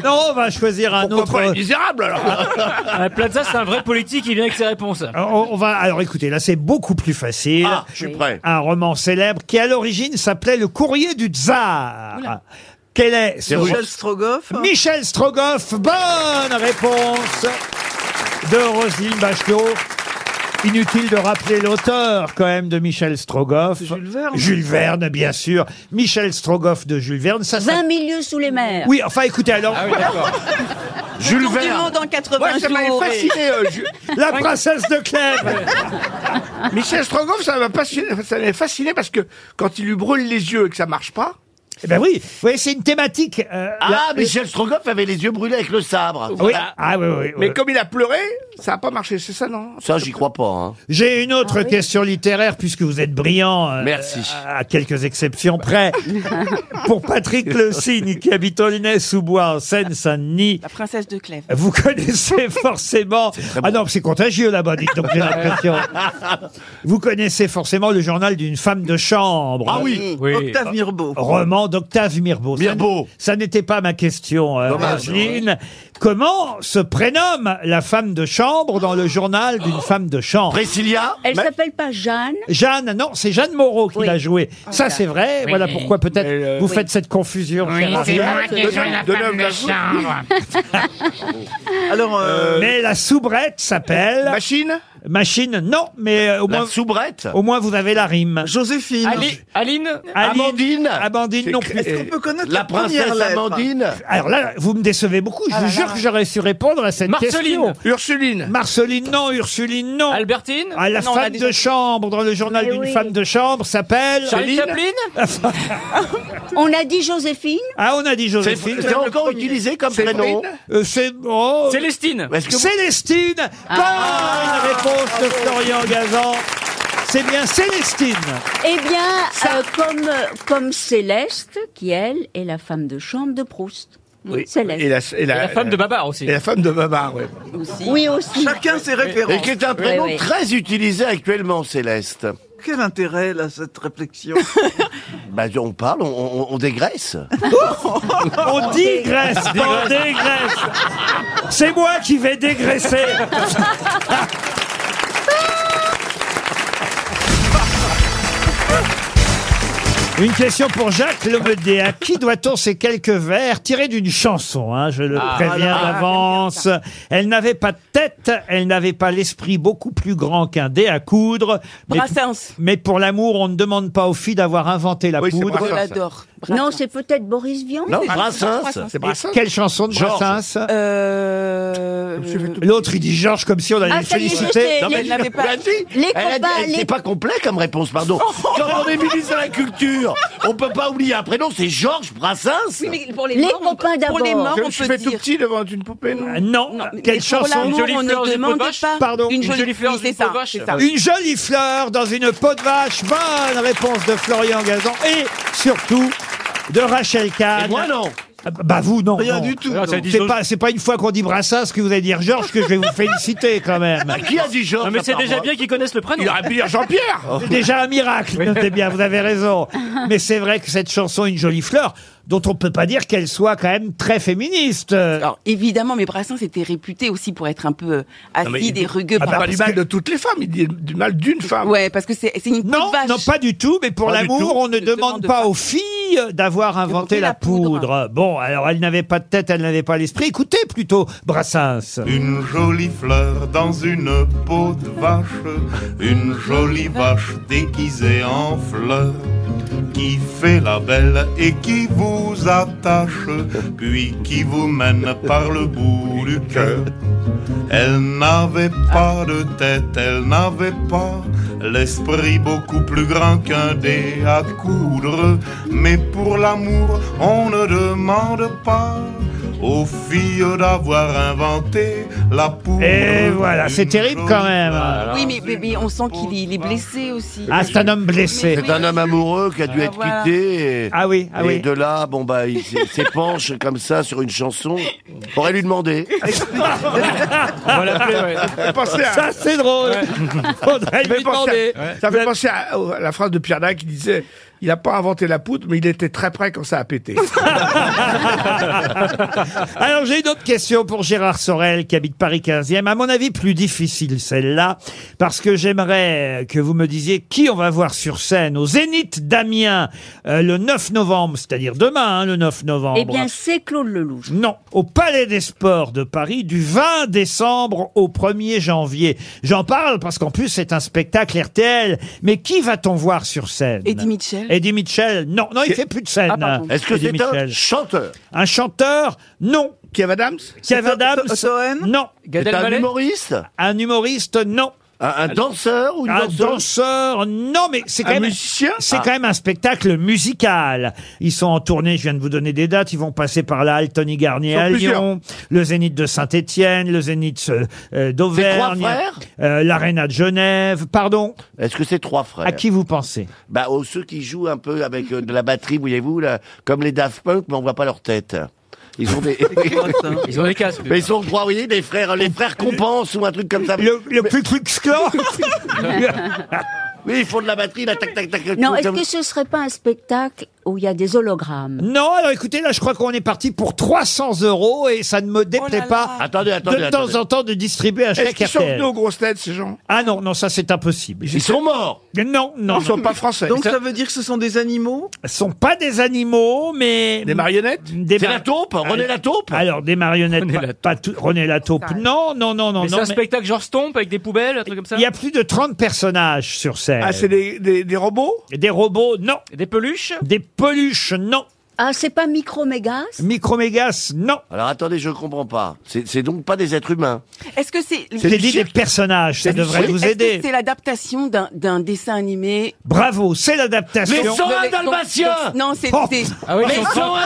[SPEAKER 2] Non, on va choisir un autre.
[SPEAKER 3] pas les misérables, (laughs) alors
[SPEAKER 5] Ah, Plaza, c'est un vrai politique, il vient avec ses réponses.
[SPEAKER 2] Alors, on, on va alors écoutez, là c'est beaucoup plus facile.
[SPEAKER 5] Ah, je suis prêt.
[SPEAKER 2] Un roman célèbre qui à l'origine s'appelait Le Courrier du Tsar. Quel est ce
[SPEAKER 4] Michel
[SPEAKER 2] ro-
[SPEAKER 4] Strogoff
[SPEAKER 2] Michel Strogoff. Bonne réponse de Roselyne Bachelot. Inutile de rappeler l'auteur quand même de Michel Strogoff. Jules
[SPEAKER 4] Verne.
[SPEAKER 2] Jules Verne, bien sûr. Michel Strogoff de Jules Verne. Ça, ça-
[SPEAKER 7] 20 milieux sous les mers.
[SPEAKER 2] Ah Oui, enfin écoutez alors.
[SPEAKER 7] Ah
[SPEAKER 2] (laughs)
[SPEAKER 7] Jules Verne. du monde en 80
[SPEAKER 6] Ouais, ça m'avait
[SPEAKER 7] jours,
[SPEAKER 6] fasciné,
[SPEAKER 7] et-
[SPEAKER 6] euh,
[SPEAKER 7] (laughs)
[SPEAKER 6] Ju-
[SPEAKER 2] La princesse de Clèves.
[SPEAKER 6] Michel Strogoff, ça m'a passionné, ça m'a fasciné parce que quand il lui brûle les yeux et que ça marche pas.
[SPEAKER 2] Eh ben oui, vous voyez, c'est une thématique. euh,
[SPEAKER 3] Ah,
[SPEAKER 2] la-
[SPEAKER 3] Michel Strogoff avait les yeux brûlés avec le sabre.
[SPEAKER 2] Oui. Ah oui, oui, oui.
[SPEAKER 6] Mais comme il a pleuré, ça n'a pas marché, c'est ça, non
[SPEAKER 3] Ça, j'y crois pas. hein.
[SPEAKER 2] J'ai une autre question littéraire, puisque vous êtes brillant. euh,
[SPEAKER 3] Merci.
[SPEAKER 2] À, à quelques exceptions près. Pour Patrick Le Signe, qui habite Aulnay-sous-Bois, en Seine-Saint-Denis.
[SPEAKER 8] (laughs) La princesse de Clèves.
[SPEAKER 2] Vous connaissez forcément. Ah non, c'est contagieux là-bas, dites donc, j'ai l'impression. Vous connaissez forcément le journal d'une femme de chambre.
[SPEAKER 4] Ah oui. Oui. Octave Mirbeau.
[SPEAKER 2] Roman d'Octave Mirbeau. Mirbeau. Ça n'était pas ma question, euh,
[SPEAKER 4] Dommage.
[SPEAKER 2] Roselyne. Comment se prénomme la femme de chambre dans le journal
[SPEAKER 4] Oh.
[SPEAKER 2] d'une femme de chambre Priscilla
[SPEAKER 7] Elle s'appelle pas Jeanne.
[SPEAKER 2] Jeanne, non, c'est Jeanne Moreau qui
[SPEAKER 7] Oui. Ah,
[SPEAKER 2] l'a joué. Ça, c'est vrai.
[SPEAKER 7] Oui.
[SPEAKER 2] Voilà pourquoi peut-être vous faites cette confusion.
[SPEAKER 7] Oui,
[SPEAKER 2] chère
[SPEAKER 7] c'est
[SPEAKER 2] Ariel.
[SPEAKER 7] moi qui ai joué la femme de chambre.
[SPEAKER 4] Alors, euh,
[SPEAKER 2] Mais la soubrette s'appelle. Machine Machine, non, mais euh, au moins. La soubrette Au moins, vous avez la rime.
[SPEAKER 4] Joséphine.
[SPEAKER 5] Ali- Aline
[SPEAKER 2] Amandine Amandine non plus.
[SPEAKER 4] Est-ce qu'on peut connaître la, première lettre
[SPEAKER 2] Alors là, vous me décevez beaucoup. Je vous jure que j'aurais su répondre à cette question.
[SPEAKER 5] Ah Marceline.
[SPEAKER 2] Ursuline. Marceline, non. Ursuline, non.
[SPEAKER 5] Albertine
[SPEAKER 2] Ah, la
[SPEAKER 5] Non, on a
[SPEAKER 2] femme
[SPEAKER 5] déjà-
[SPEAKER 2] de chambre dans le journal
[SPEAKER 7] Mais
[SPEAKER 2] d'une
[SPEAKER 7] oui.
[SPEAKER 2] femme de chambre s'appelle.
[SPEAKER 5] Charlie Chaplin
[SPEAKER 2] (laughs)
[SPEAKER 7] On a dit Joséphine.
[SPEAKER 2] Ah, on a dit Joséphine.
[SPEAKER 3] C'est encore utilisé comme prénom.
[SPEAKER 2] Euh, c'est oh.
[SPEAKER 5] Célestine.
[SPEAKER 2] Est-ce que- Ah. Célestine. Bonne réponse de Florian Gazan. C'est bien Célestine.
[SPEAKER 7] Eh bien, euh, comme, euh, comme Céleste, qui elle est la femme de chambre de Proust. Céleste.
[SPEAKER 6] Et la,
[SPEAKER 5] la femme de Babar aussi.
[SPEAKER 6] Et la femme de Babar, oui.
[SPEAKER 7] Oui, aussi.
[SPEAKER 4] Chacun ses références.
[SPEAKER 3] Et qui est un prénom
[SPEAKER 4] Ouais, ouais.
[SPEAKER 3] très utilisé actuellement, Céleste.
[SPEAKER 4] Quel intérêt, là, cette réflexion
[SPEAKER 3] Bah, on parle, on, on- on dégraisse.
[SPEAKER 2] Oh (laughs) On digresse, on dégraisse. C'est moi qui vais (laughs) dégraisser. Une question pour Jacques Lomedé. À qui doit-on ces quelques vers tirés d'une chanson hein, Je le
[SPEAKER 14] Ah,
[SPEAKER 2] préviens
[SPEAKER 14] voilà.
[SPEAKER 2] d'avance. Elle n'avait pas de tête, elle n'avait pas l'esprit beaucoup plus grand qu'un dé à coudre. Mais, mais pour l'amour, on ne demande pas aux filles d'avoir inventé la poudre.
[SPEAKER 7] Non, c'est peut-être Boris Vian.
[SPEAKER 2] Non, Brassens. C'est Brassens. Quelle chanson de Georges. Brassens
[SPEAKER 8] euh...
[SPEAKER 2] L'autre, il dit Georges comme si on allait
[SPEAKER 8] Ah,
[SPEAKER 2] le
[SPEAKER 8] ça y est, je
[SPEAKER 2] féliciter.
[SPEAKER 8] sais, Non, mais il je- n'avait pas-
[SPEAKER 3] Bah, si.
[SPEAKER 8] Les
[SPEAKER 3] Elle a dit-
[SPEAKER 8] copains,
[SPEAKER 3] elle-
[SPEAKER 8] les- Oh.
[SPEAKER 3] C'est pas complet comme réponse, pardon. Quand on est ministre de la Culture, on peut pas oublier un prénom, c'est Georges Brassens.
[SPEAKER 8] Oui, mais pour les,
[SPEAKER 7] Les
[SPEAKER 8] morts, on-
[SPEAKER 7] copains
[SPEAKER 8] Pour les
[SPEAKER 7] d'abord.
[SPEAKER 8] morts,
[SPEAKER 7] Je-
[SPEAKER 8] on
[SPEAKER 7] je
[SPEAKER 8] peut
[SPEAKER 7] fais
[SPEAKER 8] dire.
[SPEAKER 6] Petit devant une poupée,
[SPEAKER 3] Euh,
[SPEAKER 6] non
[SPEAKER 2] Non,
[SPEAKER 8] mais
[SPEAKER 2] quelle
[SPEAKER 8] pour
[SPEAKER 2] chanson
[SPEAKER 8] l'amour, on ne
[SPEAKER 5] fleur, une
[SPEAKER 8] demande
[SPEAKER 5] peau de vache.
[SPEAKER 8] pas.
[SPEAKER 2] Pardon.
[SPEAKER 8] Une
[SPEAKER 2] Une
[SPEAKER 8] jolie,
[SPEAKER 2] jolie
[SPEAKER 8] fleur, une peau de vache. C'est ça.
[SPEAKER 2] Une jolie fleur dans une peau de vache. Bonne réponse de Florian Gazan et surtout de Rachel Kahn.
[SPEAKER 3] Et moi, non.
[SPEAKER 2] Ah, Bah vous non.
[SPEAKER 4] Rien
[SPEAKER 2] non.
[SPEAKER 4] du tout. Alors, ça dit
[SPEAKER 2] C'est
[SPEAKER 4] Georges-
[SPEAKER 2] pas c'est pas une fois qu'on dit Brassens que vous allez dire Georges que je vais vous féliciter quand même.
[SPEAKER 3] (laughs) Qui a dit Georges
[SPEAKER 5] Non, mais
[SPEAKER 3] à
[SPEAKER 5] c'est
[SPEAKER 3] part
[SPEAKER 5] déjà
[SPEAKER 3] moi
[SPEAKER 5] bien qu'ils connaissent le
[SPEAKER 8] Ah
[SPEAKER 5] prénom.
[SPEAKER 6] Il aurait pu dire Jean-Pierre
[SPEAKER 2] (laughs) C'est déjà un miracle. Notez bien, vous avez raison. Mais c'est vrai que cette chanson Une jolie fleur dont on peut pas dire qu'elle soit quand même très féministe.
[SPEAKER 8] Alors, évidemment, mais Brassens était réputé aussi pour être un peu euh,
[SPEAKER 6] Non, mais
[SPEAKER 8] acide
[SPEAKER 6] il-
[SPEAKER 8] et rugueux.
[SPEAKER 6] Ah, bah,
[SPEAKER 8] par-
[SPEAKER 6] pas du mal de toutes les femmes, il dit du mal d'une femme.
[SPEAKER 8] Ouais, parce que c'est c'est une peau de vache.
[SPEAKER 2] Non, pas du tout, mais pour
[SPEAKER 6] Pas du
[SPEAKER 2] l'amour,
[SPEAKER 6] tout.
[SPEAKER 2] on ne demande pas aux filles d'avoir inventé la, poudre. Bon, alors elle n'avait pas de tête, elle n'avait pas l'esprit. Écoutez plutôt Brassens.
[SPEAKER 14] Une jolie fleur dans une peau de vache, une jolie vache déguisée en fleur. qui fait la belle et qui vous attache, puis qui vous mène par le bout du cœur. Elle n'avait pas de tête, elle n'avait pas l'esprit beaucoup plus grand qu'un dé à coudre. Mais pour l'amour, on ne demande pas aux filles d'avoir inventé la poudre.
[SPEAKER 2] Et voilà, c'est
[SPEAKER 14] d'une
[SPEAKER 2] terrible
[SPEAKER 14] jolie
[SPEAKER 2] quand même.
[SPEAKER 14] femme.
[SPEAKER 8] Oui, mais, mais- mais on sent qu'il est, il est blessé
[SPEAKER 6] euh,
[SPEAKER 8] aussi.
[SPEAKER 2] Ah, c'est un homme blessé.
[SPEAKER 3] C'est un homme amoureux qui a dû
[SPEAKER 8] Ah,
[SPEAKER 3] être
[SPEAKER 8] voilà.
[SPEAKER 3] quitté. Et,
[SPEAKER 2] Ah oui, ah
[SPEAKER 3] et
[SPEAKER 2] oui.
[SPEAKER 3] de là, bon bah, il (laughs) s'é- s'épanche comme ça sur une chanson. On pourrait lui demander.
[SPEAKER 2] (laughs) On va l'appeler, ouais. Ça, c'est drôle. (laughs) Faudrait
[SPEAKER 6] Ça fait
[SPEAKER 2] lui
[SPEAKER 6] penser
[SPEAKER 2] demander.
[SPEAKER 6] à- Ça fait penser à, à la phrase de Pierre Dac qui disait Il n'a pas inventé la poudre, mais il était très près quand ça
[SPEAKER 2] (laughs)
[SPEAKER 6] a pété.
[SPEAKER 2] Alors j'ai une autre question pour Gérard Sorel qui habite Paris 15e. À mon avis, plus difficile celle-là parce que j'aimerais euh, que vous me disiez qui on va voir sur scène au Zénith d'Amiens euh, le 9 novembre, c'est-à-dire demain, hein, le 9 novembre.
[SPEAKER 7] Eh bien, c'est Claude Lelouch.
[SPEAKER 2] Non, au Palais des Sports de Paris du 20 décembre au 1er janvier. J'en parle parce qu'en plus c'est un spectacle RTL. Mais qui va-t-on voir sur scène
[SPEAKER 8] Eddie Mitchell.
[SPEAKER 2] Eddie Mitchell Non, non, il fait plus de scène. hein,
[SPEAKER 8] Ah, pardon.
[SPEAKER 3] Est-ce que
[SPEAKER 2] Eddie
[SPEAKER 3] c'est un
[SPEAKER 2] Mitchell.
[SPEAKER 3] chanteur
[SPEAKER 2] Un chanteur Non.
[SPEAKER 6] Kev Adams
[SPEAKER 2] Kev Adams Non.
[SPEAKER 3] C'est un humoriste
[SPEAKER 2] Un humoriste Non.
[SPEAKER 3] Un, un danseur ou une
[SPEAKER 2] Un
[SPEAKER 3] danseuse
[SPEAKER 2] danseur, non, mais c'est quand
[SPEAKER 3] Un
[SPEAKER 2] même
[SPEAKER 3] musicien
[SPEAKER 2] C'est
[SPEAKER 3] Ah.
[SPEAKER 2] quand même un spectacle musical. Ils sont en tournée. Je viens de vous donner des dates. Ils vont passer par là, le Tony Garnier
[SPEAKER 6] Ils sont
[SPEAKER 2] à
[SPEAKER 6] plusieurs.
[SPEAKER 2] Lyon, le Zénith de Saint-Étienne, le Zénith euh, euh, d'Auvergne,
[SPEAKER 3] trois frères
[SPEAKER 2] euh, l'Arena de Genève. Pardon.
[SPEAKER 3] Est-ce que c'est trois frères
[SPEAKER 2] À qui vous pensez
[SPEAKER 3] Bah, aux ceux qui jouent un peu avec euh, de la batterie, voyez-vous, là, comme les Daft Punk, mais on voit pas leur tête. Ils
[SPEAKER 2] (laughs)
[SPEAKER 3] ont des.
[SPEAKER 5] Ils ont des casques.
[SPEAKER 3] (laughs) mais ils sont, vous voyez, des frères, les frères compense ou un truc comme ça.
[SPEAKER 2] Le, le plus Klux (laughs) Klan
[SPEAKER 3] (laughs) Oui, ils font de la batterie, là, tac, tac, tac.
[SPEAKER 7] Non, est-ce
[SPEAKER 3] comme-
[SPEAKER 7] que ce serait pas un spectacle où il y a des hologrammes
[SPEAKER 2] Non, alors écoutez, là, je crois qu'on est parti pour 300 euros et ça ne me déplaît pas
[SPEAKER 3] Attendez, attendez,
[SPEAKER 2] de
[SPEAKER 3] attendez.
[SPEAKER 2] temps en temps de distribuer à
[SPEAKER 6] Est-ce
[SPEAKER 2] chaque
[SPEAKER 6] qu'ils sont
[SPEAKER 2] RTL.
[SPEAKER 6] venus aux grosses têtes, ces gens
[SPEAKER 2] Ah non, non, ça c'est impossible.
[SPEAKER 3] Ils sont morts
[SPEAKER 2] Non, non.
[SPEAKER 6] Ils sont pas français.
[SPEAKER 4] Donc ça veut dire que ce sont des animaux
[SPEAKER 2] Ce sont pas des animaux, mais...
[SPEAKER 6] Des marionnettes
[SPEAKER 2] Des
[SPEAKER 3] C'est
[SPEAKER 2] mar-
[SPEAKER 3] la taupe René la taupe
[SPEAKER 2] Alors, des marionnettes, pas, pas tout- René la taupe. Non, non, non, non.
[SPEAKER 5] Mais c'est
[SPEAKER 2] non
[SPEAKER 5] un
[SPEAKER 2] mais
[SPEAKER 5] spectacle genre stomp avec des poubelles, un truc comme ça
[SPEAKER 2] Il y a plus de 30 personnages sur scène.
[SPEAKER 6] Ah, c'est des, des, des robots
[SPEAKER 2] Des robots, non.
[SPEAKER 5] Des peluches
[SPEAKER 2] Des peluches, non.
[SPEAKER 7] Ah, c'est pas Micromégas
[SPEAKER 2] Micromégas, non.
[SPEAKER 3] Alors attendez, je comprends pas. C'est c'est donc pas des êtres humains.
[SPEAKER 8] Est-ce que c'est
[SPEAKER 2] J'ai dit des personnages, ça devrait vous
[SPEAKER 8] Est-ce que
[SPEAKER 2] aider.
[SPEAKER 8] C'est l'adaptation d'un- d'un dessin animé.
[SPEAKER 2] Bravo, c'est l'adaptation.
[SPEAKER 3] Les 101
[SPEAKER 8] Dalmatien
[SPEAKER 3] dalmatiens
[SPEAKER 8] Non, c'est
[SPEAKER 2] Oh.
[SPEAKER 8] c'est-
[SPEAKER 5] Ah oui, ils
[SPEAKER 3] Les
[SPEAKER 5] sont-
[SPEAKER 3] 101
[SPEAKER 5] Ouais, mais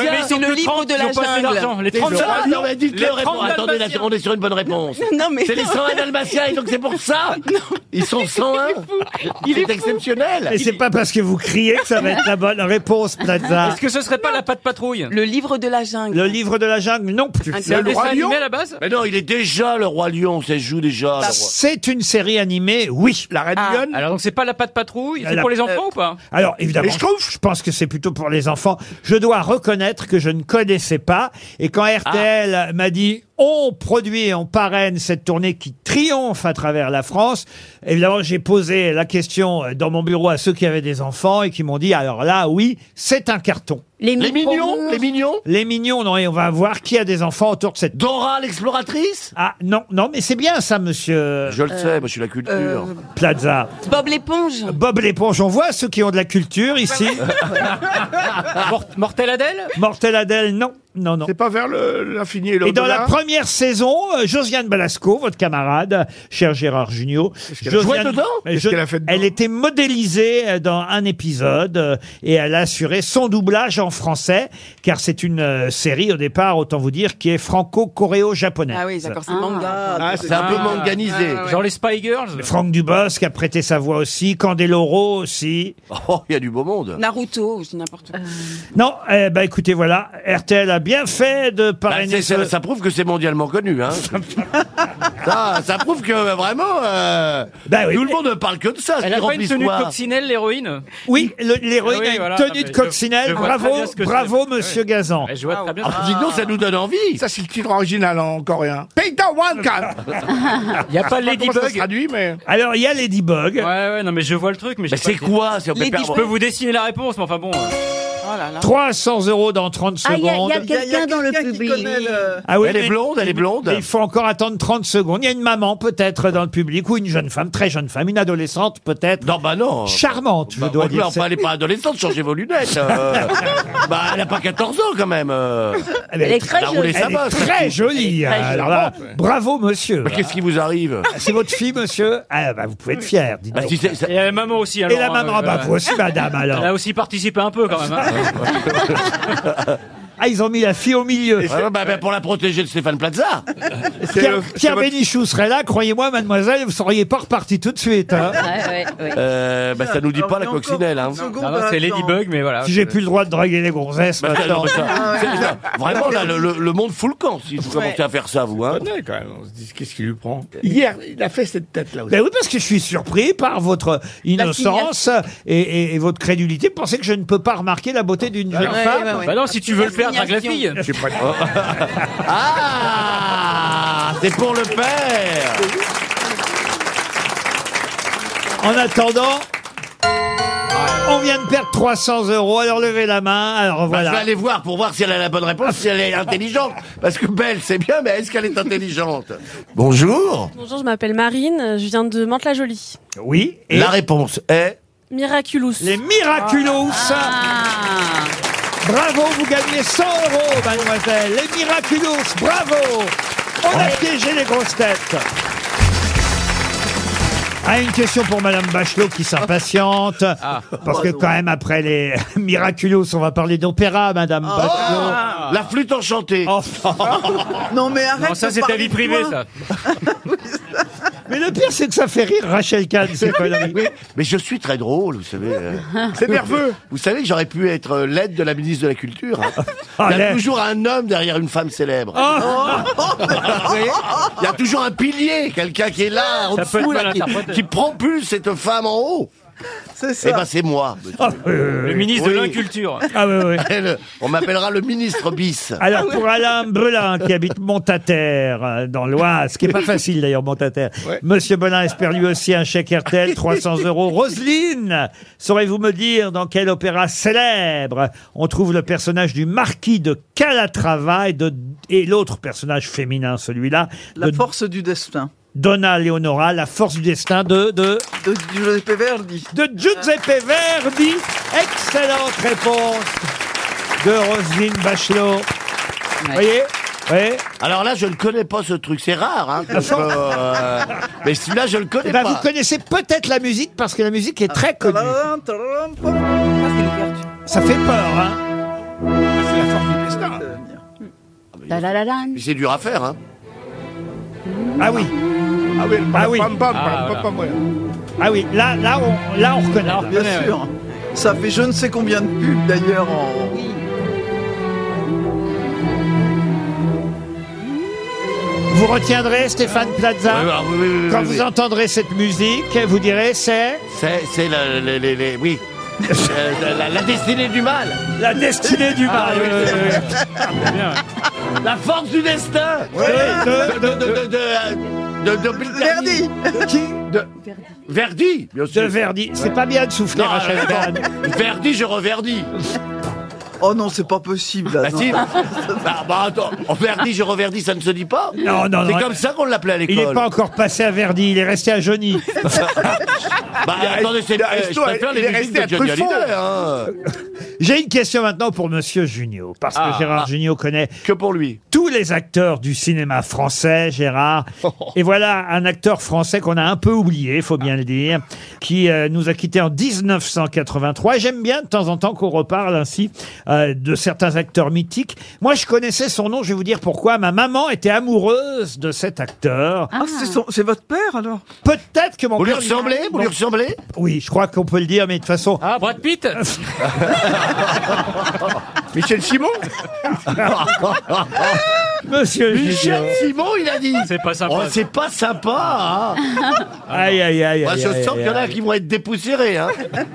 [SPEAKER 5] ils
[SPEAKER 3] dalmatiens
[SPEAKER 5] sont
[SPEAKER 8] le
[SPEAKER 5] que
[SPEAKER 8] livre
[SPEAKER 5] 30,
[SPEAKER 8] de la
[SPEAKER 5] ils ont pas assez
[SPEAKER 8] jungle.
[SPEAKER 5] d'argent. Les 30
[SPEAKER 3] Ah, Non, mais dites
[SPEAKER 5] Les
[SPEAKER 3] le réponse.
[SPEAKER 5] 30
[SPEAKER 3] Attendez, là,
[SPEAKER 5] Dalmatiens.
[SPEAKER 3] on est sur une bonne réponse.
[SPEAKER 8] Non, mais
[SPEAKER 3] C'est les 101 dalmatiens et donc c'est pour ça Ils sont 101
[SPEAKER 2] (laughs)
[SPEAKER 3] Il est exceptionnel
[SPEAKER 2] Et c'est pas parce que vous criez que ça va
[SPEAKER 5] (laughs)
[SPEAKER 2] être la bonne réponse, Plaza.
[SPEAKER 5] Est-ce que ce serait pas la patte patrouille
[SPEAKER 8] le livre de la jungle.
[SPEAKER 2] Le livre de la jungle, non plus.
[SPEAKER 5] C'est un dessin
[SPEAKER 6] Roi Lion
[SPEAKER 5] animé à la base
[SPEAKER 3] Mais non, il est déjà le roi lion, ça se joue
[SPEAKER 2] Ah.
[SPEAKER 3] déjà. le roi.
[SPEAKER 2] C'est une série animée, oui.
[SPEAKER 6] La Reine
[SPEAKER 8] Ah.
[SPEAKER 6] Lionne
[SPEAKER 5] Alors donc c'est pas la patte patrouille, c'est
[SPEAKER 2] La- Euh,
[SPEAKER 5] pour les enfants ou pas
[SPEAKER 2] Alors évidemment,
[SPEAKER 6] Les Schtroumpfs
[SPEAKER 2] je pense que c'est plutôt pour les enfants. Je dois reconnaître que je ne connaissais pas. Et quand
[SPEAKER 3] Ah.
[SPEAKER 2] RTL m'a dit on produit et on parraine cette tournée qui triomphe à travers la France, évidemment j'ai posé la question euh, dans mon bureau à ceux qui avaient des enfants et qui m'ont dit alors là oui c'est un carton.
[SPEAKER 3] Les mignons
[SPEAKER 7] micro-
[SPEAKER 3] Les mignons
[SPEAKER 2] Les mignons non et on va voir qui a des enfants autour de cette.
[SPEAKER 3] Dora l'exploratrice
[SPEAKER 2] Ah non non mais c'est bien ça Monsieur
[SPEAKER 3] Je le sais, moi je suis la culture.
[SPEAKER 8] Euh,
[SPEAKER 2] Plaza.
[SPEAKER 8] Bob l'éponge.
[SPEAKER 2] Bob l'éponge on voit ceux qui ont de la culture ici.
[SPEAKER 5] (laughs) Mort- Mortel Adèle
[SPEAKER 2] Mortel Adèle non non non.
[SPEAKER 6] C'est pas vers le- l'infini et
[SPEAKER 2] Et dans
[SPEAKER 6] l'au-delà
[SPEAKER 2] la première saison, euh, Josiane Balasco, votre camarade, cher Gérard Junior,
[SPEAKER 6] qu'elle a
[SPEAKER 2] Josiane-
[SPEAKER 6] joué dedans
[SPEAKER 2] Euh,
[SPEAKER 6] Qu'est-ce
[SPEAKER 2] Jo-
[SPEAKER 6] qu'elle a fait dedans
[SPEAKER 2] elle était modélisée euh, dans un épisode euh, et elle a assuré son doublage en français, car c'est une euh, série au départ, autant vous dire, qui est franco-coréo-japonaise.
[SPEAKER 8] Ah oui, d'accord, c'est
[SPEAKER 7] Ah.
[SPEAKER 8] manga.
[SPEAKER 6] Ah,
[SPEAKER 3] C'est un peu
[SPEAKER 5] Ah,
[SPEAKER 3] manganisé.
[SPEAKER 8] ah, ouais.
[SPEAKER 5] Genre les Spy Girls
[SPEAKER 2] Franck Dubosc a prêté sa voix aussi, Candeloro aussi.
[SPEAKER 3] Oh, il y a du beau monde.
[SPEAKER 8] Naruto, je dis n'importe quoi.
[SPEAKER 2] Non, eh ben écoutez, voilà, RTL a bien fait de
[SPEAKER 3] Bah,
[SPEAKER 2] parrainer
[SPEAKER 3] c'est-
[SPEAKER 2] ce-
[SPEAKER 3] ça, ça prouve que c'est mondialement connu.
[SPEAKER 2] (laughs)
[SPEAKER 3] Hein. ça, ça prouve que euh, vraiment, euh,
[SPEAKER 2] Bah oui.
[SPEAKER 3] tout le monde ne parle que de ça.
[SPEAKER 5] Elle a
[SPEAKER 3] c'est
[SPEAKER 5] pas
[SPEAKER 3] grand
[SPEAKER 5] une tenue de
[SPEAKER 3] histoire.
[SPEAKER 5] coccinelle, l'héroïne
[SPEAKER 2] Oui, le- l'héroïne
[SPEAKER 5] Oui,
[SPEAKER 2] a une
[SPEAKER 5] voilà,
[SPEAKER 2] tenue
[SPEAKER 5] mais
[SPEAKER 2] de
[SPEAKER 5] je-
[SPEAKER 2] coccinelle.
[SPEAKER 5] je vois
[SPEAKER 2] Bravo,
[SPEAKER 5] très bien ce que c'est.
[SPEAKER 2] bravo,
[SPEAKER 5] Oui.
[SPEAKER 2] monsieur Gazan.
[SPEAKER 5] Je vois très bien.
[SPEAKER 3] Ah, dis donc, ça nous donne envie.
[SPEAKER 6] Ça, c'est le titre original hein, en coréen. Peita Wanka
[SPEAKER 5] (laughs) Il n'y a pas
[SPEAKER 6] Comment ça se
[SPEAKER 5] Ladybug
[SPEAKER 6] traduit, mais.
[SPEAKER 2] Alors, il y a Ladybug.
[SPEAKER 5] Ouais, ouais, non mais je vois le truc, mais j'ai
[SPEAKER 3] Mais
[SPEAKER 5] pas
[SPEAKER 3] c'est
[SPEAKER 5] le-
[SPEAKER 3] quoi c'est-
[SPEAKER 8] Les
[SPEAKER 3] mais
[SPEAKER 8] Disney-
[SPEAKER 5] Je peux vous dessiner la réponse, mais enfin bon. euh.
[SPEAKER 8] Oh là là.
[SPEAKER 2] 300 euros dans 30
[SPEAKER 8] Ah, il y a- il y a
[SPEAKER 2] secondes.
[SPEAKER 8] quelqu'un dans le
[SPEAKER 4] qui
[SPEAKER 8] public.
[SPEAKER 4] connaît le-
[SPEAKER 2] Ah oui,
[SPEAKER 3] Elle est
[SPEAKER 2] mais-
[SPEAKER 3] blonde, elle est blonde.
[SPEAKER 2] mais Il faut encore attendre 30 secondes. Il y a une maman peut-être dans le public ou une jeune femme, très jeune femme, une adolescente peut-être. Non,
[SPEAKER 3] bah non.
[SPEAKER 2] Charmante, je
[SPEAKER 3] Bah,
[SPEAKER 2] dois
[SPEAKER 3] bon,
[SPEAKER 2] dire.
[SPEAKER 3] non, bah, elle est pas adolescente, changez vos lunettes.
[SPEAKER 2] (laughs)
[SPEAKER 3] euh. bah, elle a pas 14 ans quand même. euh.
[SPEAKER 2] Elle est Elle est très
[SPEAKER 3] a roulé
[SPEAKER 2] jolie.
[SPEAKER 3] sa
[SPEAKER 2] Elle est
[SPEAKER 3] bosse.
[SPEAKER 2] très jolie, Elle est très alors là, jolie. bravo monsieur.
[SPEAKER 3] Bah, Qu'est-ce qui vous arrive
[SPEAKER 2] C'est votre fille, monsieur Ah, bah, vous pouvez être fier, dites
[SPEAKER 3] Bah,
[SPEAKER 2] donc.
[SPEAKER 3] si c'est- ça-
[SPEAKER 5] Et la maman aussi,
[SPEAKER 2] Et
[SPEAKER 5] alors.
[SPEAKER 2] la
[SPEAKER 5] hein,
[SPEAKER 2] maman,
[SPEAKER 5] euh,
[SPEAKER 2] bah,
[SPEAKER 5] euh,
[SPEAKER 2] vous aussi,
[SPEAKER 5] (laughs)
[SPEAKER 2] madame, alors.
[SPEAKER 5] Elle a aussi participé un peu, quand même. hein.
[SPEAKER 2] Ah, ils ont mis la fille au milieu.
[SPEAKER 3] Ouais, bah, bah, pour la protéger de Stéphane Plaza.
[SPEAKER 2] Pierre, Pierre Bénichou serait là, croyez-moi, mademoiselle, vous seriez pas reparti tout de suite. hein.
[SPEAKER 3] Euh, bah, ça nous dit
[SPEAKER 2] Alors,
[SPEAKER 3] pas
[SPEAKER 2] il
[SPEAKER 3] la
[SPEAKER 2] y a encore
[SPEAKER 3] coccinelle. Hein.
[SPEAKER 2] secondes Non, non, c'est à attendre. Ladybug,
[SPEAKER 5] mais voilà.
[SPEAKER 2] Si j'ai plus le droit de draguer les gonzesses
[SPEAKER 3] Bah, ça,
[SPEAKER 2] maintenant.
[SPEAKER 3] non, mais ça- c'est- ça- vraiment, là, le, le- le monde fout le camp si vous commencez à faire ça, vous. Hein.
[SPEAKER 6] quand même, on se dit qu'est-ce qui lui prend. Hier, il a fait cette tête-là aussi.
[SPEAKER 2] Ben oui, parce que je suis surpris par votre innocence et, et- et votre crédulité. Pensez que je ne peux pas remarquer la beauté d'une jeune
[SPEAKER 5] ouais,
[SPEAKER 2] femme.
[SPEAKER 5] ouais, ouais. Bah non, si tu veux le faire, drague la fille.
[SPEAKER 2] Je suis pas-
[SPEAKER 3] Ah, c'est pour le père.
[SPEAKER 2] En attendant. On vient de perdre 300 euros, alors levez la main, alors
[SPEAKER 3] Bah,
[SPEAKER 2] Oh, voilà.
[SPEAKER 3] je vais aller voir pour voir si elle a la bonne réponse, si elle est intelligente. Parce que Belle, c'est bien, mais est-ce qu'elle est intelligente Bonjour.
[SPEAKER 15] Bonjour, je m'appelle Marine, euh, je viens de Mantes-la-Jolie.
[SPEAKER 2] Oui.
[SPEAKER 3] La réponse est.
[SPEAKER 15] Miraculous.
[SPEAKER 2] Les Miraculous Bravo, vous gagnez 100 euros, mademoiselle. Les Miraculous, bravo On a piégé les grosses têtes ah, une question pour Madame Bachelot qui s'impatiente. Parce que quand même, après les (laughs) Miraculous, on va parler d'opéra, Madame Bachelot.
[SPEAKER 3] La
[SPEAKER 2] (laughs)
[SPEAKER 3] flûte enchantée.
[SPEAKER 4] Non mais arrête.
[SPEAKER 2] Ah. Non, ça,
[SPEAKER 4] de
[SPEAKER 2] c'est ta
[SPEAKER 4] parler
[SPEAKER 2] vie
[SPEAKER 4] de
[SPEAKER 2] privée,
[SPEAKER 4] moi.
[SPEAKER 2] ça.
[SPEAKER 3] (laughs)
[SPEAKER 2] Mais le pire, c'est que ça fait rire Rachel Kahn, ces conneries.
[SPEAKER 3] Mais je suis très drôle, vous savez. euh.
[SPEAKER 2] (laughs)
[SPEAKER 6] C'est nerveux.
[SPEAKER 3] Vous savez que j'aurais pu être euh, l'aide de la ministre de la Culture. hein.
[SPEAKER 2] (laughs) Ah,
[SPEAKER 3] Il y a
[SPEAKER 2] l'aide. Ah.
[SPEAKER 3] toujours un homme derrière une femme célèbre. Vous voyez Il y a toujours un pilier, quelqu'un qui est là, en
[SPEAKER 5] Ça peut être
[SPEAKER 3] dessous, là,
[SPEAKER 5] mal
[SPEAKER 3] qui,
[SPEAKER 5] interprété.
[SPEAKER 3] qui propulse cette femme en
[SPEAKER 2] Oh,
[SPEAKER 3] haut.
[SPEAKER 4] C'est
[SPEAKER 3] Eh ben, c'est moi.
[SPEAKER 5] Le ministre de
[SPEAKER 3] Oui.
[SPEAKER 5] l'Inculture.
[SPEAKER 2] Ah oui, oui.
[SPEAKER 3] (laughs) Le- On m'appellera le ministre bis.
[SPEAKER 2] Alors pour Alain Belin qui habite Montataire euh, dans l'Oise, ce qui est pas facile d'ailleurs Montataire. Monsieur Belin espère lui aussi un chèque RTL 300 euros. Roselyne, saurez-vous me dire dans quel opéra célèbre on trouve le personnage du marquis de Calatrava et de et l'autre personnage féminin celui-là
[SPEAKER 4] La
[SPEAKER 2] de
[SPEAKER 4] force du destin.
[SPEAKER 2] Donna Leonora, la force du destin de de
[SPEAKER 4] De Giuseppe Verdi.
[SPEAKER 2] de Giuseppe Verdi. Excellente réponse de Roselyne Bachelot. Vous voyez Oui.
[SPEAKER 3] Alors là, je ne connais pas ce truc, c'est rare. Hein, parce que, euh, mais celui-là, je le connais
[SPEAKER 2] Eh ben,
[SPEAKER 3] pas.
[SPEAKER 2] vous connaissez peut-être la musique parce que la musique est très connue. Ça fait peur, hein
[SPEAKER 6] C'est la force du destin.
[SPEAKER 3] Mais C'est dur à faire. Hein.
[SPEAKER 2] Ah oui.
[SPEAKER 6] Ah oui,
[SPEAKER 2] Ah oui.
[SPEAKER 6] pam, pam,
[SPEAKER 4] Ah,
[SPEAKER 6] pam, pam, pam, ouais.
[SPEAKER 2] Ah oui, là, là, on, là, on reconnaît.
[SPEAKER 4] Bien sûr. Ça fait je ne sais combien de pubs d'ailleurs en.
[SPEAKER 2] Vous retiendrez Stéphane Plaza
[SPEAKER 3] Oui, bah, oui, oui, oui,
[SPEAKER 2] quand
[SPEAKER 3] oui,
[SPEAKER 2] vous
[SPEAKER 3] oui.
[SPEAKER 2] entendrez cette musique. Vous direz c'est
[SPEAKER 3] Ah, C'est, c'est la, la- la- la-
[SPEAKER 2] (laughs)
[SPEAKER 3] oui. Euh, la, la- la destinée du mal.
[SPEAKER 2] la destinée du
[SPEAKER 3] Ah,
[SPEAKER 2] mal.
[SPEAKER 3] oui,
[SPEAKER 2] Euh, (laughs)
[SPEAKER 3] La force du destin.
[SPEAKER 2] de-
[SPEAKER 3] De, de, de, de, euh, de, de Verdi.
[SPEAKER 2] Qui
[SPEAKER 3] de, Verdi, bien sûr.
[SPEAKER 2] de Verdi. C'est pas bien de souffler
[SPEAKER 3] Non,
[SPEAKER 2] Rachel
[SPEAKER 3] euh,
[SPEAKER 2] Kahn.
[SPEAKER 3] Verdi, je reverdis.
[SPEAKER 4] Oh non, c'est pas possible. Là,
[SPEAKER 3] Bah
[SPEAKER 4] non.
[SPEAKER 3] si. bah, bah, attends, Verdi, je reverdis, ça ne se dit pas
[SPEAKER 2] Non, non,
[SPEAKER 3] C'est
[SPEAKER 2] non.
[SPEAKER 3] comme ça qu'on l'appelait à l'école.
[SPEAKER 2] Il n'est pas encore passé à Verdi, il est resté à
[SPEAKER 3] (laughs)
[SPEAKER 2] Johnny.
[SPEAKER 3] Bah attendez, c'est,
[SPEAKER 6] il
[SPEAKER 3] euh,
[SPEAKER 6] a-
[SPEAKER 3] je
[SPEAKER 4] hein.
[SPEAKER 3] préfère
[SPEAKER 6] il est
[SPEAKER 3] les musiques
[SPEAKER 6] resté
[SPEAKER 3] de
[SPEAKER 6] à
[SPEAKER 3] Johnny
[SPEAKER 6] Truffaut.
[SPEAKER 3] Hallyday. Hein.
[SPEAKER 2] J'ai une question maintenant pour Monsieur Junio, parce que
[SPEAKER 3] Ah,
[SPEAKER 2] Gérard
[SPEAKER 3] ah.
[SPEAKER 2] Junio connaît
[SPEAKER 3] Que pour lui.
[SPEAKER 2] tous les acteurs du cinéma français, Gérard. Et voilà un acteur français qu'on a un peu oublié, faut bien le dire, qui euh, nous a quittés en 1983. Et J'aime bien de temps en temps qu'on reparle ainsi euh, de certains acteurs mythiques. Moi, je connaissais son nom, je vais vous dire pourquoi. Ma maman était amoureuse de cet acteur.
[SPEAKER 4] Ah, c'est son- c'est votre père alors
[SPEAKER 2] Peut-être que mon
[SPEAKER 3] Vous lui
[SPEAKER 2] père-
[SPEAKER 3] ressemblez Vous lui ressemblez
[SPEAKER 2] Oui, je crois qu'on peut le dire, mais de toute façon,
[SPEAKER 5] Ah, Brad
[SPEAKER 3] (laughs)
[SPEAKER 2] (laughs)
[SPEAKER 5] Pitt
[SPEAKER 6] Michel Simon
[SPEAKER 3] (laughs)
[SPEAKER 2] Monsieur Junio.
[SPEAKER 3] Michel Simon, il a dit.
[SPEAKER 5] C'est pas sympa.
[SPEAKER 3] Oh, c'est pas sympa. Hein.
[SPEAKER 2] Aïe, aïe, aïe. aïe,
[SPEAKER 3] Moi, Ah Bah, je
[SPEAKER 2] aïe,
[SPEAKER 3] sens qu'il y en
[SPEAKER 2] aïe,
[SPEAKER 3] a
[SPEAKER 2] aïe.
[SPEAKER 3] qui vont être dépoussiérés. Hein.
[SPEAKER 2] (laughs)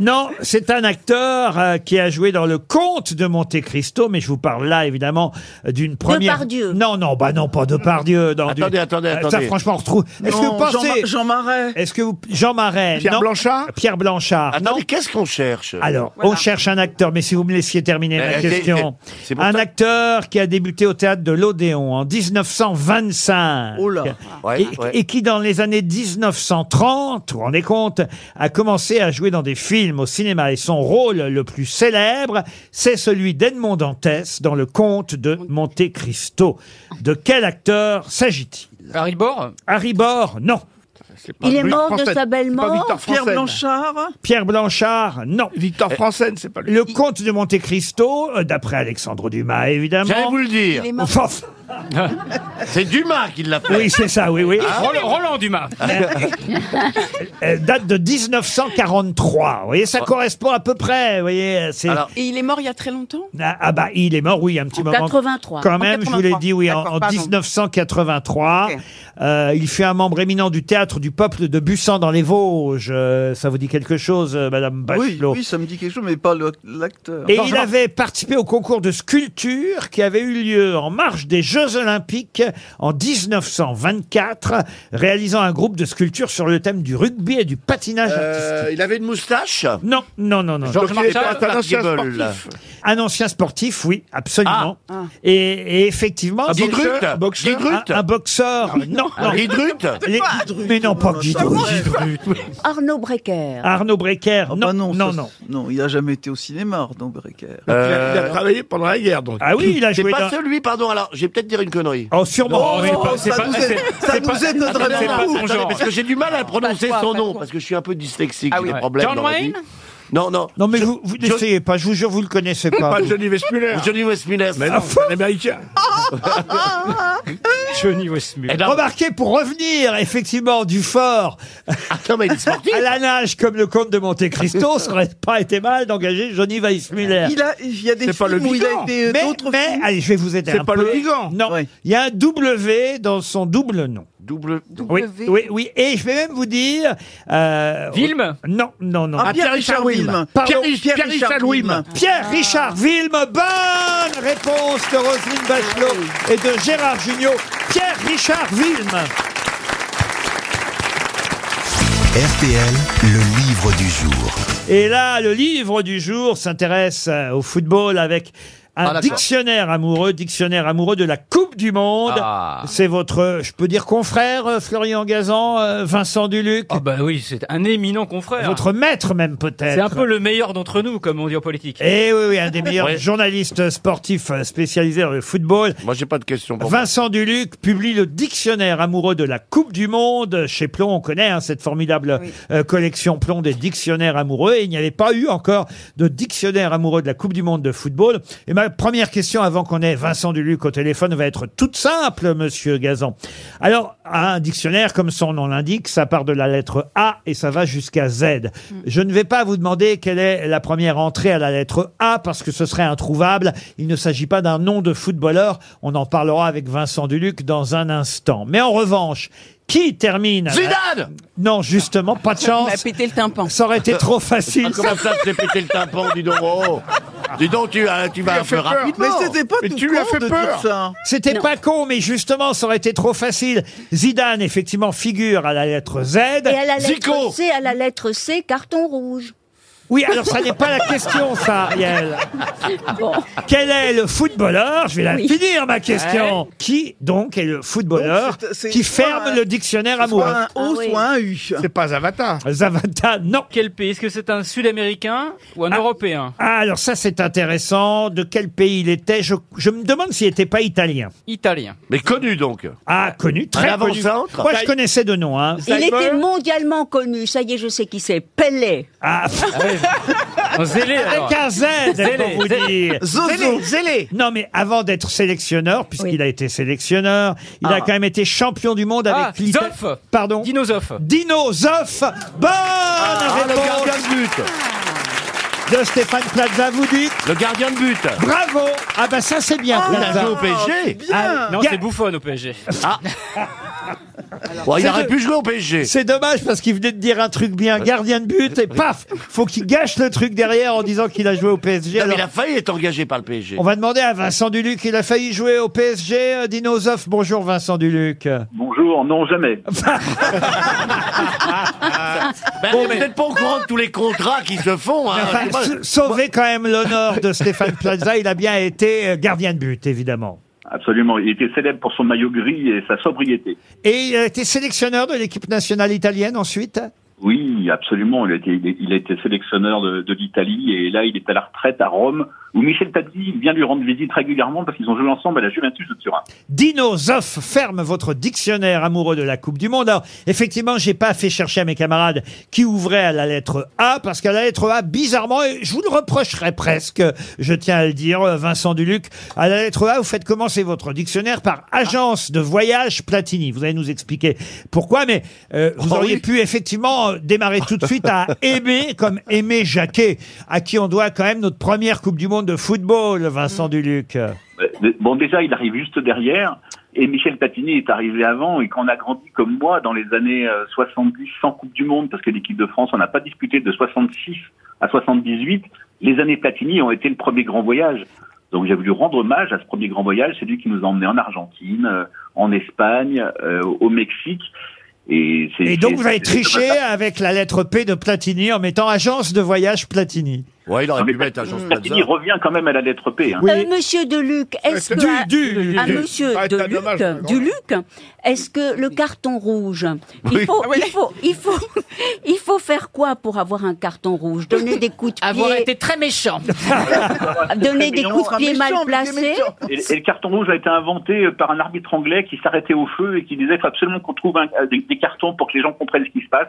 [SPEAKER 2] Non, c'est un acteur euh, qui a joué dans le Comte de Monte Cristo, mais je vous parle là évidemment euh, d'une première.
[SPEAKER 7] Depardieu.
[SPEAKER 2] Non, non, bah non, pas de Pardieu. Euh,
[SPEAKER 3] Attendez, attendez,
[SPEAKER 2] Ça,
[SPEAKER 3] attendez.
[SPEAKER 2] franchement, on retrouve. Est-ce que
[SPEAKER 4] Non,
[SPEAKER 2] vous
[SPEAKER 4] Jean
[SPEAKER 2] pensez
[SPEAKER 4] Ma- Jean Marais.
[SPEAKER 2] Est-ce que vous Jean Marais
[SPEAKER 4] Pierre
[SPEAKER 2] Blanchard Pierre Blanchard.
[SPEAKER 3] Attendez, qu'est-ce qu'on cherche
[SPEAKER 2] Alors, on cherche un acteur, mais si vous me laissiez terminer
[SPEAKER 3] Eh,
[SPEAKER 2] ma
[SPEAKER 3] c'est-
[SPEAKER 2] question.
[SPEAKER 3] c'est pour
[SPEAKER 2] Un
[SPEAKER 3] ça-
[SPEAKER 2] acteur qui a débuté au théâtre de l'Odéon en 1925.
[SPEAKER 4] Oh là.
[SPEAKER 3] Ouais,
[SPEAKER 2] et,
[SPEAKER 3] ouais.
[SPEAKER 2] et qui, dans les années 1930, vous vous rendez compte, a commencé à jouer dans des films au cinéma. Et son rôle le plus célèbre, c'est celui d'Edmond Dantès dans Le Comte de Monte Cristo. De quel acteur s'agit-il Harry Bord Harry Bord, non.
[SPEAKER 7] Il est mort de sa belle mort.
[SPEAKER 4] Pierre Blanchard.
[SPEAKER 2] Pierre Blanchard, non. Euh,
[SPEAKER 6] Victor Francen, c'est pas lui.
[SPEAKER 2] Le comte de Monte Cristo, euh, d'après Alexandre Dumas, évidemment.
[SPEAKER 3] J'allais vous le dire.
[SPEAKER 6] Il est
[SPEAKER 2] Enfin,
[SPEAKER 3] (laughs) C'est Dumas qui l'a fait. Ah,
[SPEAKER 2] oui, c'est ça, oui, oui.
[SPEAKER 5] Ah, Roland, Roland
[SPEAKER 2] (laughs)
[SPEAKER 5] Dumas.
[SPEAKER 2] Euh, date de 1943. Vous voyez, ça correspond à peu près. Vous voyez, euh, c'est.
[SPEAKER 3] Ah. Alors-
[SPEAKER 8] Et il est mort il y a très longtemps
[SPEAKER 2] Ah ah bah, il est mort, oui, un petit
[SPEAKER 8] En
[SPEAKER 2] moment.
[SPEAKER 8] 83.
[SPEAKER 2] Quand
[SPEAKER 8] En
[SPEAKER 2] même, je vous l'ai
[SPEAKER 8] 83.
[SPEAKER 2] dit, oui, en, en
[SPEAKER 8] D'accord, pardon.
[SPEAKER 2] 1983. Euh, il fut un membre éminent du théâtre du peuple de Bussan dans les Vosges. Euh, ça vous dit quelque chose, euh, Madame
[SPEAKER 4] Oui,
[SPEAKER 2] Bachelot
[SPEAKER 4] oui, ça me dit quelque chose, mais pas le- l'acteur.
[SPEAKER 2] Et
[SPEAKER 4] Non,
[SPEAKER 2] il
[SPEAKER 4] Jean-
[SPEAKER 2] avait participé au concours de sculpture qui avait eu lieu en marge des Jeux Olympiques en 1924, réalisant un groupe de sculptures sur le thème du rugby et du patinage
[SPEAKER 3] Euh,
[SPEAKER 2] artistique.
[SPEAKER 3] il avait une moustache
[SPEAKER 2] Non, non, non, non.
[SPEAKER 3] Georges
[SPEAKER 2] Donc, il était
[SPEAKER 3] Marchal,
[SPEAKER 2] un ancien
[SPEAKER 3] Marc
[SPEAKER 2] sportif.
[SPEAKER 3] Guibol.
[SPEAKER 2] Un ancien sportif, oui, absolument.
[SPEAKER 3] Ah.
[SPEAKER 2] Et, et effectivement,
[SPEAKER 3] Un boxeur, Didrut
[SPEAKER 2] un boxeur,
[SPEAKER 3] Didrut
[SPEAKER 2] un, un boxeur, non,
[SPEAKER 3] Un
[SPEAKER 2] non.
[SPEAKER 3] Didrut
[SPEAKER 2] Les- Mais non, pas Didrut.
[SPEAKER 7] Arnaud Brecker.
[SPEAKER 2] Arnaud Brecker, non, non, non,
[SPEAKER 4] Ah bah Non, il n'a jamais été au cinéma, Arnaud Brecker.
[SPEAKER 3] Euh, il a travaillé
[SPEAKER 6] pendant la guerre, donc.
[SPEAKER 2] Ah oui, il a
[SPEAKER 3] C'est
[SPEAKER 2] joué
[SPEAKER 3] pas
[SPEAKER 2] dans-
[SPEAKER 3] celui, pardon, alors, j'ai peut-être dire une connerie.
[SPEAKER 2] Oh, sûrement.
[SPEAKER 3] Non,
[SPEAKER 2] oui.
[SPEAKER 3] c'est pas-
[SPEAKER 4] ça nous aide- ça nous aide notre
[SPEAKER 3] Attendez,
[SPEAKER 4] amour.
[SPEAKER 3] attendez,
[SPEAKER 4] Attendez,
[SPEAKER 3] attendez, Parce que j'ai du mal à prononcer
[SPEAKER 4] Pas toi,
[SPEAKER 3] son
[SPEAKER 4] pas
[SPEAKER 3] nom,
[SPEAKER 4] toi.
[SPEAKER 3] parce que je suis un peu dyslexique,
[SPEAKER 4] Ah
[SPEAKER 3] j'ai
[SPEAKER 4] oui.
[SPEAKER 3] des problèmes.
[SPEAKER 4] John
[SPEAKER 3] dans la vie.
[SPEAKER 4] Wayne
[SPEAKER 3] Non, non.
[SPEAKER 2] Non, mais vous, vous n'essayez pas, je vous jure, vous le
[SPEAKER 3] (laughs)
[SPEAKER 2] connaissez pas.
[SPEAKER 6] Pas
[SPEAKER 2] vous. Ah,
[SPEAKER 6] Johnny Westmuller.
[SPEAKER 3] Johnny Westmuller.
[SPEAKER 6] Mais non, c'est un américain.
[SPEAKER 5] Johnny Westmuller.
[SPEAKER 2] Remarquez, pour revenir effectivement du fort
[SPEAKER 3] Ah,
[SPEAKER 2] (laughs) à la nage comme le comte de Monte Cristo, ça aurait pas été mal d'engager Johnny Weissmuller.
[SPEAKER 4] Il, a, il y a des
[SPEAKER 2] C'est pas le
[SPEAKER 4] films où il a
[SPEAKER 2] Vigan.
[SPEAKER 4] été euh,
[SPEAKER 2] Mais-
[SPEAKER 4] d'autres
[SPEAKER 2] mais-
[SPEAKER 4] films.
[SPEAKER 2] Allez, je vais vous aider
[SPEAKER 6] C'est
[SPEAKER 2] un
[SPEAKER 6] pas
[SPEAKER 2] peu.
[SPEAKER 6] le Vigan.
[SPEAKER 2] Non, il y a un W dans son double nom.
[SPEAKER 3] Double.
[SPEAKER 2] Oui, oui, oui. Et je vais même vous dire... Euh,
[SPEAKER 5] Vilme
[SPEAKER 2] Non, non, non.
[SPEAKER 4] Ah, Pierre Richard Wilm.
[SPEAKER 2] Pardon,
[SPEAKER 4] Pierre- Pierre Richard Wilm.
[SPEAKER 2] Pierre Richard Wilm. Bonne réponse de Roselyne Bachelot et de Gérard Jugnot. Pierre Richard Wilm.
[SPEAKER 1] RTL, le livre du jour.
[SPEAKER 2] Et là, le livre du jour s'intéresse euh, au football avec un
[SPEAKER 3] Ah, d'accord.
[SPEAKER 2] dictionnaire amoureux, dictionnaire amoureux de la Coupe du Monde.
[SPEAKER 5] Ah.
[SPEAKER 2] C'est votre, euh, je peux dire confrère, euh, Florian Gazan, euh, Vincent Duluc,
[SPEAKER 5] Ah bah oui, c'est un éminent confrère.
[SPEAKER 2] votre maître même peut-être.
[SPEAKER 5] C'est un peu le meilleur d'entre nous, comme on dit en politique.
[SPEAKER 2] Eh oui, oui, un des meilleurs
[SPEAKER 3] Ouais.
[SPEAKER 2] journalistes sportifs euh, spécialisés dans le football.
[SPEAKER 3] Moi, j'ai pas de question pour vous.
[SPEAKER 2] Vincent Duluc publie le dictionnaire amoureux de la Coupe du Monde. Chez Plon, on connaît hein, cette formidable euh, collection Plon des dictionnaires amoureux. Et il n'y avait pas eu encore de dictionnaire amoureux de la Coupe du Monde de football. Et ma première question, avant qu'on ait Vincent Duluc au téléphone, va être toute simple, monsieur Gazan. Alors, un dictionnaire, comme son nom l'indique, ça part de la lettre A et ça va jusqu'à Z. Je ne vais pas vous demander quelle est la première entrée à la lettre A parce que ce serait introuvable. Il ne s'agit pas d'un nom de footballeur. On en parlera avec Vincent Duluc dans un instant. Mais en revanche, qui termine à la-
[SPEAKER 3] Zidane
[SPEAKER 2] Non, justement, pas de
[SPEAKER 8] (laughs) Il m'a
[SPEAKER 2] chance.
[SPEAKER 8] pété le tympan.
[SPEAKER 2] Ça aurait été trop facile.
[SPEAKER 3] Ah,
[SPEAKER 2] (laughs)
[SPEAKER 3] Comment ça, tu t'es pété le tympan, dis donc oh. Dis donc, tu, hein, tu vas un peu rapide.
[SPEAKER 4] Mais c'était pas
[SPEAKER 6] Mais
[SPEAKER 4] tout
[SPEAKER 6] tu lui as
[SPEAKER 4] con
[SPEAKER 6] fait
[SPEAKER 4] de
[SPEAKER 6] peur.
[SPEAKER 4] dire ça.
[SPEAKER 2] C'était pas con, mais justement, ça aurait été trop facile. Zidane, effectivement, figure à la lettre Z.
[SPEAKER 7] Et à la
[SPEAKER 3] Zico.
[SPEAKER 7] lettre C, à la lettre C, carton rouge.
[SPEAKER 2] Oui, alors ça n'est pas la question, ça, Ariel.
[SPEAKER 7] (laughs) Bon.
[SPEAKER 2] Quel est le footballeur Je vais la
[SPEAKER 7] Oui.
[SPEAKER 2] finir, ma question. Qui, donc, est le footballeur
[SPEAKER 4] Donc, c'est- c'est
[SPEAKER 2] qui
[SPEAKER 4] soit
[SPEAKER 2] ferme
[SPEAKER 4] un-
[SPEAKER 2] le dictionnaire
[SPEAKER 4] Soit
[SPEAKER 2] amoureux
[SPEAKER 4] un O,
[SPEAKER 7] Ah oui.
[SPEAKER 4] soit un U.
[SPEAKER 6] C'est pas Avatar.
[SPEAKER 2] Zavata, non.
[SPEAKER 5] Quel pays Est-ce que c'est un Sud-Américain ou un Européen
[SPEAKER 2] Ah, alors ça, c'est intéressant. De quel pays il était je, je me demande s'il n'était pas italien.
[SPEAKER 5] Italien.
[SPEAKER 3] Mais connu, donc.
[SPEAKER 2] Ah, connu, très
[SPEAKER 3] Un
[SPEAKER 2] connu.
[SPEAKER 3] avant-centre
[SPEAKER 2] Moi, je connaissais de nom. Hein.
[SPEAKER 7] Il
[SPEAKER 6] Simon.
[SPEAKER 7] était mondialement connu. Ça y est, je sais qui c'est. Pelé.
[SPEAKER 2] Ah,
[SPEAKER 5] Un Ah Zélé, alors.
[SPEAKER 2] avec un Z,
[SPEAKER 5] Zélé,
[SPEAKER 2] pour vous
[SPEAKER 5] Zélé.
[SPEAKER 2] dire.
[SPEAKER 4] Zozo. Zélé.
[SPEAKER 2] Non, mais avant d'être sélectionneur, puisqu'il a été sélectionneur, il a
[SPEAKER 4] Ah.
[SPEAKER 2] quand même été champion du monde
[SPEAKER 5] Ah,
[SPEAKER 2] avec l'Italie.
[SPEAKER 5] Zoff.
[SPEAKER 2] Pardon
[SPEAKER 5] Dinosof.
[SPEAKER 2] Dino Zoff. Bonne
[SPEAKER 3] Ah, le
[SPEAKER 2] réponse
[SPEAKER 3] gardien de but
[SPEAKER 2] de Stéphane Plaza, vous dites
[SPEAKER 3] Le gardien de but.
[SPEAKER 2] Bravo Ah bah ça c'est bien,
[SPEAKER 3] Ah, il a
[SPEAKER 2] Plaza.
[SPEAKER 3] joué au PSG. bien.
[SPEAKER 5] Ah, non,
[SPEAKER 2] Ga-
[SPEAKER 5] c'est Bouffon au PSG.
[SPEAKER 3] Ah. Bon, il aurait pu jouer au PSG.
[SPEAKER 2] C'est dommage parce qu'il venait de dire un truc bien, gardien de but, et paf Faut qu'il gâche le truc derrière en disant qu'il a joué au PSG.
[SPEAKER 3] Non, mais
[SPEAKER 2] Alors,
[SPEAKER 3] il a failli être engagé par le PSG.
[SPEAKER 2] on va demander à Vincent Duluc, il a failli jouer au PSG. euh, Dinosof, bonjour Vincent Duluc.
[SPEAKER 16] Bonjour, non,
[SPEAKER 2] (laughs)
[SPEAKER 16] jamais.
[SPEAKER 3] Ben, on est peut-être pas au courant de tous les contrats qui se font. hein.
[SPEAKER 2] Mais enfin,
[SPEAKER 3] Moi,
[SPEAKER 2] s- sauvez quand même l'honneur de Stéphane Plaza, il a bien été euh, gardien de but, évidemment.
[SPEAKER 16] Absolument. Il était célèbre pour son maillot gris et sa sobriété.
[SPEAKER 2] Et il a été sélectionneur de l'équipe nationale italienne ensuite
[SPEAKER 16] Oui, absolument. Il a été, il a été sélectionneur de, de l'Italie et là, il est à la retraite à Rome où Michel Platini vient lui rendre visite régulièrement parce qu'ils ont joué ensemble à la Juventus de Turin.
[SPEAKER 2] Dino Zoff ferme votre dictionnaire amoureux de la Coupe du Monde. Alors, effectivement, j'ai pas fait chercher à mes camarades qui ouvraient à la lettre A, parce qu'à la lettre A, bizarrement, et je vous le reprocherais presque, je tiens à le dire, euh, Vincent Duluc, à la lettre A, vous faites commencer votre dictionnaire par agence de voyage Platini. Vous allez nous expliquer pourquoi, mais euh, vous
[SPEAKER 3] Oh
[SPEAKER 2] auriez
[SPEAKER 3] oui.
[SPEAKER 2] pu effectivement euh, démarrer tout de suite
[SPEAKER 3] (laughs)
[SPEAKER 2] à aimer, comme Aimé Jacquet, à qui on doit quand même notre première Coupe du Monde de football, Vincent Duluc.
[SPEAKER 16] Euh, Bon, déjà, il arrive juste derrière et Michel Platini est arrivé avant et quand on a grandi comme moi dans les années euh, 70 sans Coupe du Monde parce que l'équipe de France, on n'a pas discuté de 66 à 78, les années Platini ont été le premier grand voyage. Donc j'ai voulu rendre hommage à ce premier grand voyage, c'est lui qui nous a emmenés en Argentine, euh, en Espagne, euh, au Mexique. Et, c'est-
[SPEAKER 2] Et donc, vous
[SPEAKER 16] c'est-
[SPEAKER 2] avez
[SPEAKER 16] c'est-
[SPEAKER 2] triché avec la lettre P de Platini en mettant agence de voyage Platini.
[SPEAKER 3] Ouais, il aurait pu mettre agence
[SPEAKER 16] Platini revient quand même à la lettre P. hein. (laughs)
[SPEAKER 7] Euh, monsieur Deluc, est-ce
[SPEAKER 16] Ouais,
[SPEAKER 7] que
[SPEAKER 16] c'est- Du- du-
[SPEAKER 7] à
[SPEAKER 16] du-
[SPEAKER 7] Monsieur
[SPEAKER 16] Ah, t'as
[SPEAKER 7] Deluc,
[SPEAKER 16] dommage, ma grand-mère.
[SPEAKER 7] Duluc, est-ce que le carton rouge, il faut, il faut, il faut, il faut faire quoi pour avoir un carton rouge Donner des coups de pied.
[SPEAKER 5] Avoir été très méchant.
[SPEAKER 7] Donner des
[SPEAKER 16] Méchant,
[SPEAKER 7] coups de pied
[SPEAKER 16] méchant,
[SPEAKER 7] mal
[SPEAKER 16] mais
[SPEAKER 7] placés.
[SPEAKER 16] Et, et le carton rouge a été inventé par un arbitre anglais qui s'arrêtait au feu et qui disait qu'il faut absolument qu'on trouve un- euh, des, des cartons pour que les gens comprennent ce qui se passe.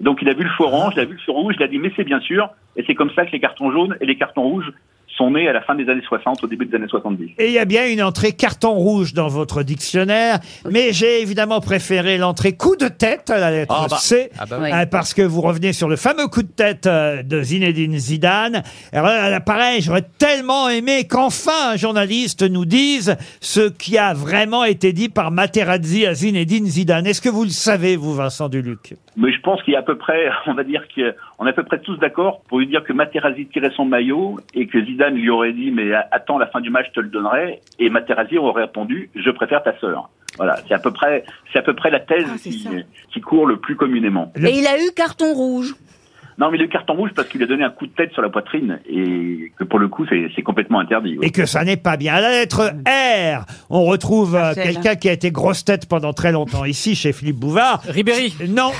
[SPEAKER 16] Donc il a vu le feu orange, il a vu le feu rouge, il a dit mais c'est bien sûr. Et c'est comme ça que les cartons jaunes et les cartons rouges sont nés à la fin des années 60, au début des années 70.
[SPEAKER 2] Et il y a bien une entrée carton rouge dans votre dictionnaire, mais j'ai évidemment préféré l'entrée coup de tête à la lettre
[SPEAKER 3] Ah bah.
[SPEAKER 2] C,
[SPEAKER 3] Ah bah oui.
[SPEAKER 2] euh, parce que vous revenez sur le fameux coup de tête euh, de Zinedine Zidane. Alors là, là, pareil, j'aurais tellement aimé qu'enfin un journaliste nous dise ce qui a vraiment été dit par Materazzi à Zinedine Zidane. Est-ce que vous le savez, vous, Vincent Duluc
[SPEAKER 16] Mais je pense qu'il y a à peu près, (laughs) on va dire qu'on est à peu près tous d'accord pour lui dire que Materazzi tirait son maillot et que Zidane lui aurait dit mais attends la fin du match je te le donnerai et Materazzi aurait répondu je préfère ta sœur. Voilà, c'est à peu près, c'est à peu près la thèse qui, qui court le plus communément.
[SPEAKER 7] Ah, Et il a eu carton rouge.
[SPEAKER 16] Non, mais le carton rouge parce qu'il lui a donné un coup de tête sur la poitrine et que pour le coup c'est c'est complètement interdit. oui.
[SPEAKER 2] et que ça n'est pas bien. À la lettre R, on retrouve euh,
[SPEAKER 16] Marcel.
[SPEAKER 2] quelqu'un qui a été grosse tête pendant très longtemps ici, chez Philippe Bouvard.
[SPEAKER 5] Ribéry.
[SPEAKER 2] Non.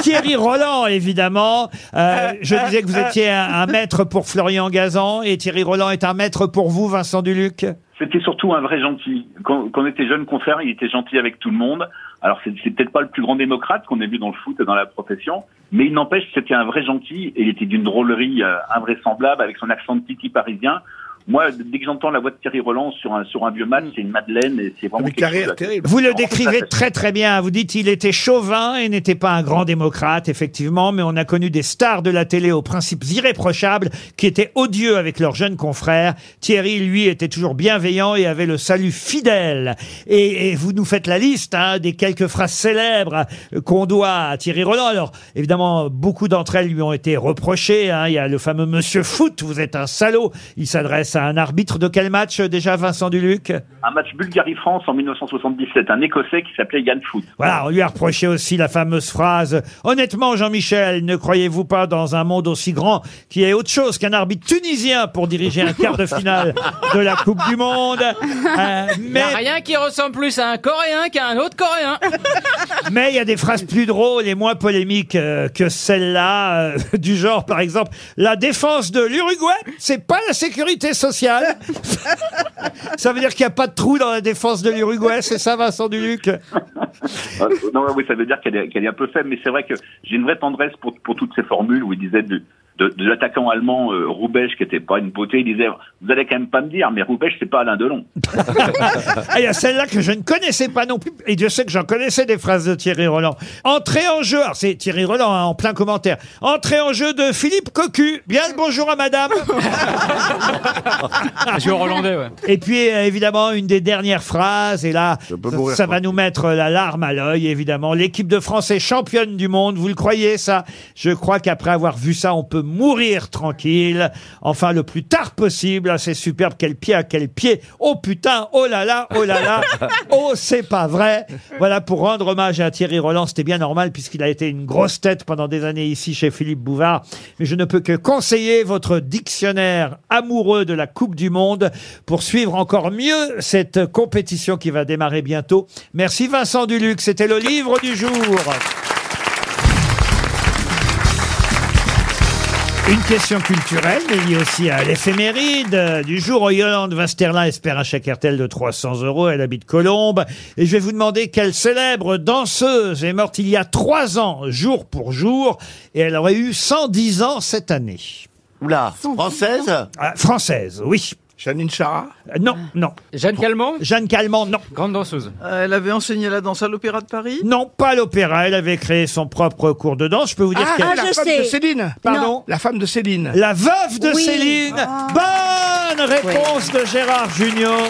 [SPEAKER 2] Thierry Roland, évidemment. Euh, je disais que vous étiez un, un maître pour Florian Gazan et Thierry Roland est un maître pour vous, Vincent Duluc.
[SPEAKER 16] C'était surtout un vrai gentil. Quand, quand on était jeune confrère, il était gentil avec tout le monde. Alors c'est c'est peut-être pas le plus grand démocrate qu'on ait vu dans le foot et dans la profession, mais il n'empêche c'était un vrai gentil et il était d'une drôlerie euh, invraisemblable avec son accent de titi parisien. Moi, dès que j'entends la voix de Thierry Roland sur un sur un vieux match, c'est une madeleine et c'est vraiment quelque chose.
[SPEAKER 2] Vous
[SPEAKER 16] Oh,
[SPEAKER 2] le décrivez très très bien. Vous dites il était chauvin et n'était pas un grand démocrate, effectivement, mais on a connu des stars de la télé aux principes irréprochables qui étaient odieux avec leurs jeunes confrères. Thierry, lui, était toujours bienveillant et avait le salut fidèle. Et, et vous nous faites la liste hein, des quelques phrases célèbres euh, qu'on doit à Thierry Roland. Alors, évidemment, beaucoup d'entre elles lui ont été reprochées. hein. Il y a le fameux Monsieur Foot, vous êtes un salaud. Il s'adresse à un arbitre de quel match euh, déjà, Vincent Duluc
[SPEAKER 16] Un match Bulgarie-France en 1977, un Écossais qui s'appelait Yann Foot.
[SPEAKER 2] Voilà, on lui a reproché aussi la fameuse phrase Honnêtement, Jean-Michel, ne croyez-vous pas dans un monde aussi grand qu'il y ait autre chose qu'un arbitre tunisien pour diriger un quart de finale de la Coupe du Monde
[SPEAKER 5] (laughs)
[SPEAKER 2] Euh,
[SPEAKER 5] Il n'y a
[SPEAKER 2] mais,
[SPEAKER 5] rien qui ressemble plus à un Coréen qu'à un autre
[SPEAKER 3] (laughs)
[SPEAKER 5] Coréen.
[SPEAKER 2] mais il y a des phrases plus drôles et moins polémiques euh, que celle-là, euh, du genre, par exemple, la défense de l'Uruguay, c'est pas la sécurité sociale. ça veut dire qu'il n'y a pas de trou dans la défense de l'Uruguay, c'est ça, Vincent Duluc
[SPEAKER 16] Euh, non, oui, ça veut dire qu'elle est, qu'elle est un peu faible, mais c'est vrai que j'ai une vraie tendresse pour, pour toutes ces formules où il disait de, de, de l'attaquant allemand euh, Rubesch, qui était pas une beauté, il disait Vous allez quand même pas me dire, mais Rubesch, c'est pas Alain Delon.
[SPEAKER 2] Ah, Il y a celle-là que je ne connaissais pas non plus, et Dieu sait que j'en connaissais des phrases de Thierry Roland. Entrée en jeu, alors c'est Thierry Roland hein, en plein commentaire. Entrée en jeu de Philippe Cocu. Bien le bonjour
[SPEAKER 5] (laughs)
[SPEAKER 2] à madame.
[SPEAKER 5] Jeu hollandais, ouais.
[SPEAKER 2] Et puis euh, évidemment une des dernières phrases, et là ça,
[SPEAKER 5] mourir,
[SPEAKER 2] ça va nous mettre la larme à l'œil évidemment. L'équipe de France est championne du monde, vous le croyez ça Je crois qu'après avoir vu ça, on peut mourir tranquille. Enfin le plus tard possible, Ah, c'est superbe, quel pied à quel pied. Oh putain, oh là là, oh là là, (laughs) oh c'est pas vrai. Voilà pour rendre hommage à Thierry Roland, c'était bien normal puisqu'il a été une grosse tête pendant des années ici chez Philippe Bouvard. Mais je ne peux que conseiller votre dictionnaire amoureux de la Coupe du Monde pour suivre encore mieux cette compétition qui va démarrer bientôt. Merci Vincent Duluc, c'était le livre du jour. Une question culturelle, mais liée aussi à l'éphéméride euh, du jour. Yolande Westerlin espère un chèque RTL de 300 euros. Elle habite Colombes. Et je vais vous demander quelle célèbre danseuse est morte il y a trois ans, jour pour jour. Et elle aurait eu 110 ans cette année. Oula, française Française, oui. Janine Chara Non, non. Jeanne Calment Jeanne Calment, non. Grande danseuse.
[SPEAKER 4] Euh, Elle avait enseigné la danse à l'Opéra de Paris
[SPEAKER 2] Non, pas l'opéra. Elle avait créé son propre cours de danse. Ah, Je peux vous dire qu'elle
[SPEAKER 6] la femme de Céline. Pardon. La femme de Céline.
[SPEAKER 2] La veuve de
[SPEAKER 6] Oui.
[SPEAKER 2] Céline. Bonne réponse de Gérard Junior.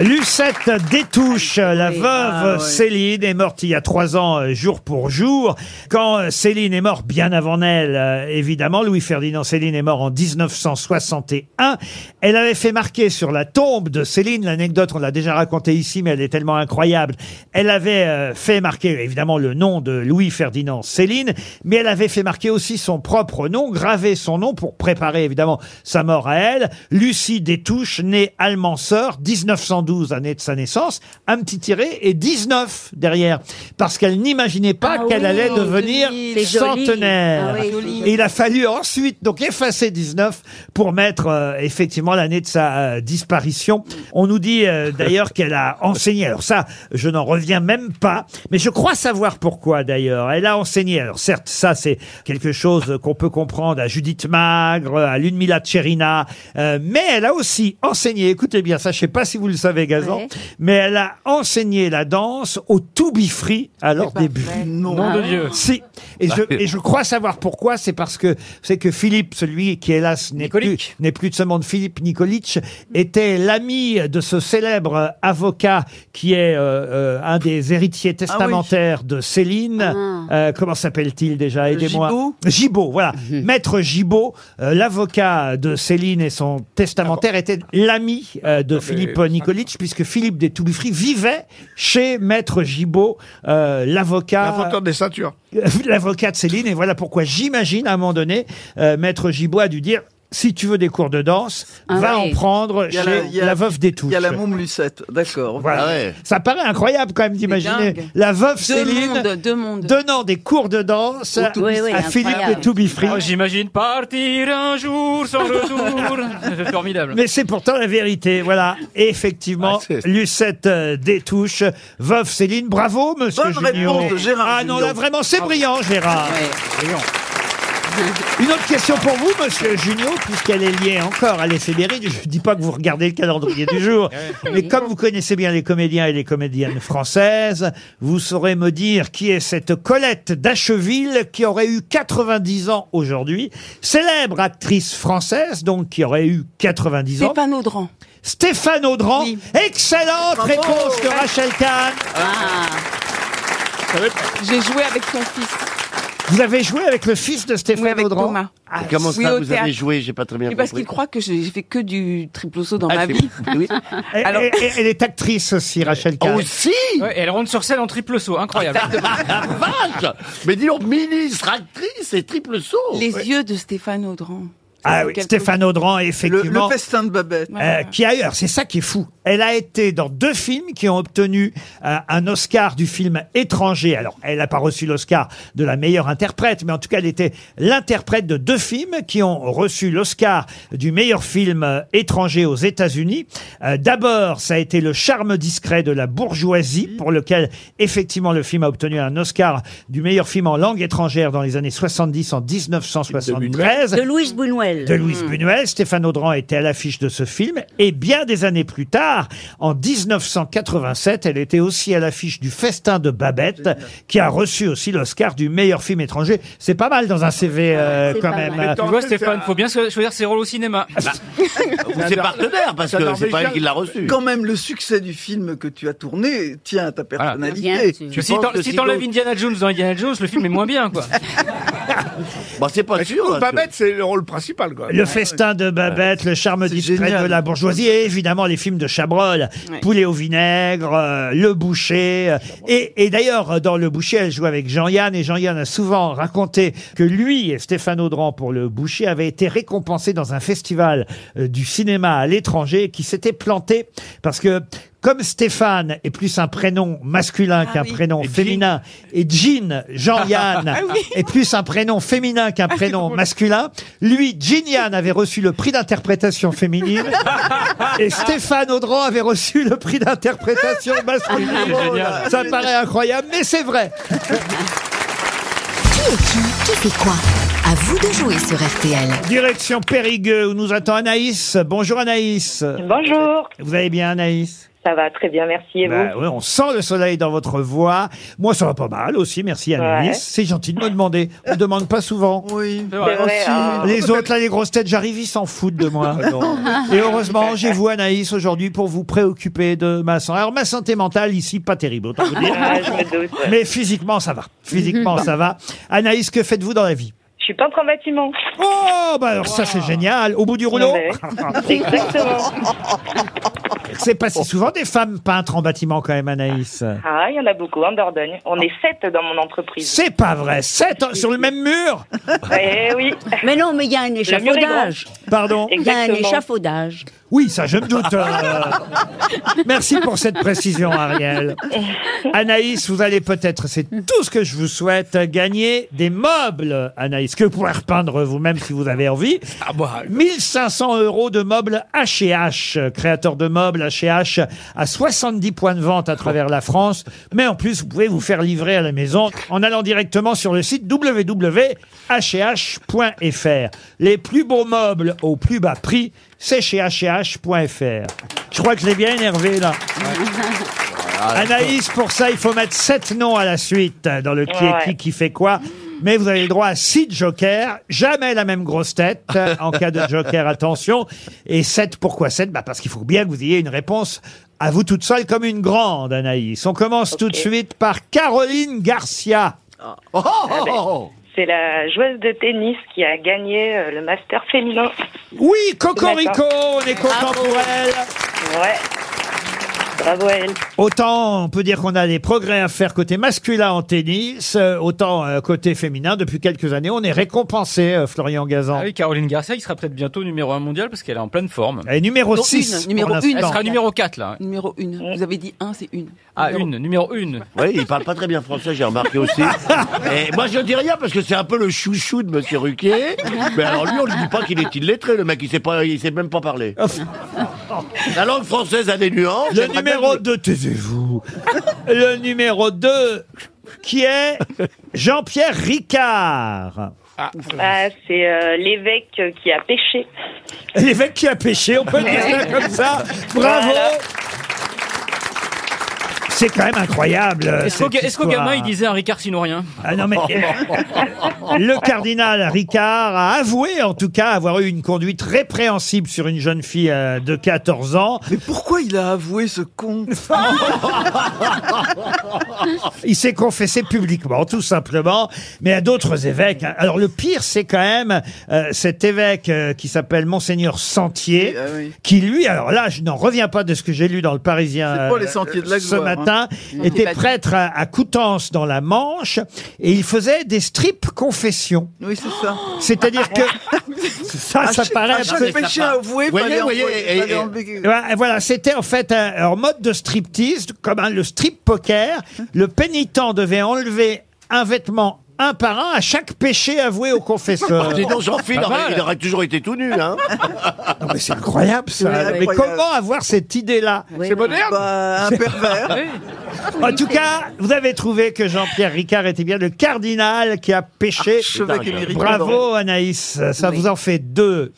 [SPEAKER 2] Lucette Détouche, la veuve Céline, est morte il y a trois ans, euh, jour pour jour. Quand euh, Céline est morte, bien avant elle, euh, évidemment, Louis-Ferdinand Céline est mort en 1961. Elle avait fait marquer sur la tombe de Céline, l'anecdote, on l'a déjà racontée ici, mais elle est tellement incroyable. Elle avait euh, fait marquer, évidemment, le nom de Louis-Ferdinand Céline, mais elle avait fait marquer aussi son propre nom, gravé son nom pour préparer, évidemment, sa mort à elle. Lucie Détouche, née Almanseur, 1912, année de sa naissance, un petit tiré et 19 derrière, parce qu'elle n'imaginait pas
[SPEAKER 17] Ah
[SPEAKER 2] qu'elle
[SPEAKER 17] oui,
[SPEAKER 2] allait devenir
[SPEAKER 17] joli. C'est joli.
[SPEAKER 2] centenaire.
[SPEAKER 17] Ah oui, joli.
[SPEAKER 2] Et il a fallu ensuite donc effacer 19 pour mettre euh, effectivement l'année de sa euh, disparition. On nous dit euh, d'ailleurs qu'elle a enseigné. Alors ça, je n'en reviens même pas, mais je crois savoir pourquoi d'ailleurs. Elle a enseigné. Alors certes, ça c'est quelque chose qu'on peut comprendre à Judith Magre, à Ludmila Tcherina, euh, mais elle a aussi enseigné. Écoutez bien ça, je sais pas si vous le savez Gazan,
[SPEAKER 17] Ouais.
[SPEAKER 2] mais elle a enseigné la danse au tout Free à leur début.
[SPEAKER 17] Nom de Dieu. Ah
[SPEAKER 2] Si. Et je, et je crois savoir pourquoi. C'est parce que c'est que Philippe, celui qui hélas n'est plus, n'est plus de ce monde, Philippe Nikolic, était l'ami de ce célèbre euh, avocat qui est euh, euh, un des héritiers testamentaires de Céline.
[SPEAKER 4] Ah.
[SPEAKER 2] Euh, comment s'appelle-t-il déjà Aidez-moi.
[SPEAKER 4] Gibault
[SPEAKER 2] Gibault, voilà.
[SPEAKER 4] Mhm.
[SPEAKER 2] Maître Gibault, euh, l'avocat de Céline et son
[SPEAKER 4] Ah
[SPEAKER 2] testamentaire était l'ami euh, de Philippe Nikolic, puisque Philippe des Touloufri vivait chez Maître Gibault, euh, l'avocat.
[SPEAKER 6] L'inventeur des ceintures.
[SPEAKER 2] (laughs) L'avocat de Céline, et voilà pourquoi j'imagine à un moment donné, euh, Maître Gibault a dû dire. Si tu veux des cours de danse,
[SPEAKER 4] Ah
[SPEAKER 2] va
[SPEAKER 4] ouais.
[SPEAKER 2] en prendre
[SPEAKER 4] Il y a
[SPEAKER 2] chez
[SPEAKER 4] la- il y a-
[SPEAKER 2] la, veuve des touches.
[SPEAKER 4] Il y a la môme Lucette, d'accord. Ah
[SPEAKER 2] Voilà. Ça paraît incroyable quand même d'imaginer
[SPEAKER 4] dingue.
[SPEAKER 2] la veuve
[SPEAKER 4] Deux
[SPEAKER 2] Céline
[SPEAKER 4] mondes,
[SPEAKER 2] donnant des cours de danse
[SPEAKER 5] Au To Be Oui, oui,
[SPEAKER 2] à Philippe de
[SPEAKER 5] incroyable.
[SPEAKER 2] To Be Free.
[SPEAKER 5] Oh, J'imagine partir un jour
[SPEAKER 3] (laughs)
[SPEAKER 5] sans retour. C'est formidable.
[SPEAKER 2] Mais c'est pourtant la vérité, voilà. Et
[SPEAKER 4] Ah,
[SPEAKER 2] effectivement, Lucette euh, Détouche, veuve Céline, bravo, monsieur
[SPEAKER 4] Bonne
[SPEAKER 2] Junior.
[SPEAKER 4] réponse de Gérard
[SPEAKER 2] Ah non,
[SPEAKER 4] Junior.
[SPEAKER 2] là vraiment, c'est
[SPEAKER 4] Bravo.
[SPEAKER 2] brillant,
[SPEAKER 7] Ah.
[SPEAKER 2] Gérard.
[SPEAKER 7] (laughs)
[SPEAKER 2] Une autre question pour vous, monsieur Junio, puisqu'elle est liée encore à l'éphéméride. Je ne dis pas que vous regardez le calendrier du jour, mais comme vous connaissez bien les comédiens et les comédiennes françaises, vous saurez me dire qui est cette Colette d'Acheville qui aurait eu 90 ans aujourd'hui. Célèbre actrice française, donc qui aurait eu 90 ans.
[SPEAKER 8] Stéphane Audran.
[SPEAKER 2] Stéphane Audran. Excellente
[SPEAKER 8] Bravo.
[SPEAKER 2] réponse de Rachel Kahn.
[SPEAKER 3] Ah,
[SPEAKER 8] J'ai joué avec son fils.
[SPEAKER 2] Vous avez joué avec le fils de Stéphane
[SPEAKER 8] Oui, avec
[SPEAKER 2] Audran
[SPEAKER 8] Thomas.
[SPEAKER 2] Ah,
[SPEAKER 3] Et comment
[SPEAKER 8] oui,
[SPEAKER 3] ça,
[SPEAKER 8] au
[SPEAKER 3] vous avez
[SPEAKER 8] théâtre.
[SPEAKER 3] joué J'ai pas très bien
[SPEAKER 8] Oui,
[SPEAKER 3] compris.
[SPEAKER 8] parce qu'il croit que j'ai j'ai fait que du triple saut dans
[SPEAKER 3] Ah,
[SPEAKER 8] ma
[SPEAKER 3] c'est-
[SPEAKER 8] vie.
[SPEAKER 3] oui.
[SPEAKER 8] (laughs)
[SPEAKER 3] Ah
[SPEAKER 2] Elle-
[SPEAKER 8] Alors-
[SPEAKER 2] elle- elle est actrice aussi, Rachel Kahn.
[SPEAKER 3] Aussi
[SPEAKER 5] Ouais, et elle rentre sur scène en triple saut, incroyable. (laughs)
[SPEAKER 3] Vache Mais dis donc, ministre, actrice et triple saut
[SPEAKER 8] Les yeux de Stéphane Audran.
[SPEAKER 2] Ah oui, Stéphane Audran, effectivement.
[SPEAKER 4] Le festin de Babette.
[SPEAKER 2] Euh, qui ailleurs, c'est ça qui est fou. Elle a été dans deux films qui ont obtenu euh, un Oscar du film étranger. Alors, elle n'a pas reçu l'Oscar de la meilleure interprète, mais en tout cas, elle était l'interprète de deux films qui ont reçu l'Oscar du meilleur film euh, étranger aux États-Unis. Euh, D'abord, ça a été Le charme discret de la bourgeoisie, pour lequel, effectivement, le film a obtenu un Oscar du meilleur film en langue étrangère dans les années 70, en 1973.
[SPEAKER 7] De Louise Buñuel. Hmm.
[SPEAKER 2] De Louise Buñuel, Stéphane Audran était à l'affiche de ce film. Et bien des années plus tard, en 1987, elle était aussi à l'affiche du Festin de Babette, qui a reçu aussi l'Oscar du meilleur film étranger. C'est pas mal dans un CV euh, quand même.
[SPEAKER 5] Mais bah, Tu vois, Stéphane, faut bien cho- choisir ses rôles au cinéma.
[SPEAKER 3] Bah, (laughs) C'est partenaire, parce que c'est pas elle qui l'a reçu.
[SPEAKER 4] Quand même, le succès du film que tu as tourné tient à ta personnalité.
[SPEAKER 5] Voilà.
[SPEAKER 4] Tu
[SPEAKER 5] Si
[SPEAKER 4] penses
[SPEAKER 5] t'en-
[SPEAKER 4] que
[SPEAKER 5] si t'enlèves
[SPEAKER 4] d'autres-
[SPEAKER 5] Indiana Jones dans Indiana Jones, le film est moins bien, quoi.
[SPEAKER 3] (laughs) bah, c'est pas
[SPEAKER 5] sûr, hein,
[SPEAKER 6] Babette, c'est le rôle principal, quoi.
[SPEAKER 2] Le festin de Babette, le charme discret
[SPEAKER 6] génial.
[SPEAKER 2] de la bourgeoisie, et évidemment les films de Chabrol,
[SPEAKER 6] Ouais.
[SPEAKER 2] Poulet au vinaigre, euh, Le Boucher. euh, et et d'ailleurs, euh, dans Le Boucher, elle joue avec Jean-Yann, et Jean-Yann a souvent raconté que lui et Stéphane Audran pour Le Boucher avaient été récompensés dans un festival euh, du cinéma à l'étranger et qui s'était planté parce que comme Stéphane est plus un prénom masculin
[SPEAKER 17] Ah
[SPEAKER 2] qu'un prénom féminin, et Jean,
[SPEAKER 17] (laughs)
[SPEAKER 2] Jean-Yann,
[SPEAKER 17] Ah oui. Ah
[SPEAKER 2] est plus un prénom féminin qu'un prénom masculin. Lui, Ginian avait reçu le prix d'interprétation
[SPEAKER 17] (laughs)
[SPEAKER 2] féminine et Stéphane Audran avait reçu le prix d'interprétation masculine.
[SPEAKER 17] Ah, c'est génial.
[SPEAKER 2] Ça paraît incroyable, mais c'est vrai.
[SPEAKER 13] Qui est qui Qui fait quoi À vous de jouer sur RTL.
[SPEAKER 2] Direction Périgueux où nous attend Anaïs. Bonjour Anaïs.
[SPEAKER 18] Bonjour.
[SPEAKER 2] Vous allez bien Anaïs
[SPEAKER 18] Ça va très bien, merci. Et
[SPEAKER 2] Bah
[SPEAKER 18] vous
[SPEAKER 2] ouais, on sent le soleil dans votre voix. Moi, ça va pas mal aussi. Merci, Anaïs.
[SPEAKER 18] Ouais.
[SPEAKER 2] C'est gentil de me demander. On demande pas souvent.
[SPEAKER 4] Oui.
[SPEAKER 18] vrai. C'est vrai, Ah hein.
[SPEAKER 2] Les autres, là, les grosses têtes, j'arrive, ils s'en foutent de moi. (laughs) Et heureusement, j'ai vous, Anaïs, aujourd'hui pour vous préoccuper de ma santé. Alors, ma santé mentale, ici, pas terrible, autant vous dire.
[SPEAKER 18] Ouais, Ah, je me doute, ouais.
[SPEAKER 2] Mais physiquement, ça va. Physiquement, ça va. Analyse, que faites-vous dans la vie
[SPEAKER 18] Je suis peintre en bâtiment.
[SPEAKER 2] Oh, bah alors ça, c'est génial. Au bout du rouleau (laughs)
[SPEAKER 18] Ouais. Exactement.
[SPEAKER 2] C'est pas si souvent des femmes peintres en bâtiment, quand même, Anaïs.
[SPEAKER 18] Ah, il y en a beaucoup en Dordogne. On est sept dans mon entreprise.
[SPEAKER 2] C'est pas vrai. Sept ans sur le même mur
[SPEAKER 18] Eh oui.
[SPEAKER 7] Mais non, mais il y a un
[SPEAKER 18] mur est grand.
[SPEAKER 7] échafaudage.
[SPEAKER 2] Pardon
[SPEAKER 7] Il y a un
[SPEAKER 18] Exactement. (laughs)
[SPEAKER 7] échafaudage.
[SPEAKER 2] Oui, ça, je me doute. euh. Merci pour cette précision,
[SPEAKER 8] (laughs)
[SPEAKER 2] Ariel. Anaïs, vous allez peut-être, c'est tout ce que je vous souhaite, gagner des meubles, Anaïs, que vous pourrez repeindre vous-même si vous avez envie. 1500 euros de meubles H&H, créateur de meubles H&H à 70 points de vente à travers la France. Mais en plus, vous pouvez vous faire livrer à la maison en allant directement sur le site www.hh.fr. Les plus beaux meubles au plus bas prix, c'est chez hh.fr. Je crois que je l'ai bien énervé là. Ah, Anaïs, pour ça, il faut mettre sept noms à la suite euh, dans le qui est qui
[SPEAKER 18] Ouais.
[SPEAKER 2] qui fait quoi. Mais vous avez le droit à six jokers, jamais la même grosse tête euh, en cas de joker, attention. Et sept, pourquoi sept bah Parce qu'il faut bien que vous ayez une réponse à vous toute seule comme une grande, Anaïs. On commence tout de suite par Caroline Garcia.
[SPEAKER 5] Oh,
[SPEAKER 2] Oh,
[SPEAKER 18] Ah ben, C'est la joueuse de tennis qui a gagné euh, le master féminin.
[SPEAKER 2] Oui, Cocorico, on est content
[SPEAKER 18] Bravo.
[SPEAKER 2] pour elle.
[SPEAKER 18] Ouais. Bravo à elle.
[SPEAKER 2] Autant on peut dire qu'on a des progrès à faire côté masculin en tennis, euh, autant euh, côté féminin, depuis quelques années, on est récompensé, euh, Florian Gazan.
[SPEAKER 5] Ah oui, Caroline Garcia, qui sera peut-être bientôt numéro 1 mondial parce qu'elle est en pleine forme.
[SPEAKER 2] Elle est numéro
[SPEAKER 5] Non,
[SPEAKER 2] 6.
[SPEAKER 5] une, numéro une. Elle sera numéro 4 là.
[SPEAKER 8] Numéro
[SPEAKER 2] Mm.
[SPEAKER 8] 1. Vous avez dit 1, c'est 1.
[SPEAKER 5] Ah, une, numéro 1.
[SPEAKER 3] Oui, il parle pas très bien français, j'ai remarqué aussi. Et moi, je dis rien parce que c'est un peu le chouchou de Monsieur Ruquier. Mais alors, lui, on lui dit pas qu'il est illettré, le mec, il sait pas, il sait même pas parler. La langue française a des nuances.
[SPEAKER 2] Le numéro 2, taisez-vous. Le numéro 2, qui est Jean-Pierre Ricard.
[SPEAKER 18] Ah, c'est euh, l'évêque euh, qui a péché.
[SPEAKER 2] L'évêque qui a péché, on peut dire ça comme ça. Bravo.
[SPEAKER 18] Voilà.
[SPEAKER 2] C'est quand même incroyable. euh,
[SPEAKER 5] Est-ce qu'au
[SPEAKER 2] cette
[SPEAKER 5] est-ce qu'au gamin,
[SPEAKER 2] histoire.
[SPEAKER 5] il disait un Ricard sinon rien
[SPEAKER 2] Ah non, mais-
[SPEAKER 5] (laughs)
[SPEAKER 2] Le cardinal Ricard a avoué, en tout cas, avoir eu une conduite répréhensible sur une jeune fille euh, de 14 ans. Mais pourquoi il a avoué ce (laughs) con Il s'est confessé publiquement, tout simplement, mais à d'autres évêques. hein. Alors le pire, c'est quand même euh, cet évêque euh, qui s'appelle Monseigneur
[SPEAKER 4] ah
[SPEAKER 2] Sentier, qui lui, alors là, je n'en reviens pas de ce que j'ai lu dans le Parisien
[SPEAKER 4] C'est pas les
[SPEAKER 2] euh,
[SPEAKER 4] Sentiers de la
[SPEAKER 2] ce
[SPEAKER 4] gloire, hein.
[SPEAKER 2] matin, Constantin était prêtre à, à Coutances dans la Manche et il faisait des strips confessions.
[SPEAKER 4] Oui, c'est ça. Ah,
[SPEAKER 2] C'est-à-dire que (laughs) ça,
[SPEAKER 4] À
[SPEAKER 2] ça
[SPEAKER 4] chaque-
[SPEAKER 2] paraît
[SPEAKER 4] à chaque
[SPEAKER 2] absolument-
[SPEAKER 4] péché avoué,
[SPEAKER 2] Voyez,
[SPEAKER 4] fallait
[SPEAKER 2] voyez,
[SPEAKER 4] envoyer-
[SPEAKER 2] et-
[SPEAKER 4] fallait
[SPEAKER 2] et-
[SPEAKER 4] envoyer-
[SPEAKER 2] Ouais, Voilà, c'était en fait un, en mode de striptease, comme un- le strip poker. Le pénitent devait enlever un vêtement un par un à chaque péché avoué au confesseur.
[SPEAKER 3] Ah, dis donc, Jean-Philippe, il aurait- il aurait toujours été tout nu, hein
[SPEAKER 2] Non, mais c'est incroyable ça.
[SPEAKER 3] Oui,
[SPEAKER 2] Mais
[SPEAKER 3] incroyable.
[SPEAKER 2] comment avoir cette idée-là
[SPEAKER 4] C'est moderne Bah, un
[SPEAKER 2] (laughs)
[SPEAKER 4] pervers.
[SPEAKER 2] En tout cas, vous avez trouvé que Jean-Pierre Ricard était bien le cardinal qui a péché.
[SPEAKER 4] Archevêque émérite.
[SPEAKER 2] Bravo Anaïs, ça vous en fait deux.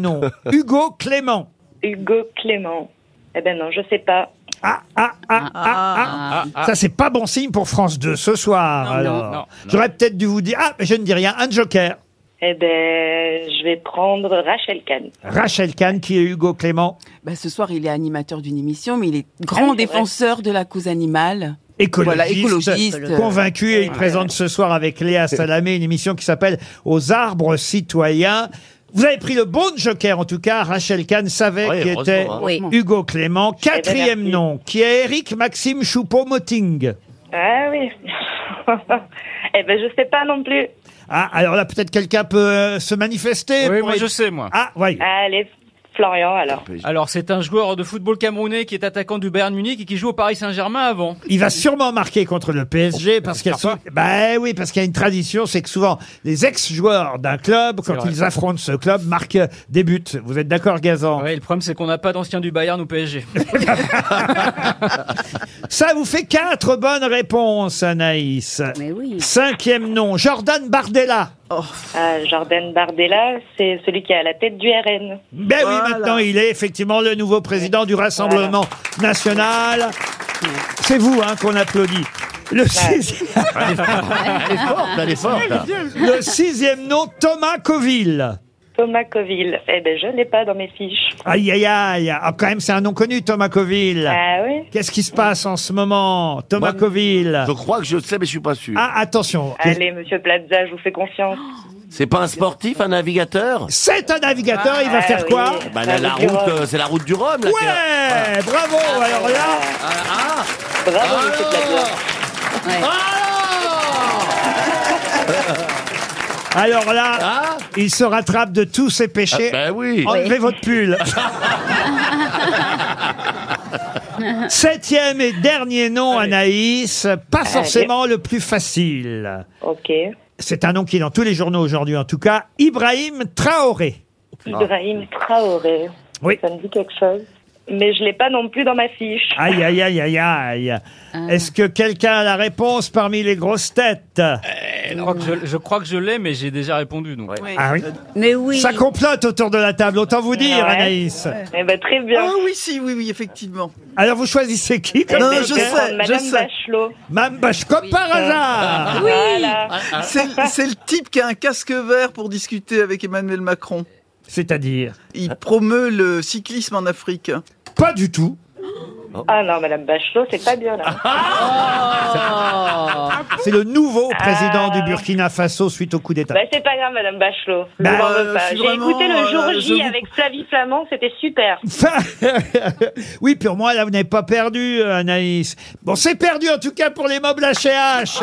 [SPEAKER 18] (laughs)
[SPEAKER 2] nom, Hugo Clément.
[SPEAKER 18] Hugo Clément. Eh ben non, je sais pas.
[SPEAKER 2] Ah, ah, ah,
[SPEAKER 18] ah,
[SPEAKER 2] Ça, c'est pas bon signe pour France 2 ce soir.
[SPEAKER 18] Non,
[SPEAKER 2] alors.
[SPEAKER 18] non, non, non.
[SPEAKER 2] J'aurais peut-être dû vous dire. Ah, mais je ne dis rien. Un joker.
[SPEAKER 18] Eh ben, je vais prendre Rachel Kahn.
[SPEAKER 2] Rachel Kahn, qui est Hugo Clément. Ah
[SPEAKER 8] Bah, ce soir, il est animateur d'une émission, mais il est grand défenseur de la cause animale.
[SPEAKER 2] Écologiste,
[SPEAKER 8] Voilà, écologiste. euh,
[SPEAKER 2] convaincu, et il
[SPEAKER 8] Ouais.
[SPEAKER 2] présente ce soir avec Léa Salamé une émission qui s'appelle Aux arbres citoyens. Vous avez pris le bon joker, en tout cas. Rachel Kahn savait
[SPEAKER 3] Oui,
[SPEAKER 2] qui
[SPEAKER 3] heureusement,
[SPEAKER 2] était
[SPEAKER 3] hein.
[SPEAKER 18] Oui.
[SPEAKER 2] Hugo Clément. Quatrième nom, qui est Eric Maxime Choupeau-Moting.
[SPEAKER 18] Ah oui. (laughs) eh ben, je sais pas non plus.
[SPEAKER 2] Ah, alors là, peut-être quelqu'un peut euh, se manifester.
[SPEAKER 5] Oui,
[SPEAKER 2] pour
[SPEAKER 5] moi
[SPEAKER 2] Eric-
[SPEAKER 5] je sais, moi.
[SPEAKER 2] Ah, voyez.
[SPEAKER 18] Allez, Florian, alors.
[SPEAKER 5] Alors, c'est un joueur de football camerounais qui est attaquant du Bayern Munich et qui joue au Paris Saint-Germain avant.
[SPEAKER 2] Il va sûrement marquer contre le
[SPEAKER 3] Oh,
[SPEAKER 2] PSG
[SPEAKER 3] euh,
[SPEAKER 2] parce qu'il sont... bah oui parce qu'il y a une tradition c'est que souvent les ex-joueurs d'un club quand
[SPEAKER 5] vrai.
[SPEAKER 2] ils affrontent ce club marquent des buts. Vous êtes d'accord Gazan
[SPEAKER 5] Ouais, le problème, c'est qu'on n'a pas d'anciens du Bayern ou
[SPEAKER 2] (laughs)
[SPEAKER 5] PSG.
[SPEAKER 2] Ça vous fait quatre bonnes réponses Anaïs. Cinquième nom Jordan Bardella.
[SPEAKER 18] Ah, Jordan Bardella, c'est celui qui est à la tête du RN.
[SPEAKER 2] Ben oui, maintenant il est effectivement le nouveau président du Rassemblement national. C'est vous hein, qu'on applaudit. Le sixi-
[SPEAKER 3] Elle est forte, elle est forte. là.
[SPEAKER 2] le sixième nom Thomas Coville.
[SPEAKER 18] Thomas Coville. Eh ben, je l'ai pas dans mes fiches.
[SPEAKER 2] Aïe, aïe, aïe. Ah, quand même, c'est un nom connu, Thomas Coville.
[SPEAKER 18] Ah oui
[SPEAKER 2] Qu'est-ce qui se passe en ce moment, Thomas Coville
[SPEAKER 3] Je crois que je sais, mais je suis pas sûr.
[SPEAKER 2] Ah, attention.
[SPEAKER 18] Allez, monsieur Plaza, je vous fais
[SPEAKER 2] (gasps)
[SPEAKER 18] confiance.
[SPEAKER 3] C'est pas un sportif, un navigateur
[SPEAKER 2] C'est un navigateur, il va
[SPEAKER 18] Ah,
[SPEAKER 2] faire
[SPEAKER 18] oui.
[SPEAKER 2] quoi
[SPEAKER 3] Bah, la, la
[SPEAKER 18] La route du
[SPEAKER 3] route,
[SPEAKER 18] Rhum.
[SPEAKER 3] euh, c'est la Ah, route du Rhum, là.
[SPEAKER 2] Ouais,
[SPEAKER 3] qui est-
[SPEAKER 2] bravo. Alors là,
[SPEAKER 18] Ah, Bravo, monsieur Plaza.
[SPEAKER 2] Ah. alors là, il se rattrape de tous ses péchés.
[SPEAKER 3] Ah, ben oui.
[SPEAKER 2] Enlevez
[SPEAKER 3] Oui.
[SPEAKER 2] votre pull. (laughs)
[SPEAKER 3] (laughs)
[SPEAKER 2] Septième et dernier nom, Anaïs. Pas
[SPEAKER 18] Allez.
[SPEAKER 2] forcément le plus facile.
[SPEAKER 18] Ok.
[SPEAKER 2] C'est un nom qui est dans tous les journaux aujourd'hui, en tout cas. Ibrahim Traoré.
[SPEAKER 18] Ibrahim Traoré.
[SPEAKER 2] Oui.
[SPEAKER 18] Ça me dit quelque chose. Mais je l'ai pas non plus dans ma fiche.
[SPEAKER 2] Aïe, aïe, aïe, aïe, aïe. Est-ce que quelqu'un a la réponse parmi les grosses têtes
[SPEAKER 5] Je crois que je, je crois que je l'ai, mais j'ai déjà répondu. Donc.
[SPEAKER 2] Ah oui
[SPEAKER 7] Mais oui.
[SPEAKER 2] Ça complote autour de la table, autant vous dire,
[SPEAKER 18] Ouais.
[SPEAKER 2] Anaïs.
[SPEAKER 18] Eh ben, très bien.
[SPEAKER 4] Ah oui, si, oui, oui, effectivement.
[SPEAKER 2] Alors, vous choisissez qui
[SPEAKER 4] Non,
[SPEAKER 2] comme
[SPEAKER 4] je
[SPEAKER 2] joker
[SPEAKER 4] sais, je
[SPEAKER 18] Madame
[SPEAKER 4] sais.
[SPEAKER 18] Bachelot.
[SPEAKER 2] Mme Bach- comme par hasard
[SPEAKER 7] Oui.
[SPEAKER 2] Ah,
[SPEAKER 4] C'est c'est le type qui a un casque vert pour discuter avec Emmanuel Macron.
[SPEAKER 2] C'est-à-dire
[SPEAKER 4] Il promeut le cyclisme en Afrique.
[SPEAKER 2] Pas du tout.
[SPEAKER 18] Ah non, Madame Bachelot, c'est pas bien là.
[SPEAKER 2] Ah C'est le nouveau président du Burkina Faso suite au coup d'État.
[SPEAKER 18] Bah, c'est pas grave, Madame Bachelot. Je
[SPEAKER 2] Bah,
[SPEAKER 18] m'en
[SPEAKER 4] euh,
[SPEAKER 18] veux
[SPEAKER 4] je
[SPEAKER 18] pas.
[SPEAKER 4] suis
[SPEAKER 18] J'ai
[SPEAKER 4] vraiment,
[SPEAKER 18] écouté le jour
[SPEAKER 4] euh, je
[SPEAKER 18] J
[SPEAKER 4] vous-
[SPEAKER 18] avec Flavie Flamand, c'était
[SPEAKER 4] (laughs)
[SPEAKER 18] super. Ah,
[SPEAKER 2] oui, pour moi, là, vous n'avez pas perdu, euh, Anaïs. Bon, c'est perdu, en tout cas, pour les meubles H&H.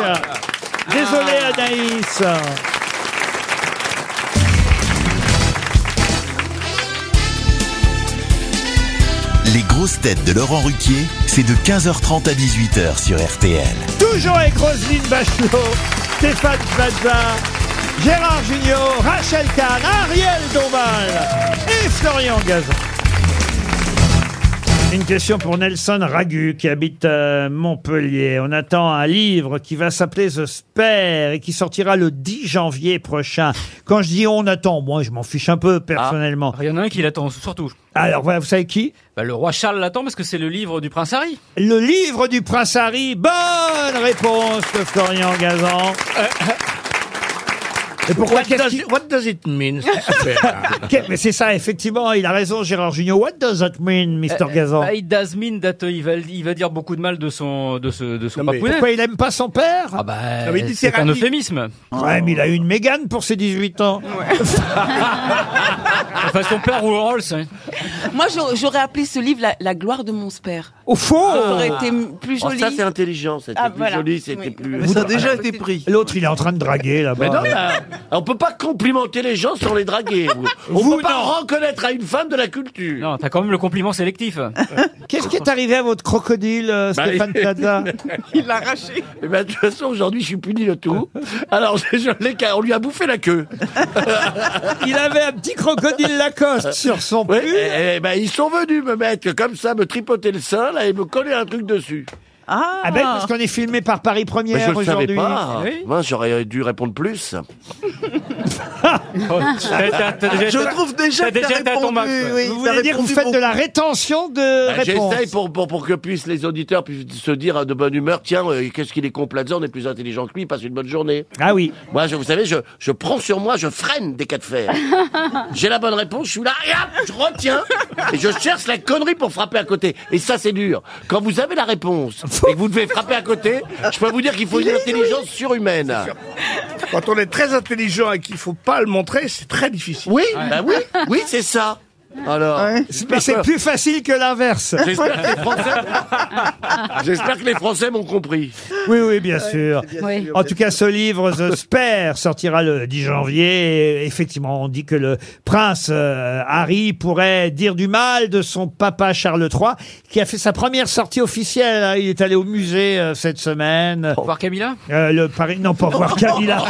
[SPEAKER 2] Désolé, Anaïs.
[SPEAKER 1] Les grosses têtes de Laurent Ruquier, c'est de 15h30 à 18h sur RTL.
[SPEAKER 2] Toujours avec Roselyne Bachelot, Stéphane Plaza, Gérard Junior, Rachel Kahn, Ariel Dombal et Florian Gazan. Une question pour Nelson Ragu qui habite euh, Montpellier. On attend un livre qui va s'appeler The Spare et qui sortira le 10 janvier prochain. Quand je dis on attend, moi je m'en fiche un peu personnellement.
[SPEAKER 5] Ah, Il y en a un qui l'attend, surtout.
[SPEAKER 2] Alors voilà, vous savez qui
[SPEAKER 5] Bah, le roi Charles l'attend parce que c'est le livre du prince Harry.
[SPEAKER 2] Le livre du prince Harry. Bonne réponse de Florian Gazan. Et pourquoi
[SPEAKER 3] What
[SPEAKER 2] qu'est-ce
[SPEAKER 3] does,
[SPEAKER 2] qu'il-
[SPEAKER 3] it, what does it mean
[SPEAKER 2] (laughs)
[SPEAKER 3] ce super
[SPEAKER 2] Que- Mais c'est ça, effectivement, il a raison, Gérard Junior. What does that mean, Mr. Gazan
[SPEAKER 5] Bah, it does mean that, euh, il, va, il va dire beaucoup de mal de son, de ce, de son papounet.
[SPEAKER 2] Pourquoi il aime pas son père
[SPEAKER 5] Ah bah,
[SPEAKER 2] Non, mais il dit
[SPEAKER 5] c'est
[SPEAKER 2] c'est
[SPEAKER 5] un
[SPEAKER 2] ravi.
[SPEAKER 5] euphémisme.
[SPEAKER 2] Ouais, mais il a eu une mégane pour ses 18 ans. (laughs)
[SPEAKER 5] Enfin, son père roule en Rolls. hein.
[SPEAKER 8] Moi, j'aurais- j'aurais appelé ce livre la, la gloire de mon père.
[SPEAKER 2] Au fond
[SPEAKER 8] Ah, Ça aurait été m- plus
[SPEAKER 3] Oh,
[SPEAKER 8] joli.
[SPEAKER 3] ça, c'est intelligent. C'était
[SPEAKER 8] Ah,
[SPEAKER 3] plus
[SPEAKER 8] voilà.
[SPEAKER 3] joli, c'était
[SPEAKER 8] Oui.
[SPEAKER 3] plus.
[SPEAKER 2] Vous- L'autre, il est en train de draguer là-bas.
[SPEAKER 3] Mais euh, non, là, on peut pas complimenter les gens sans les draguer. On peut pas reconnaître à une femme de la culture.
[SPEAKER 5] Non, t'as quand même le compliment sélectif.
[SPEAKER 2] Qu'est-ce qui est arrivé à votre crocodile, euh,
[SPEAKER 3] Bah, (laughs)
[SPEAKER 2] Stéphane
[SPEAKER 3] il-
[SPEAKER 2] Plaza
[SPEAKER 4] Il l'a arraché.
[SPEAKER 3] Eh ben, de toute façon, aujourd'hui, je suis puni
[SPEAKER 4] (laughs)
[SPEAKER 3] de tout. Alors, je, je l'ai car- on lui a bouffé la queue.
[SPEAKER 2] (laughs) Il avait un petit crocodile Lacoste sur son
[SPEAKER 3] pull. ben, ils sont venus me mettre comme ça, me tripoter le sein, là, et me coller un truc dessus.
[SPEAKER 4] Ah,
[SPEAKER 2] Ah ben, parce qu'on est filmé par Paris
[SPEAKER 3] Mais je
[SPEAKER 2] Première
[SPEAKER 3] le savais
[SPEAKER 2] aujourd'hui.
[SPEAKER 3] pas.
[SPEAKER 2] Eh oui.
[SPEAKER 3] Moi, j'aurais dû
[SPEAKER 2] (laughs)
[SPEAKER 3] répondre plus. (laughs)
[SPEAKER 2] Ah, Oh,
[SPEAKER 4] Je trouve déjà que t'as répondu. oui,
[SPEAKER 2] Vous
[SPEAKER 4] t'as
[SPEAKER 2] voulez dire que vous
[SPEAKER 4] répondu
[SPEAKER 2] faites de la
[SPEAKER 4] beaucoup.
[SPEAKER 2] rétention de
[SPEAKER 3] Ben,
[SPEAKER 2] réponses
[SPEAKER 3] J'essaye pour, pour, pour que puissent les auditeurs puissent se dire de bonne humeur, tiens, euh, qu'est-ce qu'il est complaisant, on est plus intelligent que lui, passe une bonne journée.
[SPEAKER 2] Ah oui.
[SPEAKER 3] Moi, je, vous savez, je, je prends sur moi, je freine des cas de
[SPEAKER 2] (laughs)
[SPEAKER 3] fer. J'ai la bonne réponse, je suis là, et hop, je retiens, et je cherche la connerie pour frapper à côté. Et ça, c'est dur. Quand vous avez
[SPEAKER 2] (laughs)
[SPEAKER 3] la réponse, et que vous devez frapper à côté, je peux vous dire qu'il faut une intelligence surhumaine.
[SPEAKER 6] Quand on est très intelligent et qu'il faut pas le montrer, c'est très difficile.
[SPEAKER 3] Oui, bah oui, oui, c'est ça. Alors,
[SPEAKER 2] Mais c'est plus facile que l'inverse.
[SPEAKER 3] j'espère que les Français, j'espère que les Français m'ont compris.
[SPEAKER 2] (laughs) Oui, oui, bien sûr.
[SPEAKER 7] bien sûr,
[SPEAKER 2] En
[SPEAKER 7] bien
[SPEAKER 2] tout cas, ce livre, The Spare, sortira le 10 janvier. Et effectivement, on dit que le prince euh, Harry pourrait dire du mal de son papa Charles III, qui a fait sa première sortie officielle. hein. Il est allé au musée euh, cette semaine.
[SPEAKER 5] Pour voir Camilla
[SPEAKER 2] Euh, le Paris, non,
[SPEAKER 4] (laughs)
[SPEAKER 2] pour voir Camilla.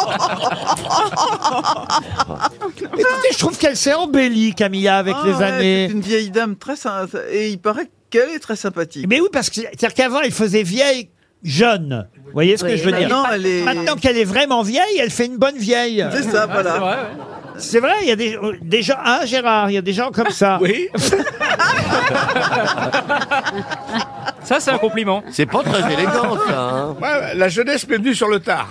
[SPEAKER 2] Écoutez, je trouve qu'elle s'est embellie, Camilla, avec
[SPEAKER 4] Ah
[SPEAKER 2] les
[SPEAKER 4] ouais,
[SPEAKER 2] années.
[SPEAKER 4] C'est une vieille dame très sympa. Et il paraît qu'elle est très sympathique.
[SPEAKER 2] Mais oui, parce que c'est-à-dire qu'avant, elle faisait vieille, jeune. Vous voyez ce que
[SPEAKER 4] Oui,
[SPEAKER 2] je veux
[SPEAKER 4] maintenant,
[SPEAKER 2] dire
[SPEAKER 4] elle est- Ah,
[SPEAKER 2] Maintenant qu'elle est vraiment vieille, elle fait une bonne vieille.
[SPEAKER 4] C'est ça, voilà.
[SPEAKER 2] C'est vrai, il y a des, des gens, hein, Gérard, il y a des gens comme ça. (laughs)
[SPEAKER 6] Oui.
[SPEAKER 5] Ça, c'est un compliment.
[SPEAKER 3] C'est pas très élégant, ça. hein.
[SPEAKER 6] Ouais, la jeunesse m'est venue sur le tard.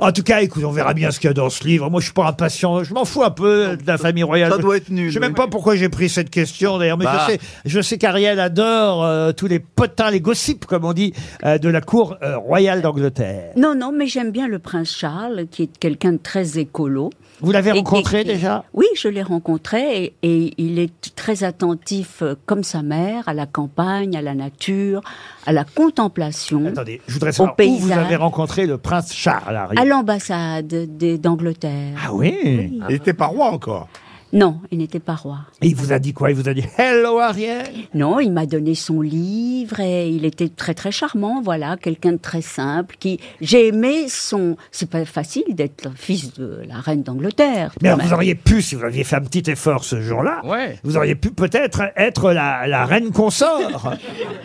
[SPEAKER 2] En tout cas, écoute, on verra bien ce qu'il y a dans ce livre. Moi, je suis pas impatient. Je m'en fous un peu de la famille royale.
[SPEAKER 4] Ça doit être nul,
[SPEAKER 2] Je sais
[SPEAKER 4] oui.
[SPEAKER 2] même pas pourquoi j'ai pris cette question, d'ailleurs. Mais
[SPEAKER 3] Bah.
[SPEAKER 2] je sais, je sais qu'Ariel adore euh, tous les potins, les gossips, comme on dit, euh, de la cour euh, royale d'Angleterre.
[SPEAKER 7] Non, non, mais j'aime bien le prince Charles, qui est quelqu'un de très écolo.
[SPEAKER 2] Vous l'avez
[SPEAKER 7] Et- et-
[SPEAKER 2] rencontré
[SPEAKER 7] et-
[SPEAKER 2] déjà
[SPEAKER 7] Oui, je l'ai rencontré et, et il est très attentif, euh, comme sa mère, à la campagne, à la nature, à la contemplation.
[SPEAKER 2] Attendez, je voudrais savoir
[SPEAKER 7] Au
[SPEAKER 2] où vous
[SPEAKER 7] paysage.
[SPEAKER 2] avez rencontré le prince Charles, Ariel.
[SPEAKER 7] À l'ambassade des- d'Angleterre.
[SPEAKER 2] Ah oui.
[SPEAKER 6] Il était pas roi encore.
[SPEAKER 7] Non, il n'était pas roi.
[SPEAKER 2] Et il vous a dit quoi Il vous a dit Hello Ariel
[SPEAKER 7] Non, il m'a donné son livre et il était très très charmant, voilà, quelqu'un de très simple qui j'ai aimé son c'est pas facile d'être fils de la reine d'Angleterre.
[SPEAKER 2] Mais
[SPEAKER 7] quand
[SPEAKER 2] alors, vous
[SPEAKER 7] même.
[SPEAKER 2] auriez pu, si vous aviez fait un petit effort ce jour-là,
[SPEAKER 5] Ouais.
[SPEAKER 2] vous auriez pu peut-être être la, la reine
[SPEAKER 4] (laughs)
[SPEAKER 2] consort.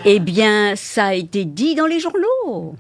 [SPEAKER 7] Eh bien, ça a été dit dans les journaux.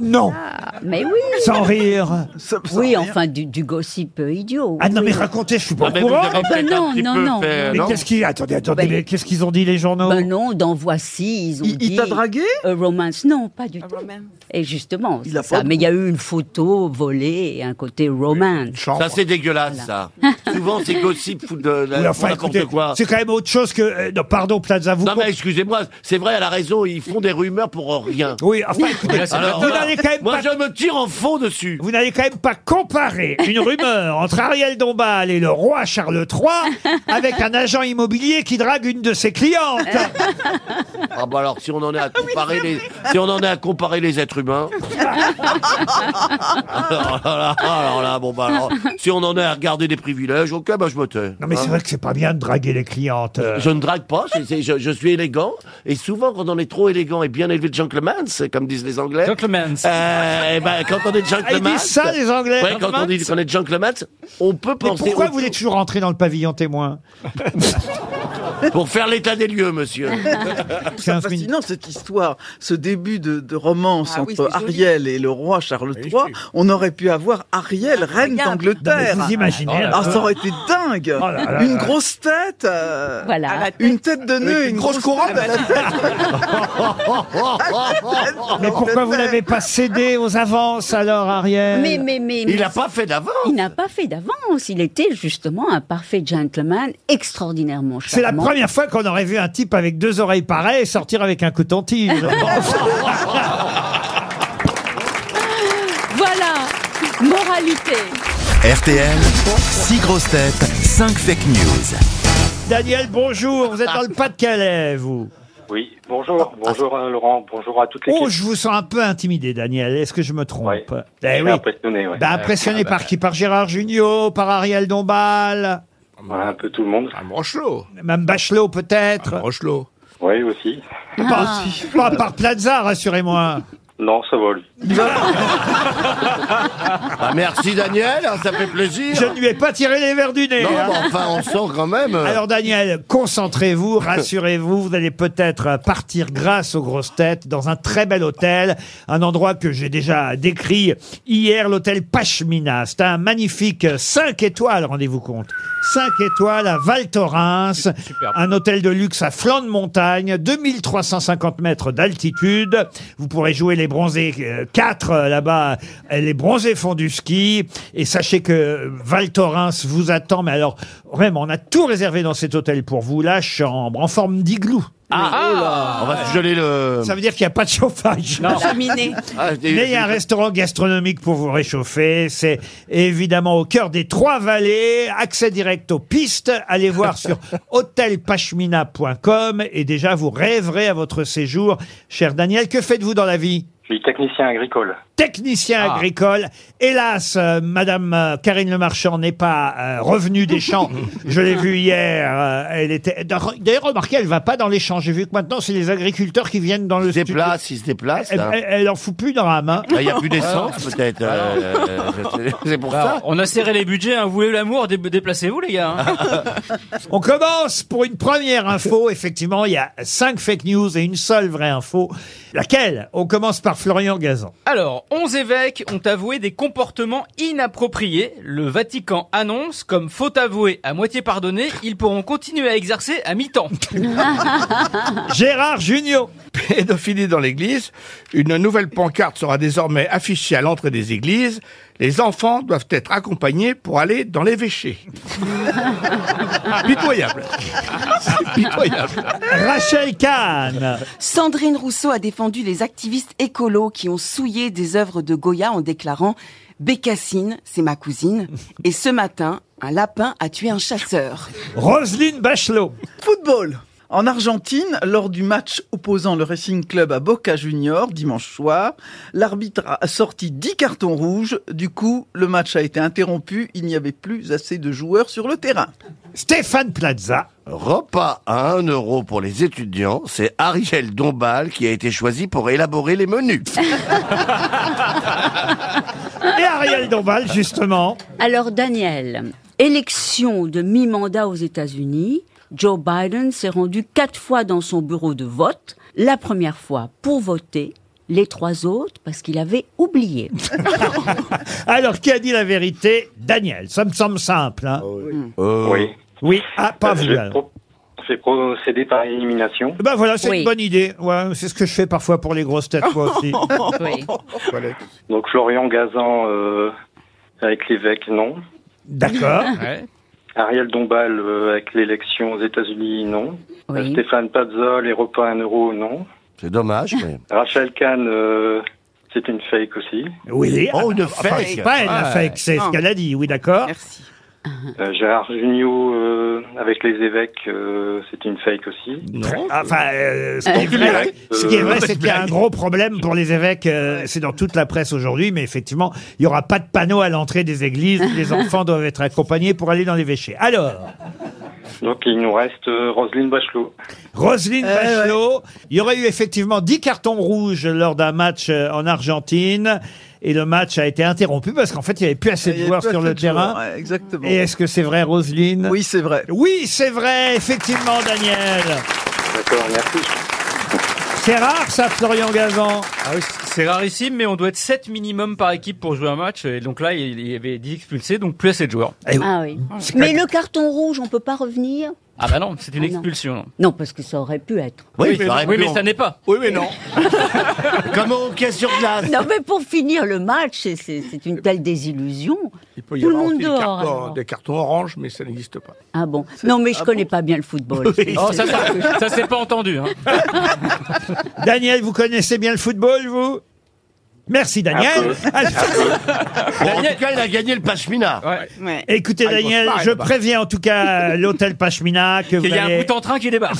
[SPEAKER 2] non,
[SPEAKER 7] Ah, mais oui.
[SPEAKER 2] sans rire.
[SPEAKER 4] Ça- ça
[SPEAKER 7] Oui,
[SPEAKER 4] revient.
[SPEAKER 7] enfin du, du gossip euh, idiot.
[SPEAKER 2] Ah non,
[SPEAKER 7] oui.
[SPEAKER 2] mais racontez, je suis pas
[SPEAKER 3] Ah,
[SPEAKER 2] au
[SPEAKER 3] ben, vous
[SPEAKER 2] courant. Bah,
[SPEAKER 3] aurez
[SPEAKER 7] bah
[SPEAKER 3] peut-être
[SPEAKER 7] non,
[SPEAKER 3] un petit
[SPEAKER 7] non,
[SPEAKER 3] peu
[SPEAKER 7] non.
[SPEAKER 3] fait,
[SPEAKER 2] Mais
[SPEAKER 3] non
[SPEAKER 2] qu'est-ce qu'ils attendez, attendez,
[SPEAKER 7] Ben-
[SPEAKER 2] mais qu'est-ce qu'ils ont dit les journaux
[SPEAKER 7] Ben non, dans Voici, ils ont
[SPEAKER 4] Il, il
[SPEAKER 7] dit
[SPEAKER 4] t'a dragué
[SPEAKER 7] euh, romance. Non, pas du tout.
[SPEAKER 8] romance.
[SPEAKER 7] Et justement,
[SPEAKER 4] Il
[SPEAKER 7] c'est
[SPEAKER 4] a pas
[SPEAKER 7] ça.
[SPEAKER 4] de
[SPEAKER 7] Mais il y a eu une photo volée et un côté romance.
[SPEAKER 3] Ça, c'est dégueulasse, ça. Souvent, c'est gossip, foutre de la-
[SPEAKER 2] Oui, enfin,
[SPEAKER 3] n'importe
[SPEAKER 2] écoutez,
[SPEAKER 3] quoi.
[SPEAKER 2] c'est quand même autre chose que. euh, non, pardon, Plaza, vous.
[SPEAKER 3] Ah. Non, mais excusez-moi, c'est vrai, elle a raison, ils font des rumeurs pour rien.
[SPEAKER 2] (laughs) Oui,
[SPEAKER 3] (laughs)
[SPEAKER 2] enfin, écoutez,
[SPEAKER 5] Là, c'est
[SPEAKER 2] vous
[SPEAKER 3] voilà.
[SPEAKER 2] n'allez quand même
[SPEAKER 3] Moi,
[SPEAKER 2] pas
[SPEAKER 3] je me tire en fond dessus.
[SPEAKER 2] Vous n'allez quand même pas comparer une rumeur entre Ariel Dombal et le roi Charles III avec un agent immobilier qui drague une de ses clientes.
[SPEAKER 3] Ah bah alors, si on en est à comparer les, si on en est à comparer les êtres humains.
[SPEAKER 19] Ah.
[SPEAKER 3] (laughs) alors, là, alors là, bon bah alors, si on en est à regarder des privilèges, ok, bah je me tais.
[SPEAKER 2] Non mais c'est vrai que c'est pas bien de draguer les clientes. euh.
[SPEAKER 3] Je ne drague pas, c'est- c'est- je, je suis élégant. Et souvent, quand on est trop élégant et bien élevé de gentleman, c'est comme disent les Anglais.
[SPEAKER 5] Gentlemen.
[SPEAKER 3] Euh, eh ben, quand on est
[SPEAKER 2] Ah, ils
[SPEAKER 3] gentleman.
[SPEAKER 2] disent ça les Anglais.
[SPEAKER 3] Ouais, quand on dit qu'on est gentleman, on peut
[SPEAKER 2] Mais
[SPEAKER 3] penser
[SPEAKER 2] pourquoi
[SPEAKER 3] au-
[SPEAKER 2] vous voulez toujours rentrer dans le pavillon témoin
[SPEAKER 3] pour faire
[SPEAKER 2] (laughs)
[SPEAKER 3] l'état des lieux,
[SPEAKER 4] (laughs)
[SPEAKER 3] monsieur.
[SPEAKER 2] 15 minutes.
[SPEAKER 4] Fascinant cette histoire, ce début de, de romance
[SPEAKER 8] Ah oui,
[SPEAKER 4] entre
[SPEAKER 8] c'est joli.
[SPEAKER 4] Ariel et le roi Charles III. On aurait pu avoir Ariel, reine
[SPEAKER 8] regarde.
[SPEAKER 4] d'Angleterre.
[SPEAKER 2] Non, mais vous imaginez,
[SPEAKER 4] Ah,
[SPEAKER 2] alors.
[SPEAKER 4] ça aurait été dingue.
[SPEAKER 2] Oh là là
[SPEAKER 4] une
[SPEAKER 2] là.
[SPEAKER 4] grosse tête. euh,
[SPEAKER 7] Voilà.
[SPEAKER 4] à la tête. Une tête de nœud,
[SPEAKER 6] Avec
[SPEAKER 4] une,
[SPEAKER 6] une grosse
[SPEAKER 4] couronne. à la tête.
[SPEAKER 6] (laughs)
[SPEAKER 2] Mais pourquoi vous n'avez pas cédé aux avances alors
[SPEAKER 4] Euh,
[SPEAKER 2] Ariel
[SPEAKER 7] Mais mais mais mais-
[SPEAKER 3] Il n'a pas fait d'avant.
[SPEAKER 7] Il n'a pas fait d'avance. Il était justement un parfait gentleman, extraordinairement
[SPEAKER 2] C'est la
[SPEAKER 7] charmant. (laughs)
[SPEAKER 2] première fois qu'on aurait vu un type avec deux oreilles pareilles sortir avec
[SPEAKER 7] (laughs)
[SPEAKER 2] un coton-tige.
[SPEAKER 7] Voilà, moralité.
[SPEAKER 1] RTL, 6 grosses têtes, 5 fake news.
[SPEAKER 2] Daniel, bonjour. Vous êtes dans le Pas-de-Calais, vous
[SPEAKER 17] Oui, bonjour,
[SPEAKER 2] ah,
[SPEAKER 17] bonjour hein, Laurent, bonjour à toutes les
[SPEAKER 2] Oh, je vous sens un peu intimidé, Daniel. Est-ce que je me trompe Eh oui.
[SPEAKER 17] impressionné, ben, ouais.
[SPEAKER 2] Bah, impressionné
[SPEAKER 17] Ah, bah,
[SPEAKER 2] par qui Par Gérard Junior, par Ariel Dombal,
[SPEAKER 17] ouais, un peu tout le monde. À Rochelot.
[SPEAKER 2] même Bachelot peut-être.
[SPEAKER 17] Rochelot. Oui, aussi.
[SPEAKER 7] Ah.
[SPEAKER 2] Pas, pas par Plaza, rassurez-moi.
[SPEAKER 17] Non, ça vole.
[SPEAKER 3] Ah, merci Daniel, hein, ça fait plaisir.
[SPEAKER 2] Je ne lui ai pas tiré les verres du nez.
[SPEAKER 3] Non,
[SPEAKER 2] hein.
[SPEAKER 3] mais enfin, on sent quand même. euh,
[SPEAKER 2] Alors Daniel, concentrez-vous, rassurez-vous, vous allez peut-être euh, partir grâce aux grosses têtes dans un très bel hôtel, un endroit que j'ai déjà décrit hier, l'hôtel Pachmina. C'est un magnifique 5 étoiles, rendez-vous compte. 5 étoiles à Val Thorens, un hôtel de luxe à flanc de montagne, 2350 mètres d'altitude. Vous pourrez jouer les bronzés 4 là-bas, euh, les bronzés font du ski. Et sachez que euh, Val Thorens vous attend, mais alors vraiment, on a tout réservé dans cet hôtel pour vous, la chambre en forme d'igloo.
[SPEAKER 3] Ah.
[SPEAKER 2] Ah,
[SPEAKER 3] on va se geler le.
[SPEAKER 2] Ça veut dire qu'il n'y a pas de chauffage.
[SPEAKER 3] Ah,
[SPEAKER 2] Mais il y a un restaurant gastronomique pour vous réchauffer. C'est évidemment au cœur des trois vallées. Accès direct aux pistes. Allez voir sur hôtelpachmina.com et déjà vous rêverez à votre séjour. Cher Daniel, que faites-vous dans la vie
[SPEAKER 17] Je suis technicien agricole.
[SPEAKER 2] Technicien
[SPEAKER 3] Ah.
[SPEAKER 2] agricole. Hélas, euh, Madame euh, Karine Le Marchand n'est pas euh, revenue des
[SPEAKER 3] (laughs)
[SPEAKER 2] champs. Je l'ai vue hier. euh, elle était. D'ailleurs, remarquez, elle va pas dans les champs. J'ai vu que maintenant, c'est les agriculteurs qui viennent dans le. studio.
[SPEAKER 3] déplace, il se déplace,
[SPEAKER 2] Elle,
[SPEAKER 3] là.
[SPEAKER 2] elle- elle en fout plus dans la main.
[SPEAKER 3] Ah, Il n'y a
[SPEAKER 2] (laughs)
[SPEAKER 3] plus d'essence, peut-être. euh,
[SPEAKER 5] (laughs)
[SPEAKER 3] c'est- c'est pour
[SPEAKER 5] Alors,
[SPEAKER 3] ça.
[SPEAKER 5] Bah, on a serré les budgets, hein. vous voulez l'amour, dé- déplacez-vous les gars.
[SPEAKER 3] (laughs)
[SPEAKER 5] hein.
[SPEAKER 2] On commence pour une première info. Effectivement, il y a cinq fake news et une seule vraie info. Laquelle On commence par Florian Gazan.
[SPEAKER 5] Alors, 11 évêques ont avoué des comportements inappropriés. Le Vatican annonce, comme faute avouée à moitié pardonnée, ils pourront continuer à exercer à
[SPEAKER 3] (laughs)
[SPEAKER 5] mi-temps.
[SPEAKER 2] Gérard Junior.
[SPEAKER 6] Pédophilie dans l'église. Une nouvelle pancarte sera désormais affichée à l'entrée des églises. Les enfants doivent être accompagnés pour aller dans l'évêché.
[SPEAKER 3] (laughs)
[SPEAKER 6] Pitoyable. C'est pitoyable.
[SPEAKER 2] Rachel Kahn.
[SPEAKER 8] Sandrine Rousseau a défendu les activistes écolos qui ont souillé des œuvres de Goya en déclarant Bécassine, c'est ma cousine, et ce matin, un lapin a tué un chasseur.
[SPEAKER 2] Roselyne Bachelot.
[SPEAKER 4] Football. En Argentine, lors du match opposant le Racing Club à Boca Junior dimanche soir, l'arbitre a sorti 10 cartons rouges. Du coup, le match a été interrompu. Il n'y avait plus assez de joueurs sur le terrain.
[SPEAKER 2] Stéphane Plaza.
[SPEAKER 3] Repas à 1 euro pour les étudiants, c'est Ariel Dombal qui a été choisi pour élaborer
[SPEAKER 2] (laughs)
[SPEAKER 3] les menus.
[SPEAKER 2] Et Ariel Dombal, justement.
[SPEAKER 7] Alors, Daniel, élection de mi-mandat aux États-Unis. Joe Biden s'est rendu quatre fois dans son bureau de vote. La première fois pour voter, les trois autres parce qu'il avait oublié.
[SPEAKER 2] (laughs) Alors, qui a dit la vérité Daniel. Ça me semble simple. hein.
[SPEAKER 17] Ah Oui.
[SPEAKER 2] Oui. Ah, pas
[SPEAKER 17] Euh,
[SPEAKER 2] vous.
[SPEAKER 17] je vais
[SPEAKER 2] alors.
[SPEAKER 17] pro- Je vais procéder par élimination.
[SPEAKER 2] Eh Ben voilà, c'est
[SPEAKER 17] Oui.
[SPEAKER 2] une bonne idée. Ouais, c'est ce que je fais parfois pour les grosses têtes, moi
[SPEAKER 17] (laughs)
[SPEAKER 2] aussi.
[SPEAKER 17] Donc Florian Gazan euh, avec l'évêque, non.
[SPEAKER 2] D'accord.
[SPEAKER 17] Ariel Dombal euh, avec l'élection aux États-Unis, non.
[SPEAKER 7] Oui.
[SPEAKER 17] Stéphane Pazol, les repas à 1 euro, non.
[SPEAKER 3] C'est dommage, mais.
[SPEAKER 17] Rachel Kahn, euh, c'est une fake aussi.
[SPEAKER 2] Oui.
[SPEAKER 3] Oh, une
[SPEAKER 2] Enfin,
[SPEAKER 3] fake.
[SPEAKER 2] c'est pas elle, la
[SPEAKER 17] Ouais.
[SPEAKER 2] fake, Ah. c'est ce
[SPEAKER 17] Non.
[SPEAKER 2] qu'elle a dit. Oui, d'accord.
[SPEAKER 17] Euh, Gérard Jugnot euh, avec les évêques, euh, c'est une fake aussi.
[SPEAKER 2] Non. Enfin, euh, ce qui est
[SPEAKER 17] Donc,
[SPEAKER 2] vrai,
[SPEAKER 17] direct,
[SPEAKER 2] ce qui est
[SPEAKER 17] euh,
[SPEAKER 2] vrai, c'est
[SPEAKER 17] cette
[SPEAKER 2] qu'il y a un
[SPEAKER 17] blague.
[SPEAKER 2] gros problème pour les évêques. euh, c'est dans toute la presse aujourd'hui, mais effectivement, il n'y aura pas de panneau à l'entrée des églises.
[SPEAKER 17] (laughs)
[SPEAKER 2] Les enfants doivent être accompagnés pour aller dans l'évêché. Alors,
[SPEAKER 17] Donc il nous reste euh, Roselyne Bachelot.
[SPEAKER 2] Roselyne
[SPEAKER 4] Euh,
[SPEAKER 2] Bachelot, il y aurait eu effectivement 10 cartons rouges lors d'un match euh, en Argentine. Et le match a été interrompu parce qu'en fait, il n'y avait plus assez de
[SPEAKER 4] Il y avait
[SPEAKER 2] joueurs
[SPEAKER 4] plus
[SPEAKER 2] sur
[SPEAKER 4] assez
[SPEAKER 2] le
[SPEAKER 4] de joueurs,
[SPEAKER 2] terrain.
[SPEAKER 4] ouais, exactement.
[SPEAKER 2] Et est-ce que c'est vrai, Roselyne
[SPEAKER 4] Oui, c'est vrai.
[SPEAKER 2] Oui, c'est vrai, effectivement, Daniel.
[SPEAKER 17] D'accord, merci.
[SPEAKER 2] C'est rare, ça, Florian Gazan.
[SPEAKER 5] Ah oui, c- c'est rarissime, mais on doit être 7 minimum par équipe pour jouer un match. Et donc là, il y avait 10 expulsés, donc plus assez de joueurs.
[SPEAKER 7] Ah oui. Mais le carton rouge, on peut pas revenir
[SPEAKER 5] Ah bah non, c'est une
[SPEAKER 7] Ah non.
[SPEAKER 5] expulsion.
[SPEAKER 7] Non, parce que ça aurait pu être.
[SPEAKER 5] Oui, mais, oui, mais ça n'est pas.
[SPEAKER 6] Oui,
[SPEAKER 5] (laughs)
[SPEAKER 6] mais non.
[SPEAKER 3] Comme au hockey sur glace.
[SPEAKER 7] (laughs) Non, mais pour finir le match, c'est- c'est c'est une telle désillusion.
[SPEAKER 6] Il peut y
[SPEAKER 7] Tout le
[SPEAKER 6] avoir
[SPEAKER 7] monde
[SPEAKER 6] aussi des
[SPEAKER 7] dehors,
[SPEAKER 6] cartons,
[SPEAKER 7] alors.
[SPEAKER 6] des cartons oranges, mais ça
[SPEAKER 7] (laughs)
[SPEAKER 6] n'existe pas.
[SPEAKER 7] Ah bon Non, mais je connais pas bien le football. C'est-
[SPEAKER 5] Oh, ça,
[SPEAKER 7] c'est-
[SPEAKER 5] ça, ça s'est pas entendu. Hein.
[SPEAKER 2] Daniel, vous connaissez bien le football, vous Merci
[SPEAKER 3] Un
[SPEAKER 2] (laughs) Daniel.
[SPEAKER 3] peu. Bon, en tout cas, il a gagné le Pachemina.
[SPEAKER 2] Écoutez
[SPEAKER 3] Ah, ils vont se
[SPEAKER 2] Daniel,
[SPEAKER 3] marrer,
[SPEAKER 2] je
[SPEAKER 3] là-bas.
[SPEAKER 2] préviens en tout cas l'hôtel Pachemina
[SPEAKER 5] (laughs)
[SPEAKER 2] que vous
[SPEAKER 5] Il y a un
[SPEAKER 2] allez-
[SPEAKER 5] bout en train qui débarque.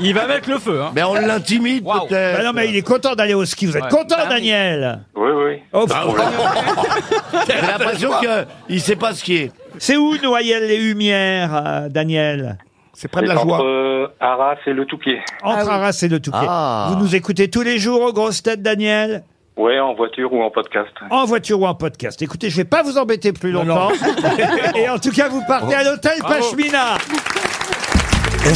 [SPEAKER 5] il va mettre le feu. Hein.
[SPEAKER 3] Mais on l'intimide peut-être.
[SPEAKER 2] Bah non mais il est content d'aller au ski. Vous êtes
[SPEAKER 5] euh. Ouais.
[SPEAKER 2] content
[SPEAKER 5] Bah oui.
[SPEAKER 2] Daniel
[SPEAKER 17] Oui, oui.
[SPEAKER 2] Oh,
[SPEAKER 3] (laughs) J'ai l'impression qu'il sait pas skier.
[SPEAKER 2] C'est où Noyelles-les-Humières, euh, Daniel C'est
[SPEAKER 17] Entre euh, Arras et le Touquet.
[SPEAKER 2] Entre Arras et le Touquet.
[SPEAKER 17] Ah.
[SPEAKER 2] Vous nous écoutez tous les jours aux grosses têtes, Daniel
[SPEAKER 17] Ouais, en voiture ou en podcast.
[SPEAKER 2] en voiture ou en podcast. Écoutez, je vais pas vous embêter plus longtemps. Et en tout cas, vous partez à l'hôtel
[SPEAKER 20] Bravo.
[SPEAKER 2] Pachmina.
[SPEAKER 20] La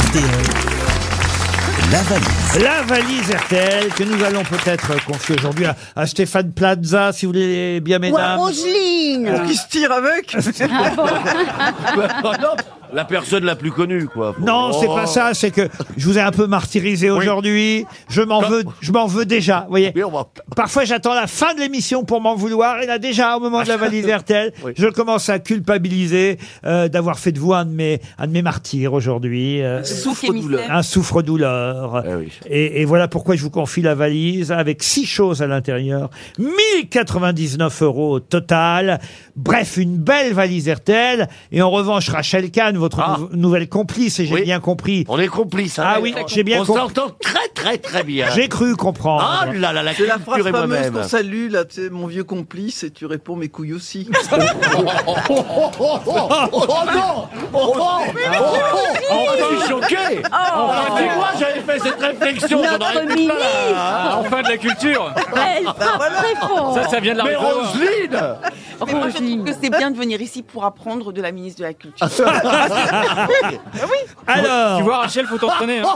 [SPEAKER 20] valise.
[SPEAKER 2] La valise RTL que nous allons peut-être confier aujourd'hui à, à Stéphane Plaza, si vous voulez bien, mesdames.
[SPEAKER 21] Roselyne
[SPEAKER 2] Pour qu'il se
[SPEAKER 4] tire
[SPEAKER 2] (laughs)
[SPEAKER 4] avec
[SPEAKER 3] La personne la plus connue, quoi.
[SPEAKER 2] Non, c'est pas ça, c'est que je vous ai un peu martyrisé aujourd'hui. Je m'en veux, je m'en veux déjà, vous voyez. Parfois, j'attends la fin de l'émission pour m'en vouloir et là, déjà, au moment de la valise RTL, je commence à culpabiliser, euh, d'avoir fait de vous un de mes, un de mes martyrs aujourd'hui. euh,
[SPEAKER 8] souffre-douleur.
[SPEAKER 2] un souffre-douleur.
[SPEAKER 3] Eh
[SPEAKER 2] et, et voilà pourquoi je vous confie la valise avec six choses à l'intérieur. 1099 euros au total. Bref, une belle valise RTL. Et en revanche, Rachel Kahn, votre nou- nouvelle complice, et j'ai bien compris.
[SPEAKER 3] Ah. On est complice.
[SPEAKER 2] Ah oui, j'ai bien
[SPEAKER 3] On
[SPEAKER 2] compris.
[SPEAKER 3] s'entend très très très bien.
[SPEAKER 2] J'ai cru comprendre.
[SPEAKER 3] Ah là là, la
[SPEAKER 4] C'est la
[SPEAKER 3] culture
[SPEAKER 4] phrase
[SPEAKER 3] est
[SPEAKER 4] fameuse
[SPEAKER 3] moi-même.
[SPEAKER 4] qu'on salue, là, tu sais, mon vieux complice, et tu réponds mes couilles
[SPEAKER 3] (laughs)
[SPEAKER 4] aussi. Ah,
[SPEAKER 3] Ah. Oh, je suis choqué Enfin, tu vois, j'avais fait cette réflexion, j'en
[SPEAKER 5] Notre
[SPEAKER 3] aurais pu pas là.
[SPEAKER 5] Ah, enfin de la culture.
[SPEAKER 8] Elle frappe très fort.
[SPEAKER 5] Ça, ça vient de la hein.
[SPEAKER 3] Mais
[SPEAKER 5] rue de Rome.
[SPEAKER 3] Roselyne
[SPEAKER 8] Mais moi, je trouve que c'est bien de venir ici pour apprendre de la ministre de la Culture.
[SPEAKER 2] (laughs) Alors.
[SPEAKER 5] Tu vois, Rachel, faut t'entraîner.
[SPEAKER 3] (laughs)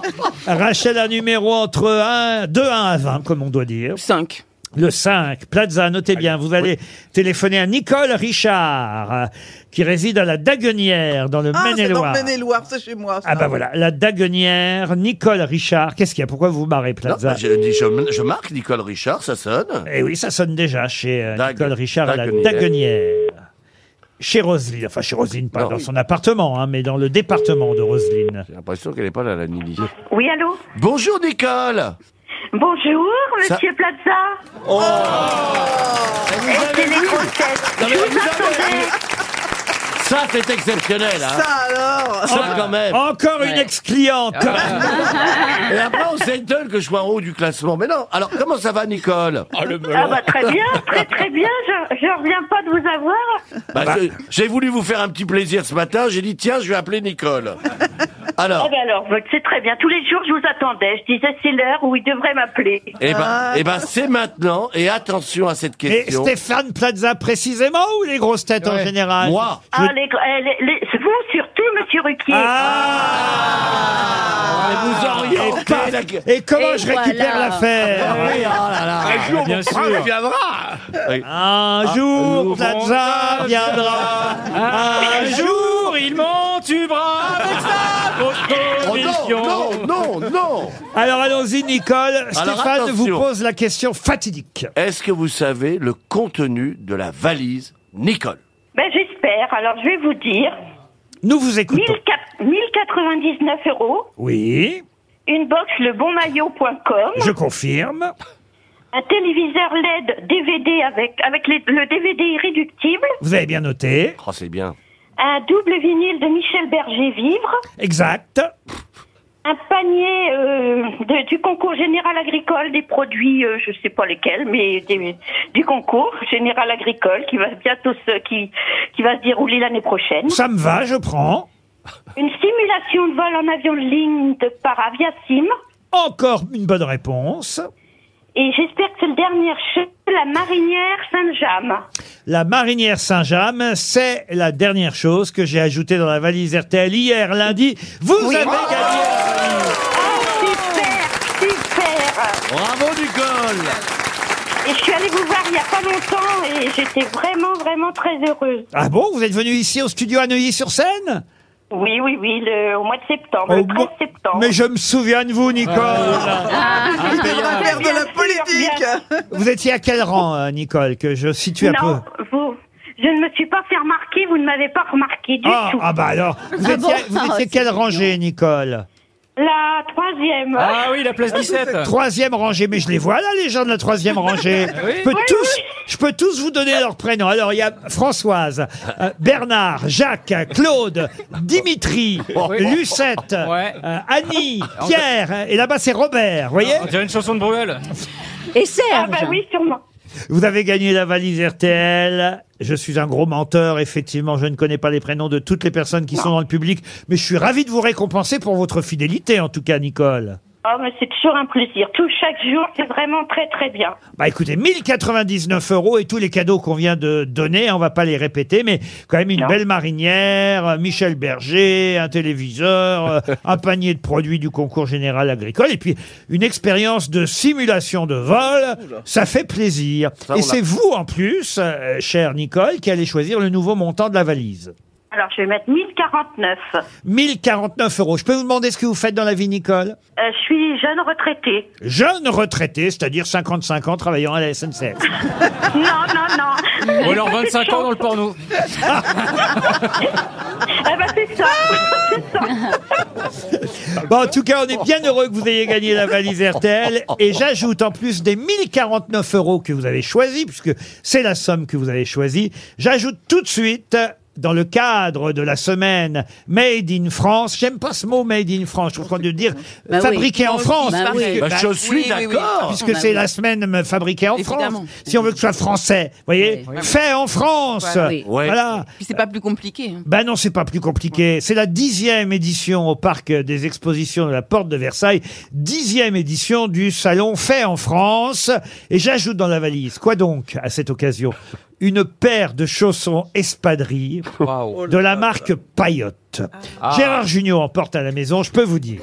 [SPEAKER 5] Hein.
[SPEAKER 2] Rachel a numéro entre 1, 2, 1 à 20, comme on doit dire.
[SPEAKER 8] 5.
[SPEAKER 2] Le 5. Plaza, notez bien, vous allez téléphoner à Nicole Richard, euh, qui réside à la Daguenière, dans le
[SPEAKER 4] Ah, c'est dans
[SPEAKER 2] Maine-et-Loire.
[SPEAKER 4] le Maine-et-Loire, c'est chez moi. ça.
[SPEAKER 2] Ah bah voilà, la Daguenière, Nicole Richard. Qu'est-ce qu'il y a Pourquoi vous vous marrez,
[SPEAKER 3] Non, bah,
[SPEAKER 2] Plaza
[SPEAKER 3] je, dis- je- je marque Nicole Richard, ça sonne.
[SPEAKER 2] Eh oui, ça sonne déjà chez euh,
[SPEAKER 3] Dag-
[SPEAKER 2] Nicole Richard à la
[SPEAKER 3] Daguenière.
[SPEAKER 2] Daguenière. Chez Roselyne, enfin chez Roselyne, pas dans son appartement, hein, mais dans le département de Roselyne.
[SPEAKER 3] J'ai l'impression qu'elle n'est pas là, la Nini.
[SPEAKER 18] Oui, allô
[SPEAKER 3] Bonjour Nicole
[SPEAKER 18] Bonjour,
[SPEAKER 3] Ça-
[SPEAKER 18] monsieur Plaza.
[SPEAKER 3] Oh
[SPEAKER 18] Eh, c'est les grosses têtes.
[SPEAKER 3] Non, mais
[SPEAKER 18] Je vous
[SPEAKER 3] vous avez-
[SPEAKER 18] attendais.
[SPEAKER 3] Ça, c'est exceptionnel, hein
[SPEAKER 2] Ah.
[SPEAKER 4] alors
[SPEAKER 3] Ça, quand même
[SPEAKER 2] Encore une ex-cliente
[SPEAKER 3] Ah. (laughs) Et après, on s'étonne que je sois en haut du classement. Mais non, alors comment ça va, Nicole
[SPEAKER 18] Ah bah très bien,
[SPEAKER 2] (laughs)
[SPEAKER 18] très très bien, je, je reviens pas de vous avoir.
[SPEAKER 3] Bah, je- J'ai voulu vous faire un petit plaisir ce matin, j'ai dit tiens, je vais appeler Nicole. Alors,
[SPEAKER 18] Eh ben alors, c'est très bien, tous les jours je vous attendais, je disais c'est l'heure où il devrait m'appeler.
[SPEAKER 3] eh
[SPEAKER 4] Ah.
[SPEAKER 3] ben, eh ben c'est maintenant, et attention à cette
[SPEAKER 2] Et Ah.
[SPEAKER 3] question.
[SPEAKER 2] Stéphane Plaza précisément ou les grosses têtes en général
[SPEAKER 3] Moi.
[SPEAKER 18] Ah, les, gr- eh, les- les- c'est vous surtout, monsieur Ruquier.
[SPEAKER 3] vous auriez
[SPEAKER 19] Ah,
[SPEAKER 2] Et paf Et comment je récupère l'affaire
[SPEAKER 3] Oui, oh là là.
[SPEAKER 19] Un jour, mon prince viendra.
[SPEAKER 2] Un jour, Plaza viendra. Un jour, il m'entubera avec sa
[SPEAKER 3] Oh non, non, non, non
[SPEAKER 2] Alors allons-y, Nicole.
[SPEAKER 3] Alors,
[SPEAKER 2] Stéphane vous
[SPEAKER 3] attention.
[SPEAKER 2] pose la question fatidique.
[SPEAKER 3] Est-ce que vous savez le contenu de la valise Nicole
[SPEAKER 18] Ben j'espère, alors je vais vous dire,
[SPEAKER 2] Nous vous écoutons.
[SPEAKER 18] 1004 1099 euros,
[SPEAKER 2] Oui,
[SPEAKER 18] une box lebonmaillot.com,
[SPEAKER 2] je confirme.
[SPEAKER 18] un téléviseur E LED DVD avec, avec les- le DVD irréductible,
[SPEAKER 2] Vous avez bien noté.
[SPEAKER 3] Oh, c'est bien.
[SPEAKER 18] un double vinyle de Michel Berger Vivre,
[SPEAKER 2] Exact.
[SPEAKER 18] un panier euh, de- du concours général agricole des produits, euh, je sais pas lesquels, mais des- du concours général agricole qui va bientôt se, qui, qui va se dérouler l'année prochaine.
[SPEAKER 2] Ça me va, je prends.
[SPEAKER 18] Une simulation de vol en avion de ligne de, par Aviasim.
[SPEAKER 2] Encore une bonne réponse.
[SPEAKER 18] Et j'espère que c'est le dernier jeu, la marinière Saint-James.
[SPEAKER 2] La marinière Saint-James, c'est la dernière chose que j'ai ajoutée dans la valise RTL hier lundi. Vous avez gagné
[SPEAKER 18] Super, super
[SPEAKER 3] Bravo
[SPEAKER 11] (laughs)
[SPEAKER 3] Nicole
[SPEAKER 18] Et je suis allée vous voir il n'y a pas longtemps et j'étais vraiment, vraiment très heureuse.
[SPEAKER 2] Ah bon, vous êtes venu ici au studio à Neuilly-sur-Seine
[SPEAKER 18] Oui, oui, oui, le, au mois de septembre,
[SPEAKER 2] Au
[SPEAKER 18] le 13
[SPEAKER 2] mo-
[SPEAKER 18] septembre.
[SPEAKER 2] Mais je me souviens de vous, Nicole Ah,
[SPEAKER 4] Ah, va faire de la politique
[SPEAKER 2] Vous étiez à quel rang, euh, Nicole, que je situe un
[SPEAKER 18] Non,
[SPEAKER 2] peu
[SPEAKER 18] vous, je ne me suis pas fait remarquer, vous ne m'avez pas remarqué du
[SPEAKER 2] ah,
[SPEAKER 18] tout.
[SPEAKER 2] ah bah alors, vous
[SPEAKER 18] Ah
[SPEAKER 2] étiez,
[SPEAKER 18] bon
[SPEAKER 2] vous étiez quelle rangée, Nicole
[SPEAKER 11] La troisième.
[SPEAKER 5] Ah oui, la place 17.
[SPEAKER 2] Troisième rangée, mais je les vois là, les gens de la troisième rangée.
[SPEAKER 5] (laughs) Oui.
[SPEAKER 2] Je peux
[SPEAKER 5] Oui,
[SPEAKER 2] tous, je peux tous vous donner leurs prénoms. Alors il y a Françoise, euh, Bernard, Jacques, Claude, Dimitri,
[SPEAKER 5] Oui.
[SPEAKER 2] Lucette,
[SPEAKER 5] Ouais. Ah,
[SPEAKER 2] euh, Annie, Pierre, et là-bas c'est Robert. Vous voyez
[SPEAKER 5] On dirait une chanson de Bruel.
[SPEAKER 7] Et Serge
[SPEAKER 11] Ah bah oui, sûrement.
[SPEAKER 2] Vous avez gagné la valise RTL. Je suis un gros menteur, effectivement. Je ne connais pas les prénoms de toutes les personnes qui sont dans le public, mais je suis ravi de vous récompenser pour votre fidélité, en tout cas, Nicole.
[SPEAKER 18] Ah,
[SPEAKER 11] Oh, mais c'est toujours un plaisir. Tout chaque jour, c'est vraiment très très bien.
[SPEAKER 2] Bah écoutez, 1099 euros et tous les cadeaux qu'on vient de donner, hein, on va pas les répéter, mais quand même une belle marinière, euh, Michel Berger, un téléviseur,
[SPEAKER 3] (laughs)
[SPEAKER 2] euh, un panier de produits du concours général agricole, et puis une expérience de simulation de vol, ça fait plaisir.
[SPEAKER 3] Ça, on
[SPEAKER 2] et
[SPEAKER 3] l'a.
[SPEAKER 2] c'est vous en plus, euh, chère Nicole, qui allez choisir le nouveau montant de la valise.
[SPEAKER 11] Alors, je vais mettre 1049.
[SPEAKER 2] 1049 euros. Je peux vous demander ce que vous faites dans la vie, Nicole
[SPEAKER 11] Euh, je suis jeune retraitée.
[SPEAKER 2] Jeune retraité, c'est-à-dire 55 ans travaillant à la SNCF.
[SPEAKER 11] (laughs) Non, non, non.
[SPEAKER 5] Ou alors 25 ans dans le porno.
[SPEAKER 11] Ah bah c'est ça.
[SPEAKER 2] Bon, en tout cas, on est bien heureux que vous ayez gagné la valise RTL. Et j'ajoute, en plus des 1049 euros que vous avez choisis, puisque c'est la somme que vous avez choisie, j'ajoute tout de suite, dans le cadre de la semaine Made in France, j'aime pas ce mot Made in France, je trouve qu'on doit dire
[SPEAKER 3] Bah oui.
[SPEAKER 2] fabriqué en
[SPEAKER 3] Bah
[SPEAKER 2] France.
[SPEAKER 3] oui.
[SPEAKER 2] puisque-
[SPEAKER 3] Bah, je suis Oui, oui, oui. d'accord.
[SPEAKER 2] Puisque
[SPEAKER 3] Bah
[SPEAKER 2] c'est
[SPEAKER 3] oui.
[SPEAKER 2] la semaine me- fabriquée en
[SPEAKER 8] Évidemment.
[SPEAKER 2] France. Si on veut que ce soit français, vous voyez,
[SPEAKER 8] Oui.
[SPEAKER 2] fait en France.
[SPEAKER 8] Voilà, oui.
[SPEAKER 2] Voilà.
[SPEAKER 8] Puis c'est pas plus compliqué. hein.
[SPEAKER 2] Ben non, c'est pas plus compliqué. C'est la dixième édition au parc des expositions de la Porte de Versailles, dixième édition du salon fait en France. Et j'ajoute dans la valise, quoi donc à cette occasion Une paire de chaussons espadrilles de la marque Payotte.
[SPEAKER 6] Ah.
[SPEAKER 2] Gérard Junior en porte à la maison, je peux vous dire.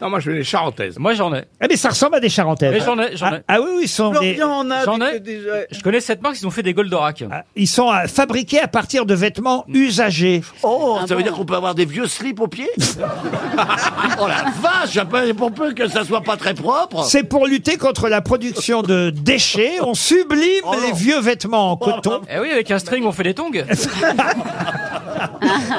[SPEAKER 6] non, moi je veux les charentaises.
[SPEAKER 5] Moi j'en ai.
[SPEAKER 2] Ah mais ça ressemble à des charentaises.
[SPEAKER 5] Mais j'en ai, j'en
[SPEAKER 2] Ah,
[SPEAKER 5] ai.
[SPEAKER 2] ah oui, oui, ils sont des-
[SPEAKER 5] J'en ai. Je connais cette marque, ils ont fait des Goldorak.
[SPEAKER 2] ils sont euh, fabriqués à partir de vêtements usagés.
[SPEAKER 3] Oh, ça veut dire qu'on peut avoir des vieux slips aux pieds (laughs) Oh la vache, après, pour peu que ça soit pas très propre.
[SPEAKER 2] C'est pour lutter contre la production de déchets. On sublime
[SPEAKER 6] Oh
[SPEAKER 2] les vieux vêtements en
[SPEAKER 6] (laughs)
[SPEAKER 2] coton.
[SPEAKER 5] Eh oui, avec un string, on fait des tongs.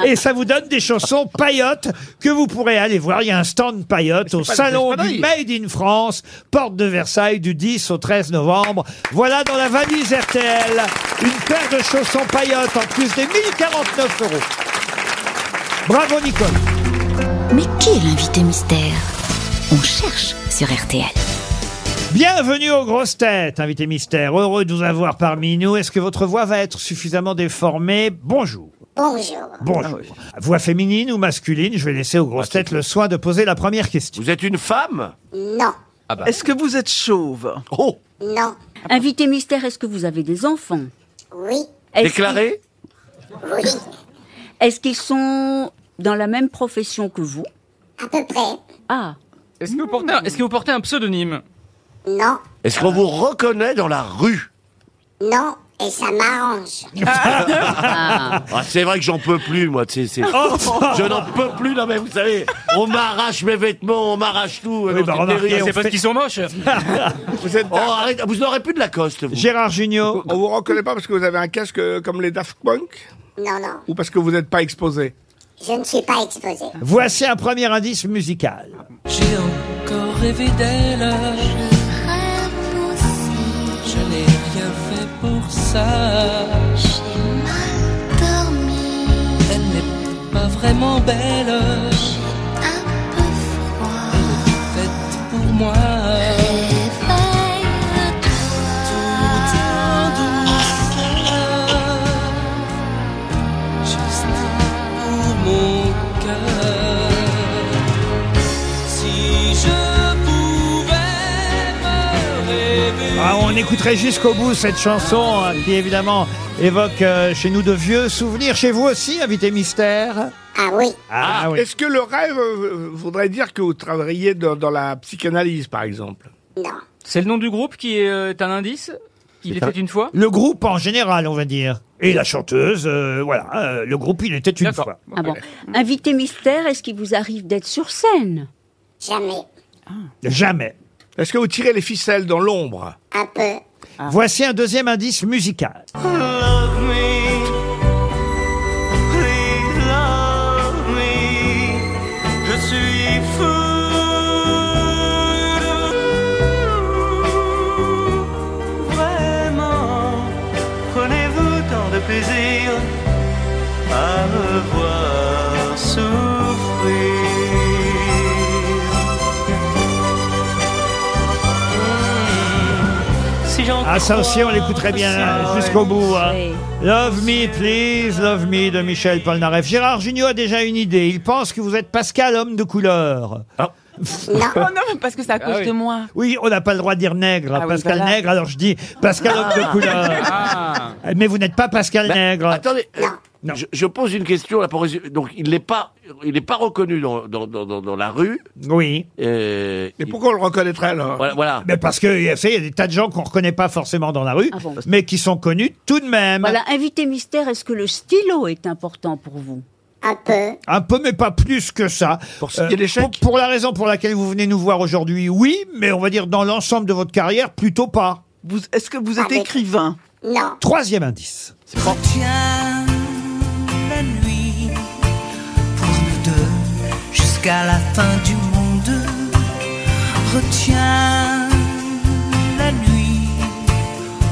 [SPEAKER 2] Et ça vous donne des chansons paillotes que vous pourrez aller voir. Il y a un stand paillotes au
[SPEAKER 6] pas des
[SPEAKER 2] salon du
[SPEAKER 6] espadrilles.
[SPEAKER 2] Made in France, porte de Versailles, du 10 au 13 novembre. Voilà dans la valise RTL, une paire de chaussons paillotes en plus des 1049 euros. Bravo Nicole.
[SPEAKER 13] Mais qui est l'invité mystère On cherche sur RTL.
[SPEAKER 2] Bienvenue aux grosses têtes, invité mystère. Heureux de vous avoir parmi nous. Est-ce que votre voix va être suffisamment déformée Bonjour.
[SPEAKER 22] Bonjour.
[SPEAKER 2] Bonjour.
[SPEAKER 3] Ah
[SPEAKER 2] Voix féminine ou masculine Je vais laisser aux grosses têtes le soin de poser la première question.
[SPEAKER 3] Vous êtes une femme
[SPEAKER 22] Non,
[SPEAKER 6] Ah bah.
[SPEAKER 4] Est-ce que vous êtes chauve
[SPEAKER 3] Oh
[SPEAKER 22] non,
[SPEAKER 7] Invité mystère, est-ce que vous avez des enfants
[SPEAKER 22] oui,
[SPEAKER 7] Est-ce
[SPEAKER 3] Déclaré
[SPEAKER 22] oui,
[SPEAKER 7] qu'ils- Est-ce qu'ils sont dans la même profession que vous
[SPEAKER 22] à peu près.
[SPEAKER 7] Ah.
[SPEAKER 5] Est-ce que, vous portez un- est-ce que vous portez un pseudonyme
[SPEAKER 22] Non,
[SPEAKER 3] Est-ce qu'on vous reconnaît dans la rue
[SPEAKER 22] non, et ça m'arrange.
[SPEAKER 3] ah, C'est vrai que j'en peux plus, moi. tu sais, c'est-
[SPEAKER 22] Oh.
[SPEAKER 3] (laughs) Je n'en peux plus, non mais vous savez, on m'arrache mes vêtements, on m'arrache tout.
[SPEAKER 2] bah, remarquez, on C'est parce fait- qu'ils
[SPEAKER 5] sont moches.
[SPEAKER 6] vous êtes
[SPEAKER 3] (laughs) Oh, arrête, vous n'aurez plus de la coste, vous.
[SPEAKER 2] Gérard Junior.
[SPEAKER 6] On vous reconnaît pas parce que vous avez un casque euh, comme les Daft Punk
[SPEAKER 22] Non, non,
[SPEAKER 6] ou parce que vous n'êtes pas exposé
[SPEAKER 22] je ne suis pas exposée.
[SPEAKER 2] Voici un premier indice musical.
[SPEAKER 19] J'ai encore rêvé d'elle. Je n'ai rien fait pour ça. J'ai mal dormi. Elle n'est pas vraiment belle. J'ai un peu froid. Elle est faite pour moi. Tout en douceur. Juste pour mon cœur. Si je pouvais me rêver.
[SPEAKER 2] Ah, on écouterait jusqu'au bout cette chanson hein, qui évidemment évoque euh, chez nous de vieux souvenirs. Chez vous aussi, invité mystère
[SPEAKER 22] Ah oui.
[SPEAKER 2] Ah, oui.
[SPEAKER 6] Est-ce que le rêve euh, voudrait dire que vous travaillez dans, dans la psychanalyse, par exemple
[SPEAKER 22] Non.
[SPEAKER 5] C'est le nom du groupe qui est, euh, est un indice Il était une fois
[SPEAKER 2] Le groupe en général, on va dire. Et la chanteuse, euh, voilà, euh, le groupe, il était une fois.
[SPEAKER 7] Ah bon. Invité mystère, est-ce qu'il vous arrive d'être sur scène
[SPEAKER 22] Jamais.
[SPEAKER 2] Jamais.
[SPEAKER 6] Est-ce que vous tirez les ficelles dans l'ombre
[SPEAKER 22] Un peu.
[SPEAKER 2] Voici un deuxième indice musical.
[SPEAKER 19] Love me. Please love me. Je suis plaisir à me voir souffrir.
[SPEAKER 2] Ah, ça aussi, on l'écouterait bien jusqu'au bout. hein. Love me, please, love me de Michel Polnareff. Gérard Junior a déjà une idée. Il pense que vous êtes Pascal, homme de couleur.
[SPEAKER 8] Non, Oh non, parce que c'est à cause de moi.
[SPEAKER 2] Oui, on n'a pas le droit de dire nègre,
[SPEAKER 8] Ah oui,
[SPEAKER 2] Pascal
[SPEAKER 8] voilà. Ah.
[SPEAKER 2] Nègre, alors je dis Pascal homme de couleur. Mais vous n'êtes pas Pascal Nègre.
[SPEAKER 3] Ben, Attendez, euh, Je, je pose une question là pour résumer. Donc il n'est pas, il n'est pas reconnu dans, dans, dans, dans- dans la rue.
[SPEAKER 2] Oui.
[SPEAKER 3] Et
[SPEAKER 6] pourquoi on le reconnaîtrait alors
[SPEAKER 3] Voilà. voilà.
[SPEAKER 2] Mais parce que il y a ça, il y a des tas de gens qu'on reconnaît pas forcément dans la rue,
[SPEAKER 8] Ah
[SPEAKER 2] mais qui sont connus tout de même.
[SPEAKER 7] Voilà, invité mystère, est-ce que le stylo est important pour vous
[SPEAKER 22] Un peu.
[SPEAKER 2] Un peu, mais pas plus que ça. Pour
[SPEAKER 6] signer des chèques
[SPEAKER 2] pour, pour la raison pour laquelle vous venez nous voir aujourd'hui, oui, mais on va dire dans l'ensemble de votre carrière, plutôt pas.
[SPEAKER 4] Est-ce que vous êtes écrivain
[SPEAKER 22] Non.
[SPEAKER 2] Troisième indice.
[SPEAKER 19] Tiens la nuit pour nous deux jusqu'à la fin du monde. Retiens la nuit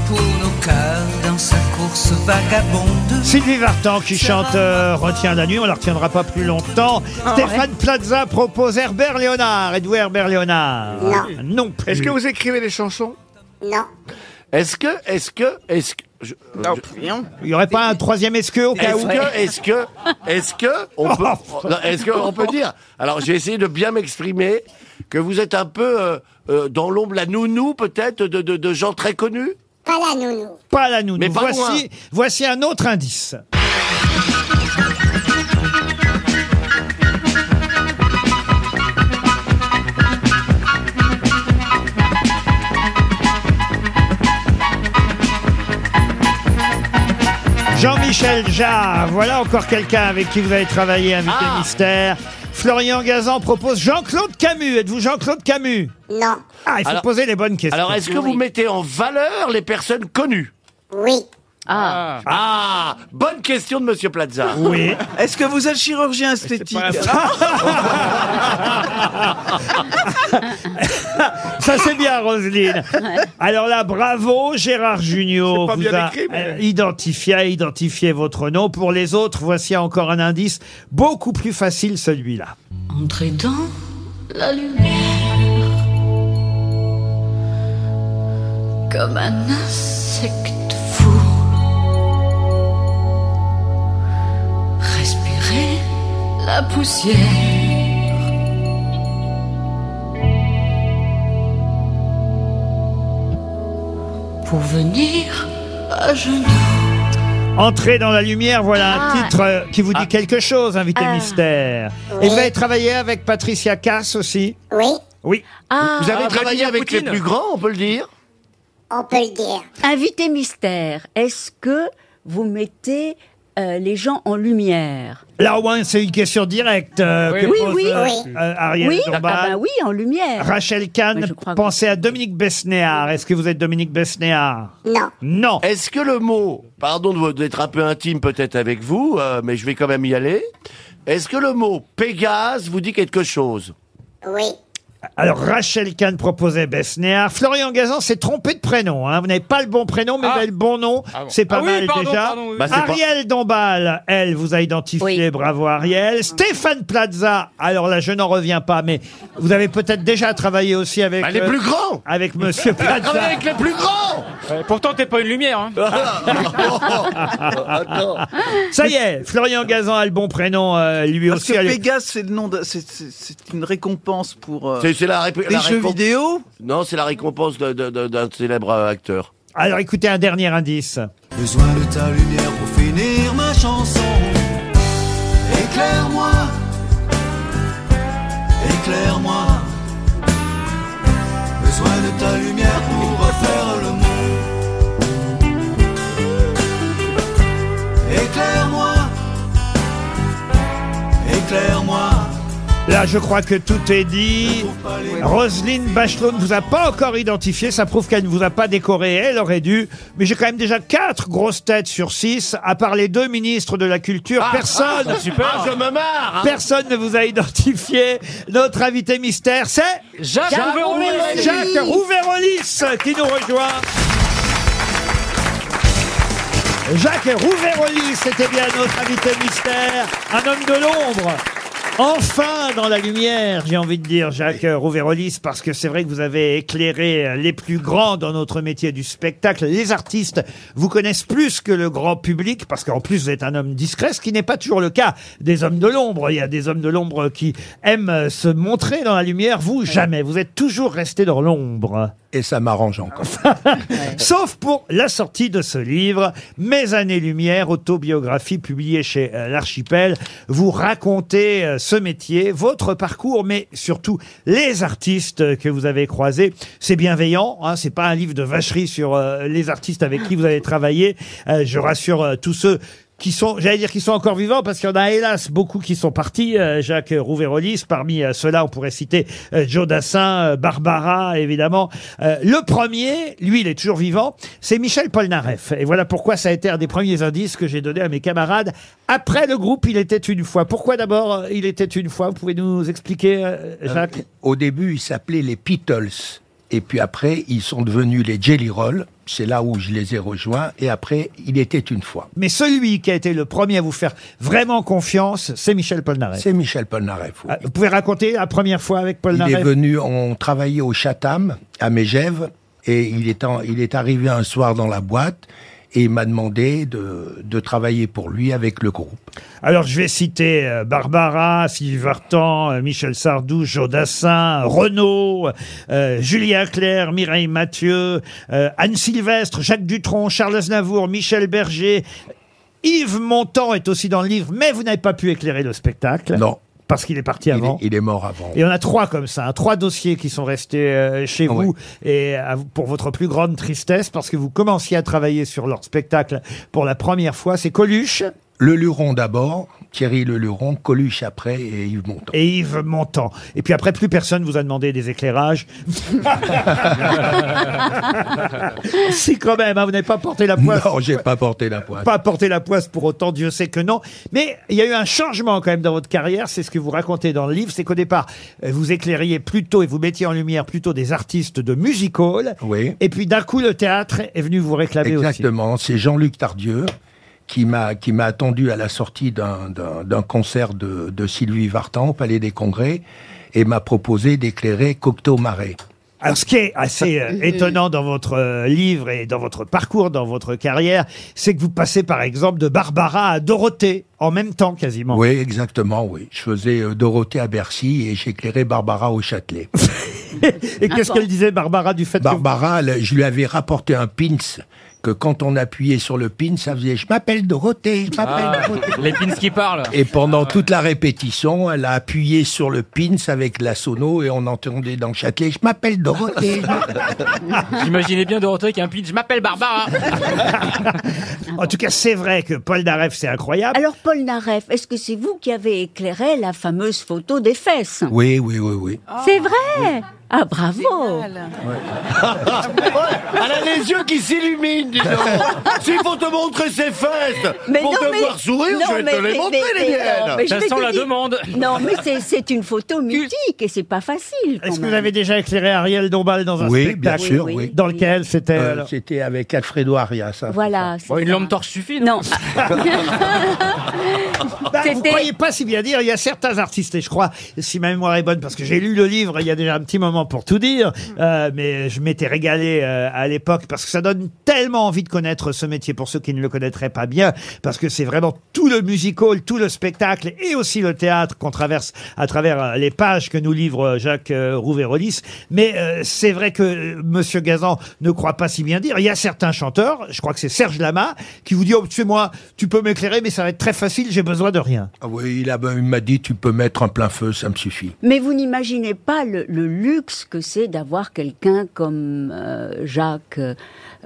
[SPEAKER 19] pour nos cœurs dans sa course vagabonde.
[SPEAKER 2] Sylvie Vartan qui chante euh, Retiens la nuit, on la retiendra pas plus longtemps.
[SPEAKER 19] Ah,
[SPEAKER 2] Stéphane Plaza propose Herbert Léonard. Êtes-vous Herbert Léonard
[SPEAKER 22] Non.
[SPEAKER 2] Non plus.
[SPEAKER 6] Est-ce que vous écrivez des chansons (laughs)
[SPEAKER 22] Non.
[SPEAKER 3] Est-ce que, est-ce que, est-ce que. je- je-
[SPEAKER 2] Il n'y aurait pas un troisième est-ce que au cas
[SPEAKER 3] Est-ce
[SPEAKER 2] où
[SPEAKER 3] que, est-ce que, est-ce que, on peut, non, est-ce que on peut dire Alors j'ai essayé de bien m'exprimer que vous êtes un peu euh, euh, dans l'ombre, la nounou peut-être de, de, de gens très connus.
[SPEAKER 22] Pas la nounou.
[SPEAKER 2] Pas la nounou.
[SPEAKER 3] Mais pas loin.
[SPEAKER 2] voici, voici un autre indice. Jean-Michel Jarre, voilà encore quelqu'un avec qui vous allez travailler, invité
[SPEAKER 3] Ah.
[SPEAKER 2] mystère. Florian Gazan propose Jean-Claude Camus. Êtes-vous Jean-Claude Camus
[SPEAKER 22] Non.
[SPEAKER 2] Ah, il faut
[SPEAKER 3] Alors-
[SPEAKER 2] poser les bonnes questions.
[SPEAKER 3] Alors est-ce que vous mettez en valeur les personnes connues
[SPEAKER 22] Oui.
[SPEAKER 3] ah. bonne question de Monsieur Plaza. Ah.
[SPEAKER 2] Oui.
[SPEAKER 4] Est-ce que vous êtes chirurgien esthétique
[SPEAKER 2] (laughs) Ça c'est bien, Roselyne. Alors là, bravo, Gérard Junior.
[SPEAKER 6] C'est pas
[SPEAKER 2] vous
[SPEAKER 6] bien
[SPEAKER 2] a
[SPEAKER 6] écrit, mais-
[SPEAKER 2] euh, identifié, a identifié votre nom. Pour les autres, voici encore un indice beaucoup plus facile, celui-là.
[SPEAKER 19] Entrez dans la lumière comme un insecte fou. Respirez la poussière. Pour venir à genoux.
[SPEAKER 2] Entrer dans la lumière, voilà un
[SPEAKER 19] Ah.
[SPEAKER 2] titre euh, qui vous dit quelque chose, invité
[SPEAKER 19] Ah.
[SPEAKER 2] mystère. Et vous avez travaillé avec Patricia Cass aussi
[SPEAKER 22] Oui.
[SPEAKER 2] Oui.
[SPEAKER 19] Ah.
[SPEAKER 7] Ah,
[SPEAKER 3] Vous
[SPEAKER 2] Ah,
[SPEAKER 3] avez
[SPEAKER 7] bah,
[SPEAKER 3] travaillé avec les plus grands, on peut le dire
[SPEAKER 22] On peut le dire.
[SPEAKER 7] Invité mystère, est-ce que vous mettez euh, les gens en lumière
[SPEAKER 2] Là, au moins, c'est une question directe. euh,
[SPEAKER 7] Oui,
[SPEAKER 2] que
[SPEAKER 7] oui,
[SPEAKER 2] pose,
[SPEAKER 7] oui.
[SPEAKER 2] euh,
[SPEAKER 7] Oui.
[SPEAKER 2] euh, Ariel
[SPEAKER 7] Oui, ah
[SPEAKER 2] Dombal.
[SPEAKER 7] bah oui, en lumière.
[SPEAKER 2] Rachel Kahn, pensez à Dominique Besnéard. Est-ce que vous êtes Dominique Besnéard
[SPEAKER 22] Non.
[SPEAKER 2] Non.
[SPEAKER 3] Est-ce que le mot, pardon de- d'être un peu intime peut-être avec vous, euh, mais je vais quand même y aller. Est-ce que le mot Pégase vous dit quelque chose
[SPEAKER 22] Oui.
[SPEAKER 2] Alors, Rachel Kahn proposait Besnéard. Florian Gazan s'est trompé de prénom. hein. Vous n'avez pas le bon prénom, mais vous avez le bon nom.
[SPEAKER 5] Ah bon.
[SPEAKER 2] C'est pas
[SPEAKER 5] Ah oui,
[SPEAKER 2] mal
[SPEAKER 5] pardon,
[SPEAKER 2] déjà.
[SPEAKER 5] pardon, oui, Bah, oui. c'est pas-
[SPEAKER 2] Ariel Dombal, elle, vous a identifié. Bravo, Ariel. Stéphane Plaza. Alors là, je n'en reviens pas, mais vous avez peut-être déjà travaillé aussi avec... euh,
[SPEAKER 5] Bah, les plus grands (laughs)
[SPEAKER 2] Avec Monsieur Plaza.
[SPEAKER 3] les plus grands
[SPEAKER 5] Pourtant, t'es pas une lumière. Hein.
[SPEAKER 3] Ah.
[SPEAKER 2] Ah, Ça y est, Florian Gazan a le bon prénom, euh, lui
[SPEAKER 4] Parce
[SPEAKER 2] aussi.
[SPEAKER 4] que
[SPEAKER 2] elle-
[SPEAKER 4] Pégase, c'est le nom de- c'est- c'est c'est une récompense pour euh,
[SPEAKER 3] C'est c'est la, rép-
[SPEAKER 4] des
[SPEAKER 3] la
[SPEAKER 4] jeux
[SPEAKER 3] récomp-
[SPEAKER 4] vidéo.
[SPEAKER 3] Non, c'est la récompense de- de- de- d'un célèbre
[SPEAKER 7] (laughs)
[SPEAKER 3] euh, acteur.
[SPEAKER 2] Alors écoutez un dernier indice.
[SPEAKER 19] Besoin de ta lumière pour finir ma chanson. Éclaire-moi, éclaire-moi. Besoin de ta lumière pour refaire le monde. Éclaire-moi, éclaire-moi.
[SPEAKER 2] Là, je crois que tout est dit. Roselyne Bachelot ne vous a pas encore identifié. Ça prouve qu'elle ne vous a pas décoré. Elle aurait dû. Mais j'ai quand même déjà quatre grosses têtes sur six. À part les deux ministres de la Culture, personne.
[SPEAKER 3] ah, super. Ah, je me marre, hein.
[SPEAKER 2] Personne ne vous a identifié. Notre invité mystère, c'est
[SPEAKER 5] Jacques Jacques Rouvérolis. Rouvérolis.
[SPEAKER 2] Jacques Rouvérolis qui nous rejoint. Jacques Rouvérolis, c'était bien notre invité mystère, un homme de l'ombre. Enfin dans la lumière, j'ai envie de dire, Jacques Rouvérolis, parce que c'est vrai que vous avez éclairé les plus grands dans notre métier du spectacle. Les artistes vous connaissent plus que le grand public, parce qu'en plus vous êtes un homme discret, ce qui n'est pas toujours le cas des hommes de l'ombre. Il y a des hommes de l'ombre qui aiment se montrer dans la lumière. Vous, jamais. Vous êtes toujours resté dans l'ombre.
[SPEAKER 23] Et ça m'arrange encore.
[SPEAKER 2] (laughs) Sauf pour la sortie de ce livre, Mes années-lumière, autobiographie publiée chez euh, l'Archipel. Vous racontez euh, ce métier, votre parcours, mais surtout les artistes que vous avez croisés. C'est bienveillant, hein, c'est pas un livre de vacherie sur euh, les artistes avec qui vous avez travaillé. Euh, je rassure euh, tous ceux qui sont, j'allais dire, qui sont encore vivants, parce qu'il y en a hélas beaucoup qui sont partis. euh, Jacques Rouvérolis, parmi euh, ceux-là, on pourrait citer euh, Joe Dassin, euh, Barbara, évidemment. Euh, le premier, lui, il est toujours vivant, c'est Michel Polnareff. Et voilà pourquoi ça a été un des premiers indices que j'ai donné à mes camarades. Après le groupe, il était une fois. Pourquoi d'abord euh, il était une fois Vous pouvez nous expliquer, euh, Jacques
[SPEAKER 23] Au début, ils s'appelaient les Beatles. Et puis après, ils sont devenus les Jelly Roll. C'est là où je les ai rejoints. Et après, il était une fois.
[SPEAKER 2] Mais celui qui a été le premier à vous faire vraiment confiance, c'est Michel Polnareff.
[SPEAKER 23] C'est Michel Polnareff. oui.
[SPEAKER 2] Ah, Vous pouvez raconter la première fois avec Polnareff
[SPEAKER 23] Il est venu, on travaillait au Chatham, à Mégève, et il est, en- il est arrivé un soir dans la boîte, et il m'a demandé de, de travailler pour lui avec le groupe.
[SPEAKER 2] Alors, je vais citer euh, Barbara, Sylvie Vartan, euh, Michel Sardou, Joe Dassin, Renaud, euh, Julien Clerc, Mireille Mathieu, euh, Anne Sylvestre, Jacques Dutronc, Charles Aznavour, Michel Berger. Yves Montand est aussi dans le livre, mais vous n'avez pas pu éclairer le spectacle.
[SPEAKER 23] Non.
[SPEAKER 2] Parce qu'il est parti avant.
[SPEAKER 23] Il est mort avant.
[SPEAKER 2] Et on a trois comme ça, hein, trois dossiers qui sont restés euh,
[SPEAKER 23] Ah
[SPEAKER 2] chez vous et euh, à vous- pour votre plus grande tristesse parce que vous commenciez à travailler sur leur spectacle pour la première fois, c'est Coluche
[SPEAKER 23] Le Luron d'abord, Thierry Le Luron, Coluche après, et Yves Montand.
[SPEAKER 2] et Yves Montand. Et puis après, plus personne vous a demandé des éclairages. si quand même, hein, vous n'avez pas porté la poisse.
[SPEAKER 23] Non, j'ai pas porté la poisse.
[SPEAKER 2] Pas porté la poisse pour autant, Dieu sait que non. Mais il y a eu un changement quand même dans votre carrière, c'est ce que vous racontez dans le livre, c'est qu'au départ, euh, vous éclairiez plutôt et vous mettiez en lumière plutôt des artistes de music hall.
[SPEAKER 23] Oui.
[SPEAKER 2] Et puis d'un coup, le théâtre est venu vous réclamer aussi.
[SPEAKER 23] Exactement, c'est Jean-Luc Tardieu qui m'a qui m'a attendu à la sortie d'un- d'un d'un concert de, de Sylvie Vartan au Palais des Congrès et m'a proposé d'éclairer Cocteau Marais.
[SPEAKER 2] Alors, ce qui est assez euh, étonnant dans votre euh, livre et dans votre parcours, dans votre carrière, c'est que vous passez par exemple de Barbara à Dorothée en même temps quasiment.
[SPEAKER 23] Oui, exactement, oui. Je faisais euh, Dorothée à Bercy et j'éclairais Barbara au Châtelet.
[SPEAKER 2] (laughs) Et qu'est-ce qu'elle disait Barbara du fait
[SPEAKER 23] Barbara, elle- je lui avais rapporté un pins que quand on appuyait sur le pin, ça faisait « je m'appelle Dorothée, je m'appelle
[SPEAKER 5] Ah,
[SPEAKER 23] Dorothée ».
[SPEAKER 5] les pins qui parlent.
[SPEAKER 23] Et pendant toute la répétition, elle a appuyé sur le pins avec la sono et on entendait dans le Châtelet « je m'appelle Dorothée ».
[SPEAKER 5] J'imaginais bien Dorothée avec un pitch. Je m'appelle Barbara.
[SPEAKER 23] Ah
[SPEAKER 2] En tout cas, c'est vrai que Paul Naref, c'est incroyable.
[SPEAKER 7] Alors, Paul Naref, est-ce que c'est vous qui avez éclairé la fameuse photo des fesses
[SPEAKER 23] Oui, oui, oui, oui.
[SPEAKER 7] C'est vrai Ah,
[SPEAKER 3] (laughs)
[SPEAKER 7] bravo
[SPEAKER 3] Elle a les yeux qui s'illuminent,
[SPEAKER 7] (laughs)
[SPEAKER 3] dis donc. S'il faut te montrer ses fesses
[SPEAKER 7] Mais
[SPEAKER 3] pour
[SPEAKER 7] non,
[SPEAKER 3] te
[SPEAKER 7] mais-
[SPEAKER 3] voir sourire,
[SPEAKER 7] non,
[SPEAKER 3] je vais
[SPEAKER 7] mais-
[SPEAKER 3] te les
[SPEAKER 7] mais-
[SPEAKER 3] montrer,
[SPEAKER 7] mais-
[SPEAKER 3] les
[SPEAKER 7] mais non, mais
[SPEAKER 3] miennes.
[SPEAKER 7] je vais te dire- Non, mais c'est- c'est une photo mythique et c'est pas facile. quand
[SPEAKER 2] Est-ce que vous
[SPEAKER 7] même.
[SPEAKER 2] avez déjà éclairé Ariel Dombal (laughs) dans un
[SPEAKER 23] Oui, bien
[SPEAKER 2] spectacle
[SPEAKER 23] sûr, oui.
[SPEAKER 2] Dans lequel c'était
[SPEAKER 23] Euh,
[SPEAKER 2] alors
[SPEAKER 23] C'était avec Alfredo Arias. hein.
[SPEAKER 7] Voilà. c'est
[SPEAKER 5] une
[SPEAKER 7] ça.
[SPEAKER 5] lampe torche suffit.
[SPEAKER 7] Non.
[SPEAKER 23] (laughs)
[SPEAKER 2] Bah, vous croyez pas si bien dire, il y a certains artistes, et je crois, si ma mémoire est bonne, parce que j'ai lu le livre il y a déjà un petit moment pour tout dire, euh, mais je m'étais régalé euh, à l'époque, parce que ça donne tellement envie de connaître ce métier pour ceux qui ne le connaîtraient pas bien, parce que c'est vraiment tout le musical, tout le spectacle, et aussi le théâtre qu'on traverse à travers euh, les pages que nous livre euh, Jacques euh, Rouvérolis. Mais euh, c'est vrai que euh, Monsieur Gazan ne croit pas si bien dire. Il y a certains chanteurs, je crois que c'est Serge Lama, qui vous dit, oh, tu sais, moi, tu peux m'éclairer, mais ça va être très facile, j'ai besoin de rien.
[SPEAKER 23] Ah oui, il a- il m'a dit tu peux mettre un plein feu, ça me suffit.
[SPEAKER 7] Mais vous n'imaginez pas le, le luxe que c'est d'avoir quelqu'un comme euh, Jacques euh,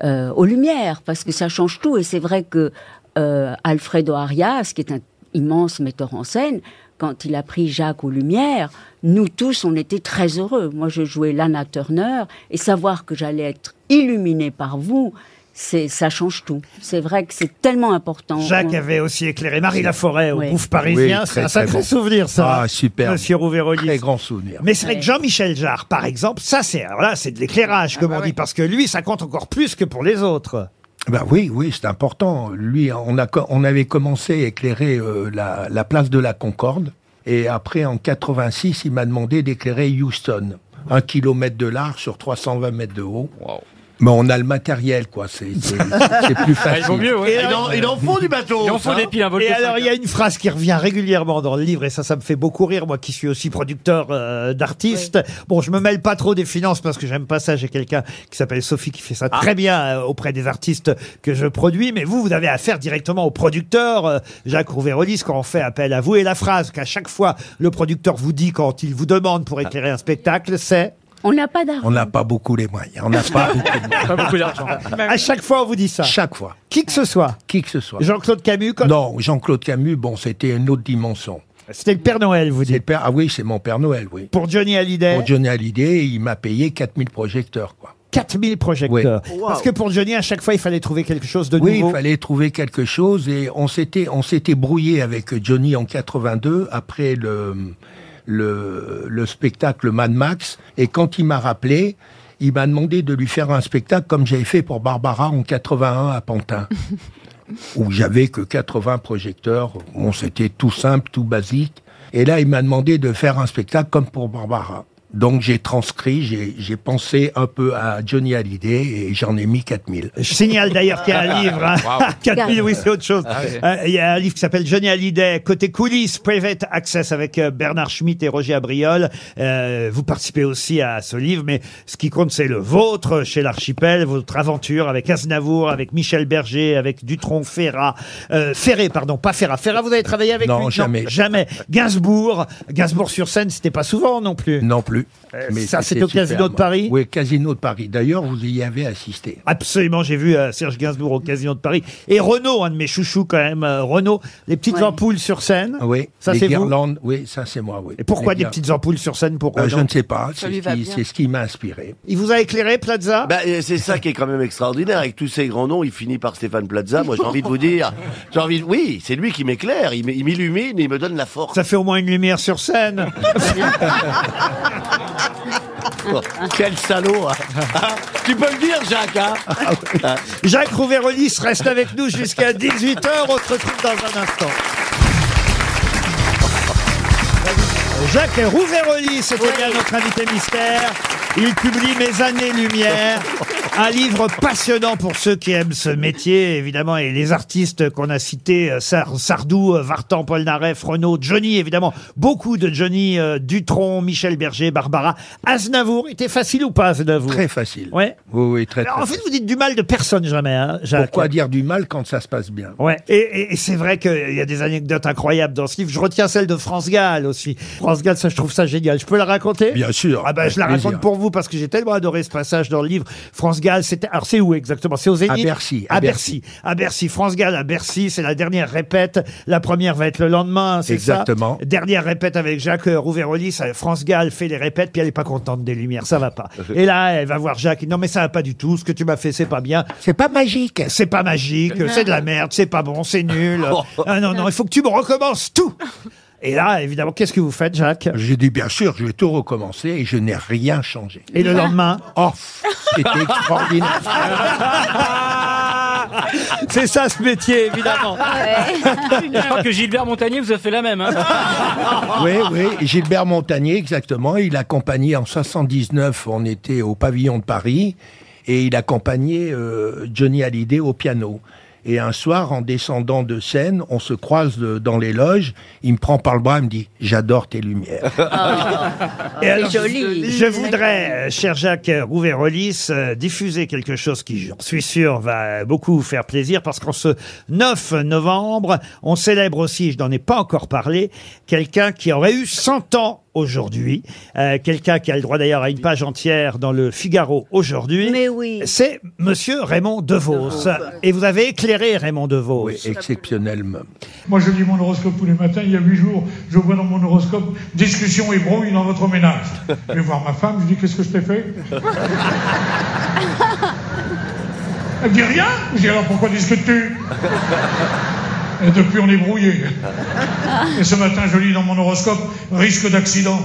[SPEAKER 7] euh, aux Lumières, parce que ça change tout. Et c'est vrai que euh, Alfredo Arias, qui est un immense metteur en scène, quand il a pris Jacques aux Lumières, nous tous, on était très heureux. Moi, je jouais Lana Turner, et savoir que j'allais être illuminée par vous, c'est ça change tout. C'est vrai que c'est tellement important.
[SPEAKER 2] Jacques
[SPEAKER 7] On-
[SPEAKER 2] avait aussi éclairé Marie Laforêt au
[SPEAKER 7] Oui.
[SPEAKER 2] Bouffe Parisien.
[SPEAKER 23] Oui,
[SPEAKER 2] c'est
[SPEAKER 23] très,
[SPEAKER 2] un
[SPEAKER 23] très
[SPEAKER 2] sacré
[SPEAKER 23] bon.
[SPEAKER 2] souvenir, ça.
[SPEAKER 23] Ah, super.
[SPEAKER 2] Monsieur Rouvérolis.
[SPEAKER 23] Très grand souvenir.
[SPEAKER 2] Mais c'est vrai que Jean-Michel Jarre, par exemple, ça c'est alors là, c'est de l'éclairage, comme on dit, parce que lui, ça compte encore plus que pour les autres.
[SPEAKER 23] Ben oui, oui, c'est important. Lui, on, a, co- on avait commencé à éclairer euh, la, la place de la Concorde. Et après, en 86, il m'a demandé d'éclairer Houston. Un kilomètre de large sur 320 mètres de haut. Mais on a le matériel, quoi. C'est c'est-
[SPEAKER 2] (laughs)
[SPEAKER 3] (laughs)
[SPEAKER 23] c'est
[SPEAKER 3] Ah,
[SPEAKER 23] plus facile.
[SPEAKER 3] Et il en- il en faut du bateau. hein.
[SPEAKER 2] Et alors, il y a une phrase qui revient régulièrement dans le livre, et ça, ça me fait beaucoup rire, moi qui suis aussi producteur euh, d'artistes. Bon, je me mêle pas trop des finances parce que j'aime pas ça. J'ai quelqu'un qui s'appelle Sophie qui fait ça
[SPEAKER 3] Ah.
[SPEAKER 2] très bien euh, auprès des artistes que je produis. Mais vous, vous avez affaire directement au producteur, euh, Jacques Rouvérolis, quand on fait appel à vous. Et la phrase qu'à chaque fois le producteur vous dit quand il vous demande
[SPEAKER 3] Ah.
[SPEAKER 2] pour éclairer un spectacle, c'est
[SPEAKER 7] On n'a pas d'argent.
[SPEAKER 23] On n'a pas beaucoup les moyens. On n'a
[SPEAKER 3] (laughs)
[SPEAKER 23] pas beaucoup de moyens.
[SPEAKER 2] À chaque fois, on vous dit ça.
[SPEAKER 23] Chaque fois.
[SPEAKER 2] Qui que ce soit.
[SPEAKER 23] Qui que ce soit.
[SPEAKER 2] Jean-Claude Camus quand...
[SPEAKER 23] Non, Jean-Claude Camus, bon, c'était une autre dimension.
[SPEAKER 2] C'était le Père Noël, vous
[SPEAKER 23] dites Ah oui, c'est mon Père Noël, oui.
[SPEAKER 2] Pour Johnny Hallyday
[SPEAKER 23] Pour Johnny Hallyday, il m'a payé 4000 projecteurs, quoi.
[SPEAKER 2] 4000 projecteurs.
[SPEAKER 23] Oui.
[SPEAKER 2] Parce que pour Johnny, à chaque fois, il fallait trouver quelque chose de
[SPEAKER 23] Oui,
[SPEAKER 2] nouveau.
[SPEAKER 23] il fallait trouver quelque chose et on s'était on s'était brouillé avec Johnny en 82 après le le, le spectacle Mad Max et quand il m'a rappelé, il m'a demandé de lui faire un spectacle comme j'avais fait pour Barbara en 81 à Pantin. où j'avais que 80 projecteurs, bon, c'était tout simple, tout basique. Et là, il m'a demandé de faire un spectacle comme pour Barbara. Donc j'ai transcrit, j'ai j'ai pensé un peu à Johnny Hallyday et j'en ai mis 4000.
[SPEAKER 2] Je signale d'ailleurs qu'il y a
[SPEAKER 23] (laughs)
[SPEAKER 2] un livre. hein. (laughs) 4000, oui, c'est autre chose.
[SPEAKER 23] Ah oui.
[SPEAKER 2] Euh, Il y a un livre qui s'appelle Johnny Hallyday, Côté coulisses, Private Access avec euh, Bernard Schmitt et Roger Abriol. Euh, vous participez aussi à ce livre, mais ce qui compte, c'est le vôtre chez l'Archipel, votre aventure avec Aznavour, avec Michel Berger, avec Dutronc, Ferrat, euh, Ferré, pardon, pas Ferrat. Ferrat, vous avez travaillé avec
[SPEAKER 23] Non,
[SPEAKER 2] lui
[SPEAKER 23] jamais.
[SPEAKER 2] Jamais. Gainsbourg, Gainsbourg sur scène, c'était pas souvent non plus.
[SPEAKER 23] Non plus.
[SPEAKER 2] Mais ça,
[SPEAKER 23] c'était
[SPEAKER 2] c'était au
[SPEAKER 23] super,
[SPEAKER 2] Casino de
[SPEAKER 23] moi.
[SPEAKER 2] Paris
[SPEAKER 23] Oui, Casino de Paris. D'ailleurs, vous y avez assisté.
[SPEAKER 2] Absolument, j'ai vu euh, Serge Gainsbourg au Casino de Paris. Et Renault, un de mes chouchous quand même, euh, Renault, les petites ampoules sur scène.
[SPEAKER 23] Oui,
[SPEAKER 2] ça
[SPEAKER 23] les
[SPEAKER 2] c'est vous.
[SPEAKER 23] guirlandes, oui, ça Ah, c'est moi, oui.
[SPEAKER 2] Et pourquoi des
[SPEAKER 23] guirlandes.
[SPEAKER 2] petites ampoules sur scène pour
[SPEAKER 23] Ben,
[SPEAKER 2] Renault
[SPEAKER 23] Je ne sais pas, c'est
[SPEAKER 2] Ça lui
[SPEAKER 23] ce
[SPEAKER 2] va
[SPEAKER 23] qui-
[SPEAKER 2] bien.
[SPEAKER 23] c'est ce qui m'a inspiré.
[SPEAKER 2] Il vous a éclairé, Plaza
[SPEAKER 3] Bah, et c'est ça qui est quand même extraordinaire. Avec tous ces grands noms, il finit par Stéphane Plaza. Moi, j'ai envie de vous dire, j'ai envie. de- Oui, c'est lui qui m'éclaire, il m- il m'illumine, et il me donne la force.
[SPEAKER 2] Ça fait au moins une lumière sur scène.
[SPEAKER 3] (laughs) Oh, quel salaud hein. Ah, Tu peux le dire, Jacques. hein. Ah.
[SPEAKER 2] Jacques Rouvérolis reste avec nous jusqu'à 18h. On se retrouve dans un instant. Jacques Rouvérolis, c'était bien notre invité mystère. Il publie Mes années-lumière, un livre passionnant pour ceux qui aiment ce métier, évidemment, et les artistes qu'on a cités, euh, Sar- Sardou, euh, Vartan, Polnareff, Renaud, Johnny, évidemment, beaucoup de Johnny, euh, Dutronc, Michel Berger, Barbara, Aznavour. Était facile ou pas, Aznavour
[SPEAKER 23] Très facile.
[SPEAKER 2] Ouais.
[SPEAKER 23] Oui, oui, très,
[SPEAKER 2] Alors,
[SPEAKER 23] très
[SPEAKER 2] en fait, vous dites du mal de personne jamais, hein, Jacques.
[SPEAKER 23] Pourquoi dire du mal quand ça se passe bien
[SPEAKER 2] Ouais. Et, et- et c'est vrai qu'il y a des anecdotes incroyables dans ce livre. Je retiens celle de France Gall aussi. France Gall, ça, je trouve ça génial. Je peux la raconter
[SPEAKER 23] Bien sûr.
[SPEAKER 2] Ah ben, je la
[SPEAKER 23] Avec plaisir.
[SPEAKER 2] raconte pour vous parce que j'ai tellement adoré ce passage dans le livre. France Gall, c'était. Alors, c'est où exactement C'est aux Zénith.
[SPEAKER 23] À Bercy, à
[SPEAKER 2] À Bercy. À Bercy. France Gall à Bercy. C'est la dernière répète. La première va être le lendemain. c'est ça
[SPEAKER 23] Exactement.
[SPEAKER 2] Dernière répète avec Jacques euh, Rouvérolis. Euh, France Gall fait les répètes, puis elle est pas contente des lumières. Ça va pas. Et là, elle va voir Jacques. Non, mais ça va pas du tout. Ce que tu m'as fait, c'est pas bien.
[SPEAKER 23] C'est pas magique.
[SPEAKER 2] C'est
[SPEAKER 23] (laughs)
[SPEAKER 2] pas magique. C'est de la merde. C'est pas bon. C'est nul. Ah non, non, il faut que tu me recommences tout. Et là, évidemment, qu'est-ce que vous faites, Jacques
[SPEAKER 23] J'ai dit bien sûr, je vais tout recommencer et je n'ai rien changé.
[SPEAKER 2] Et le lendemain
[SPEAKER 23] Oh,
[SPEAKER 2] (laughs)
[SPEAKER 23] c'était extraordinaire.
[SPEAKER 2] C'est ça ce métier, évidemment.
[SPEAKER 5] Je crois que Gilbert Montagnier vous a fait la même. hein.
[SPEAKER 23] Oui, oui, Gilbert Montagnier, exactement. Il accompagnait en 79, on était au pavillon de Paris, et il accompagnait euh, Johnny Hallyday au piano. Et un soir, en descendant de scène, on se croise euh, dans les loges, il me prend par le bras, il me dit « J'adore tes lumières
[SPEAKER 2] (laughs) Et alors,
[SPEAKER 19] C'est joli. (laughs)
[SPEAKER 2] Je voudrais, euh, cher Jacques Rouvérolis, euh, diffuser quelque chose qui, j'en suis sûr, va beaucoup vous faire plaisir parce qu'en ce 9 novembre, on célèbre aussi, je n'en ai pas encore parlé, quelqu'un qui aurait eu 100 ans aujourd'hui, euh, quelqu'un qui a le droit d'ailleurs à une page entière dans le Figaro aujourd'hui. Mais oui. C'est monsieur Raymond DeVos. Et vous avez éclairé Raymond DeVos. ».
[SPEAKER 23] Exceptionnellement.
[SPEAKER 9] Moi, je lis mon horoscope tous les matins. Il y a huit jours, je vois dans mon horoscope discussion et brouille dans votre ménage. Je vais voir ma femme, je dis Qu'est-ce que je t'ai
[SPEAKER 7] (laughs)
[SPEAKER 9] fait Elle me dit Rien Je dis Alors pourquoi discutes-tu Et depuis, on est brouillés. Et ce matin, je lis dans mon horoscope risque d'accident.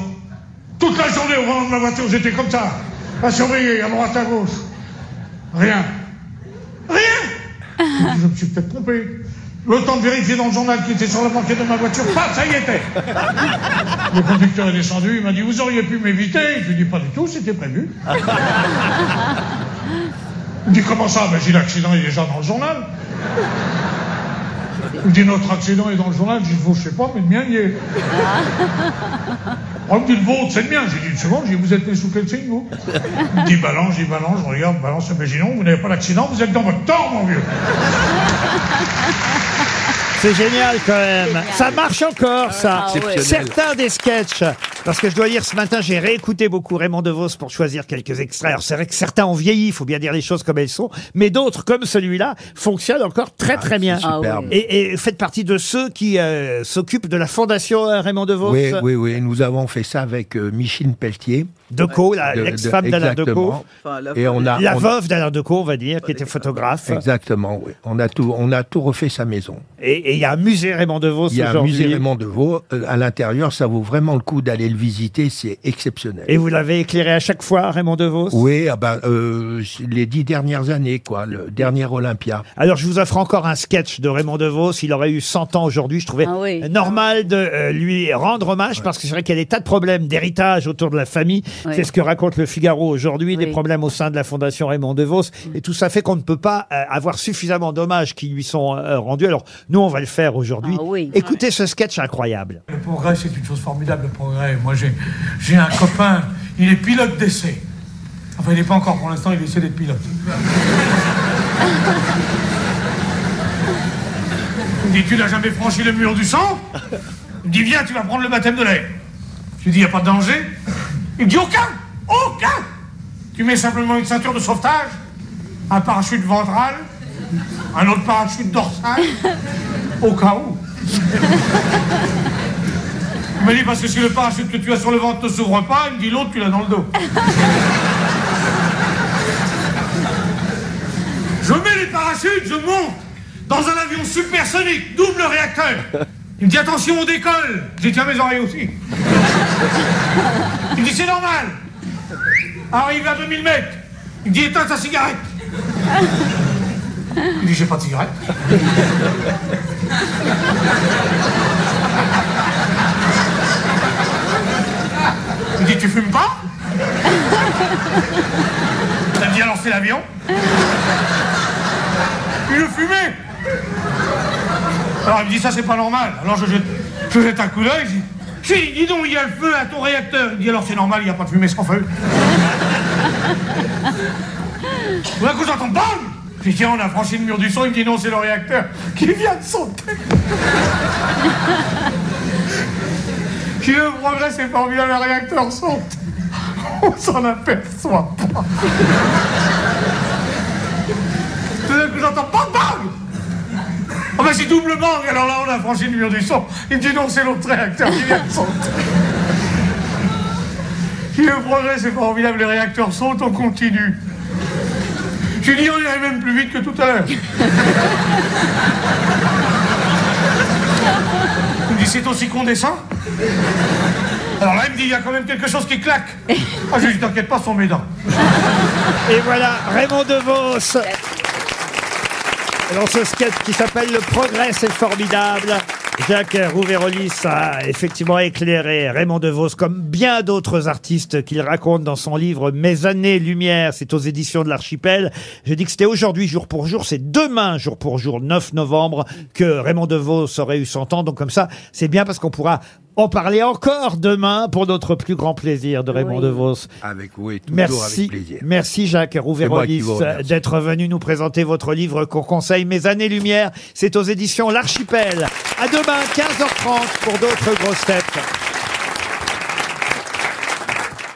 [SPEAKER 9] Toute la journée, au volant de la voiture, j'étais comme ça, à surveiller, à droite, à gauche. Rien. Rien Je me suis peut-être trompé. Le temps de vérifier dans le journal qui était sur le banquette de ma voiture, paf, ça y était. Le conducteur est descendu, il m'a dit Vous auriez pu m'éviter Je lui ai dit Pas du tout, c'était prévu. Il me dit Comment ça Ben, J'ai dit L'accident est déjà dans le journal. Il me dit Notre accident est dans le journal. Je dis Vous, je sais pas, mais le mien y est. On me dit Le vôtre, c'est le mien. J'ai dit Une seconde, j'ai dit, Vous êtes né sous quel signe, vous Il me dit Balance, j'ai dit Balance, je regarde, balance, imaginons, vous n'avez pas l'accident, vous êtes dans votre temps, mon vieux.
[SPEAKER 2] C'est génial quand même. Ça marche encore, ça.
[SPEAKER 19] Ah ouais. Exceptionnel.
[SPEAKER 2] Certains des sketchs. Parce que je dois dire, ce matin, j'ai réécouté beaucoup Raymond DeVos pour choisir quelques extraits. Alors, c'est vrai que certains ont vieilli, il faut bien dire les choses comme elles sont. Mais d'autres, comme celui-là, fonctionnent encore très, très bien.
[SPEAKER 23] Ah,
[SPEAKER 2] Ah
[SPEAKER 23] c'est superbe.
[SPEAKER 2] Et, et faites partie de ceux qui euh, s'occupent de la fondation euh, Raymond DeVos.
[SPEAKER 23] Oui, oui, oui. Nous avons fait ça avec euh, Micheline Pelletier.
[SPEAKER 2] Decaux, la- l'ex-femme d'Alain Decaux.
[SPEAKER 23] exactement. Et on a,
[SPEAKER 2] la
[SPEAKER 23] on-
[SPEAKER 2] veuve d'Alain Decaux, on va dire, qui était photographe.
[SPEAKER 23] Exactement, oui. On a tout, on a tout refait sa maison.
[SPEAKER 2] Et et il y a un musée Raymond DeVos
[SPEAKER 23] Il y a un
[SPEAKER 2] aujourd'hui.
[SPEAKER 23] musée Raymond Devaux euh, à l'intérieur. Ça vaut vraiment le coup d'aller le visiter. C'est exceptionnel.
[SPEAKER 2] Et vous l'avez éclairé à chaque fois, Raymond DeVos
[SPEAKER 23] Oui, ah ben, euh, les dix dernières années, quoi. Le dernier Olympia.
[SPEAKER 2] Alors, je vous offre encore un sketch de Raymond DeVos. Il aurait eu 100 ans aujourd'hui. Je trouvais normal de euh, lui rendre hommage parce que c'est vrai qu'il y a des tas de problèmes d'héritage autour de la famille.
[SPEAKER 10] Ouais.
[SPEAKER 2] C'est ce que raconte le Figaro aujourd'hui, des problèmes au sein de la Fondation Raymond DeVos. Et tout ça fait qu'on ne peut pas euh, avoir suffisamment d'hommages qui lui sont euh, rendus. Alors, nous, on va le faire aujourd'hui. Écoutez ce sketch incroyable.
[SPEAKER 10] Le progrès, c'est une chose formidable, le progrès. Moi, j'ai, j'ai un copain, il est pilote d'essai. Enfin, il n'est pas encore pour l'instant, il essaie d'être pilote. Il me dit Tu n'as jamais franchi le mur du sang Il me dit Viens, tu vas prendre le baptême de l'air. Je lui dis Il n'y a pas de danger Il me dit Aucun Aucun Tu mets simplement une ceinture de sauvetage, un parachute ventral, un autre parachute dorsal, au cas où. Il me dit parce que si le parachute que tu as sur le ventre ne s'ouvre pas, il me dit l'autre, tu l'as dans le dos. Je mets les parachutes, je monte dans un avion supersonique, double réacteur. Il me dit attention, on décolle. J'ai tiens mes oreilles aussi. Il me dit c'est normal. Arrive à 2000 mètres. Il me dit éteins ta cigarette. Il dit j'ai pas de cigarette. Il me dit tu fumes pas T'as bien lancé l'avion Il le fumait Alors il me dit ça c'est pas normal. Alors je jette, je jette un coup d'œil, je dis si, dis donc, il y a le feu à ton réacteur. Il me dit alors c'est normal, il n'y a pas de fumée sans feu. Tout d'un coup j'entends BAM Je dis tiens on a franchi le mur du son, il me dit non c'est le réacteur qui vient de sauter. Qui le progrès c'est formidable, le réacteur saute. On s'en aperçoit pas. Tout d'un coup, j'entends bang bang Ah bah c'est double bang Alors là on a franchi le mur du son. Il me dit non c'est l'autre réacteur qui vient de sauter. Qui le progrès c'est formidable, le réacteur saute, on continue. Je lui dis on irait même plus vite que tout à l'heure. Il me dit c'est aussi condescend alors là, il me dit, il y a quand même quelque chose qui claque. Ah, je lui dis, t'inquiète pas, ce sont mes dents.
[SPEAKER 2] Et voilà, Raymond DeVos. Dans ce sketch qui s'appelle Le progrès, c'est formidable. Jacques Rouvérolis a effectivement éclairé Raymond DeVos comme bien d'autres artistes qu'il raconte dans son livre Mes années lumière. C'est aux éditions de l'Archipel. J'ai dit que c'était aujourd'hui jour pour jour. C'est demain jour pour jour, 9 novembre, que Raymond DeVos aurait eu 100 ans. Donc comme ça, c'est bien parce qu'on pourra en parler encore demain pour notre plus grand plaisir de Raymond DeVos.
[SPEAKER 23] Avec oui, toujours
[SPEAKER 2] Merci,
[SPEAKER 23] avec plaisir.
[SPEAKER 2] merci Jacques
[SPEAKER 23] qui
[SPEAKER 2] Rouvérolis
[SPEAKER 23] vous remercie.
[SPEAKER 2] d'être venu nous présenter votre livre qu'on conseille Mes années lumière. C'est aux éditions L'Archipel. À demain 15h30 pour d'autres grosses têtes.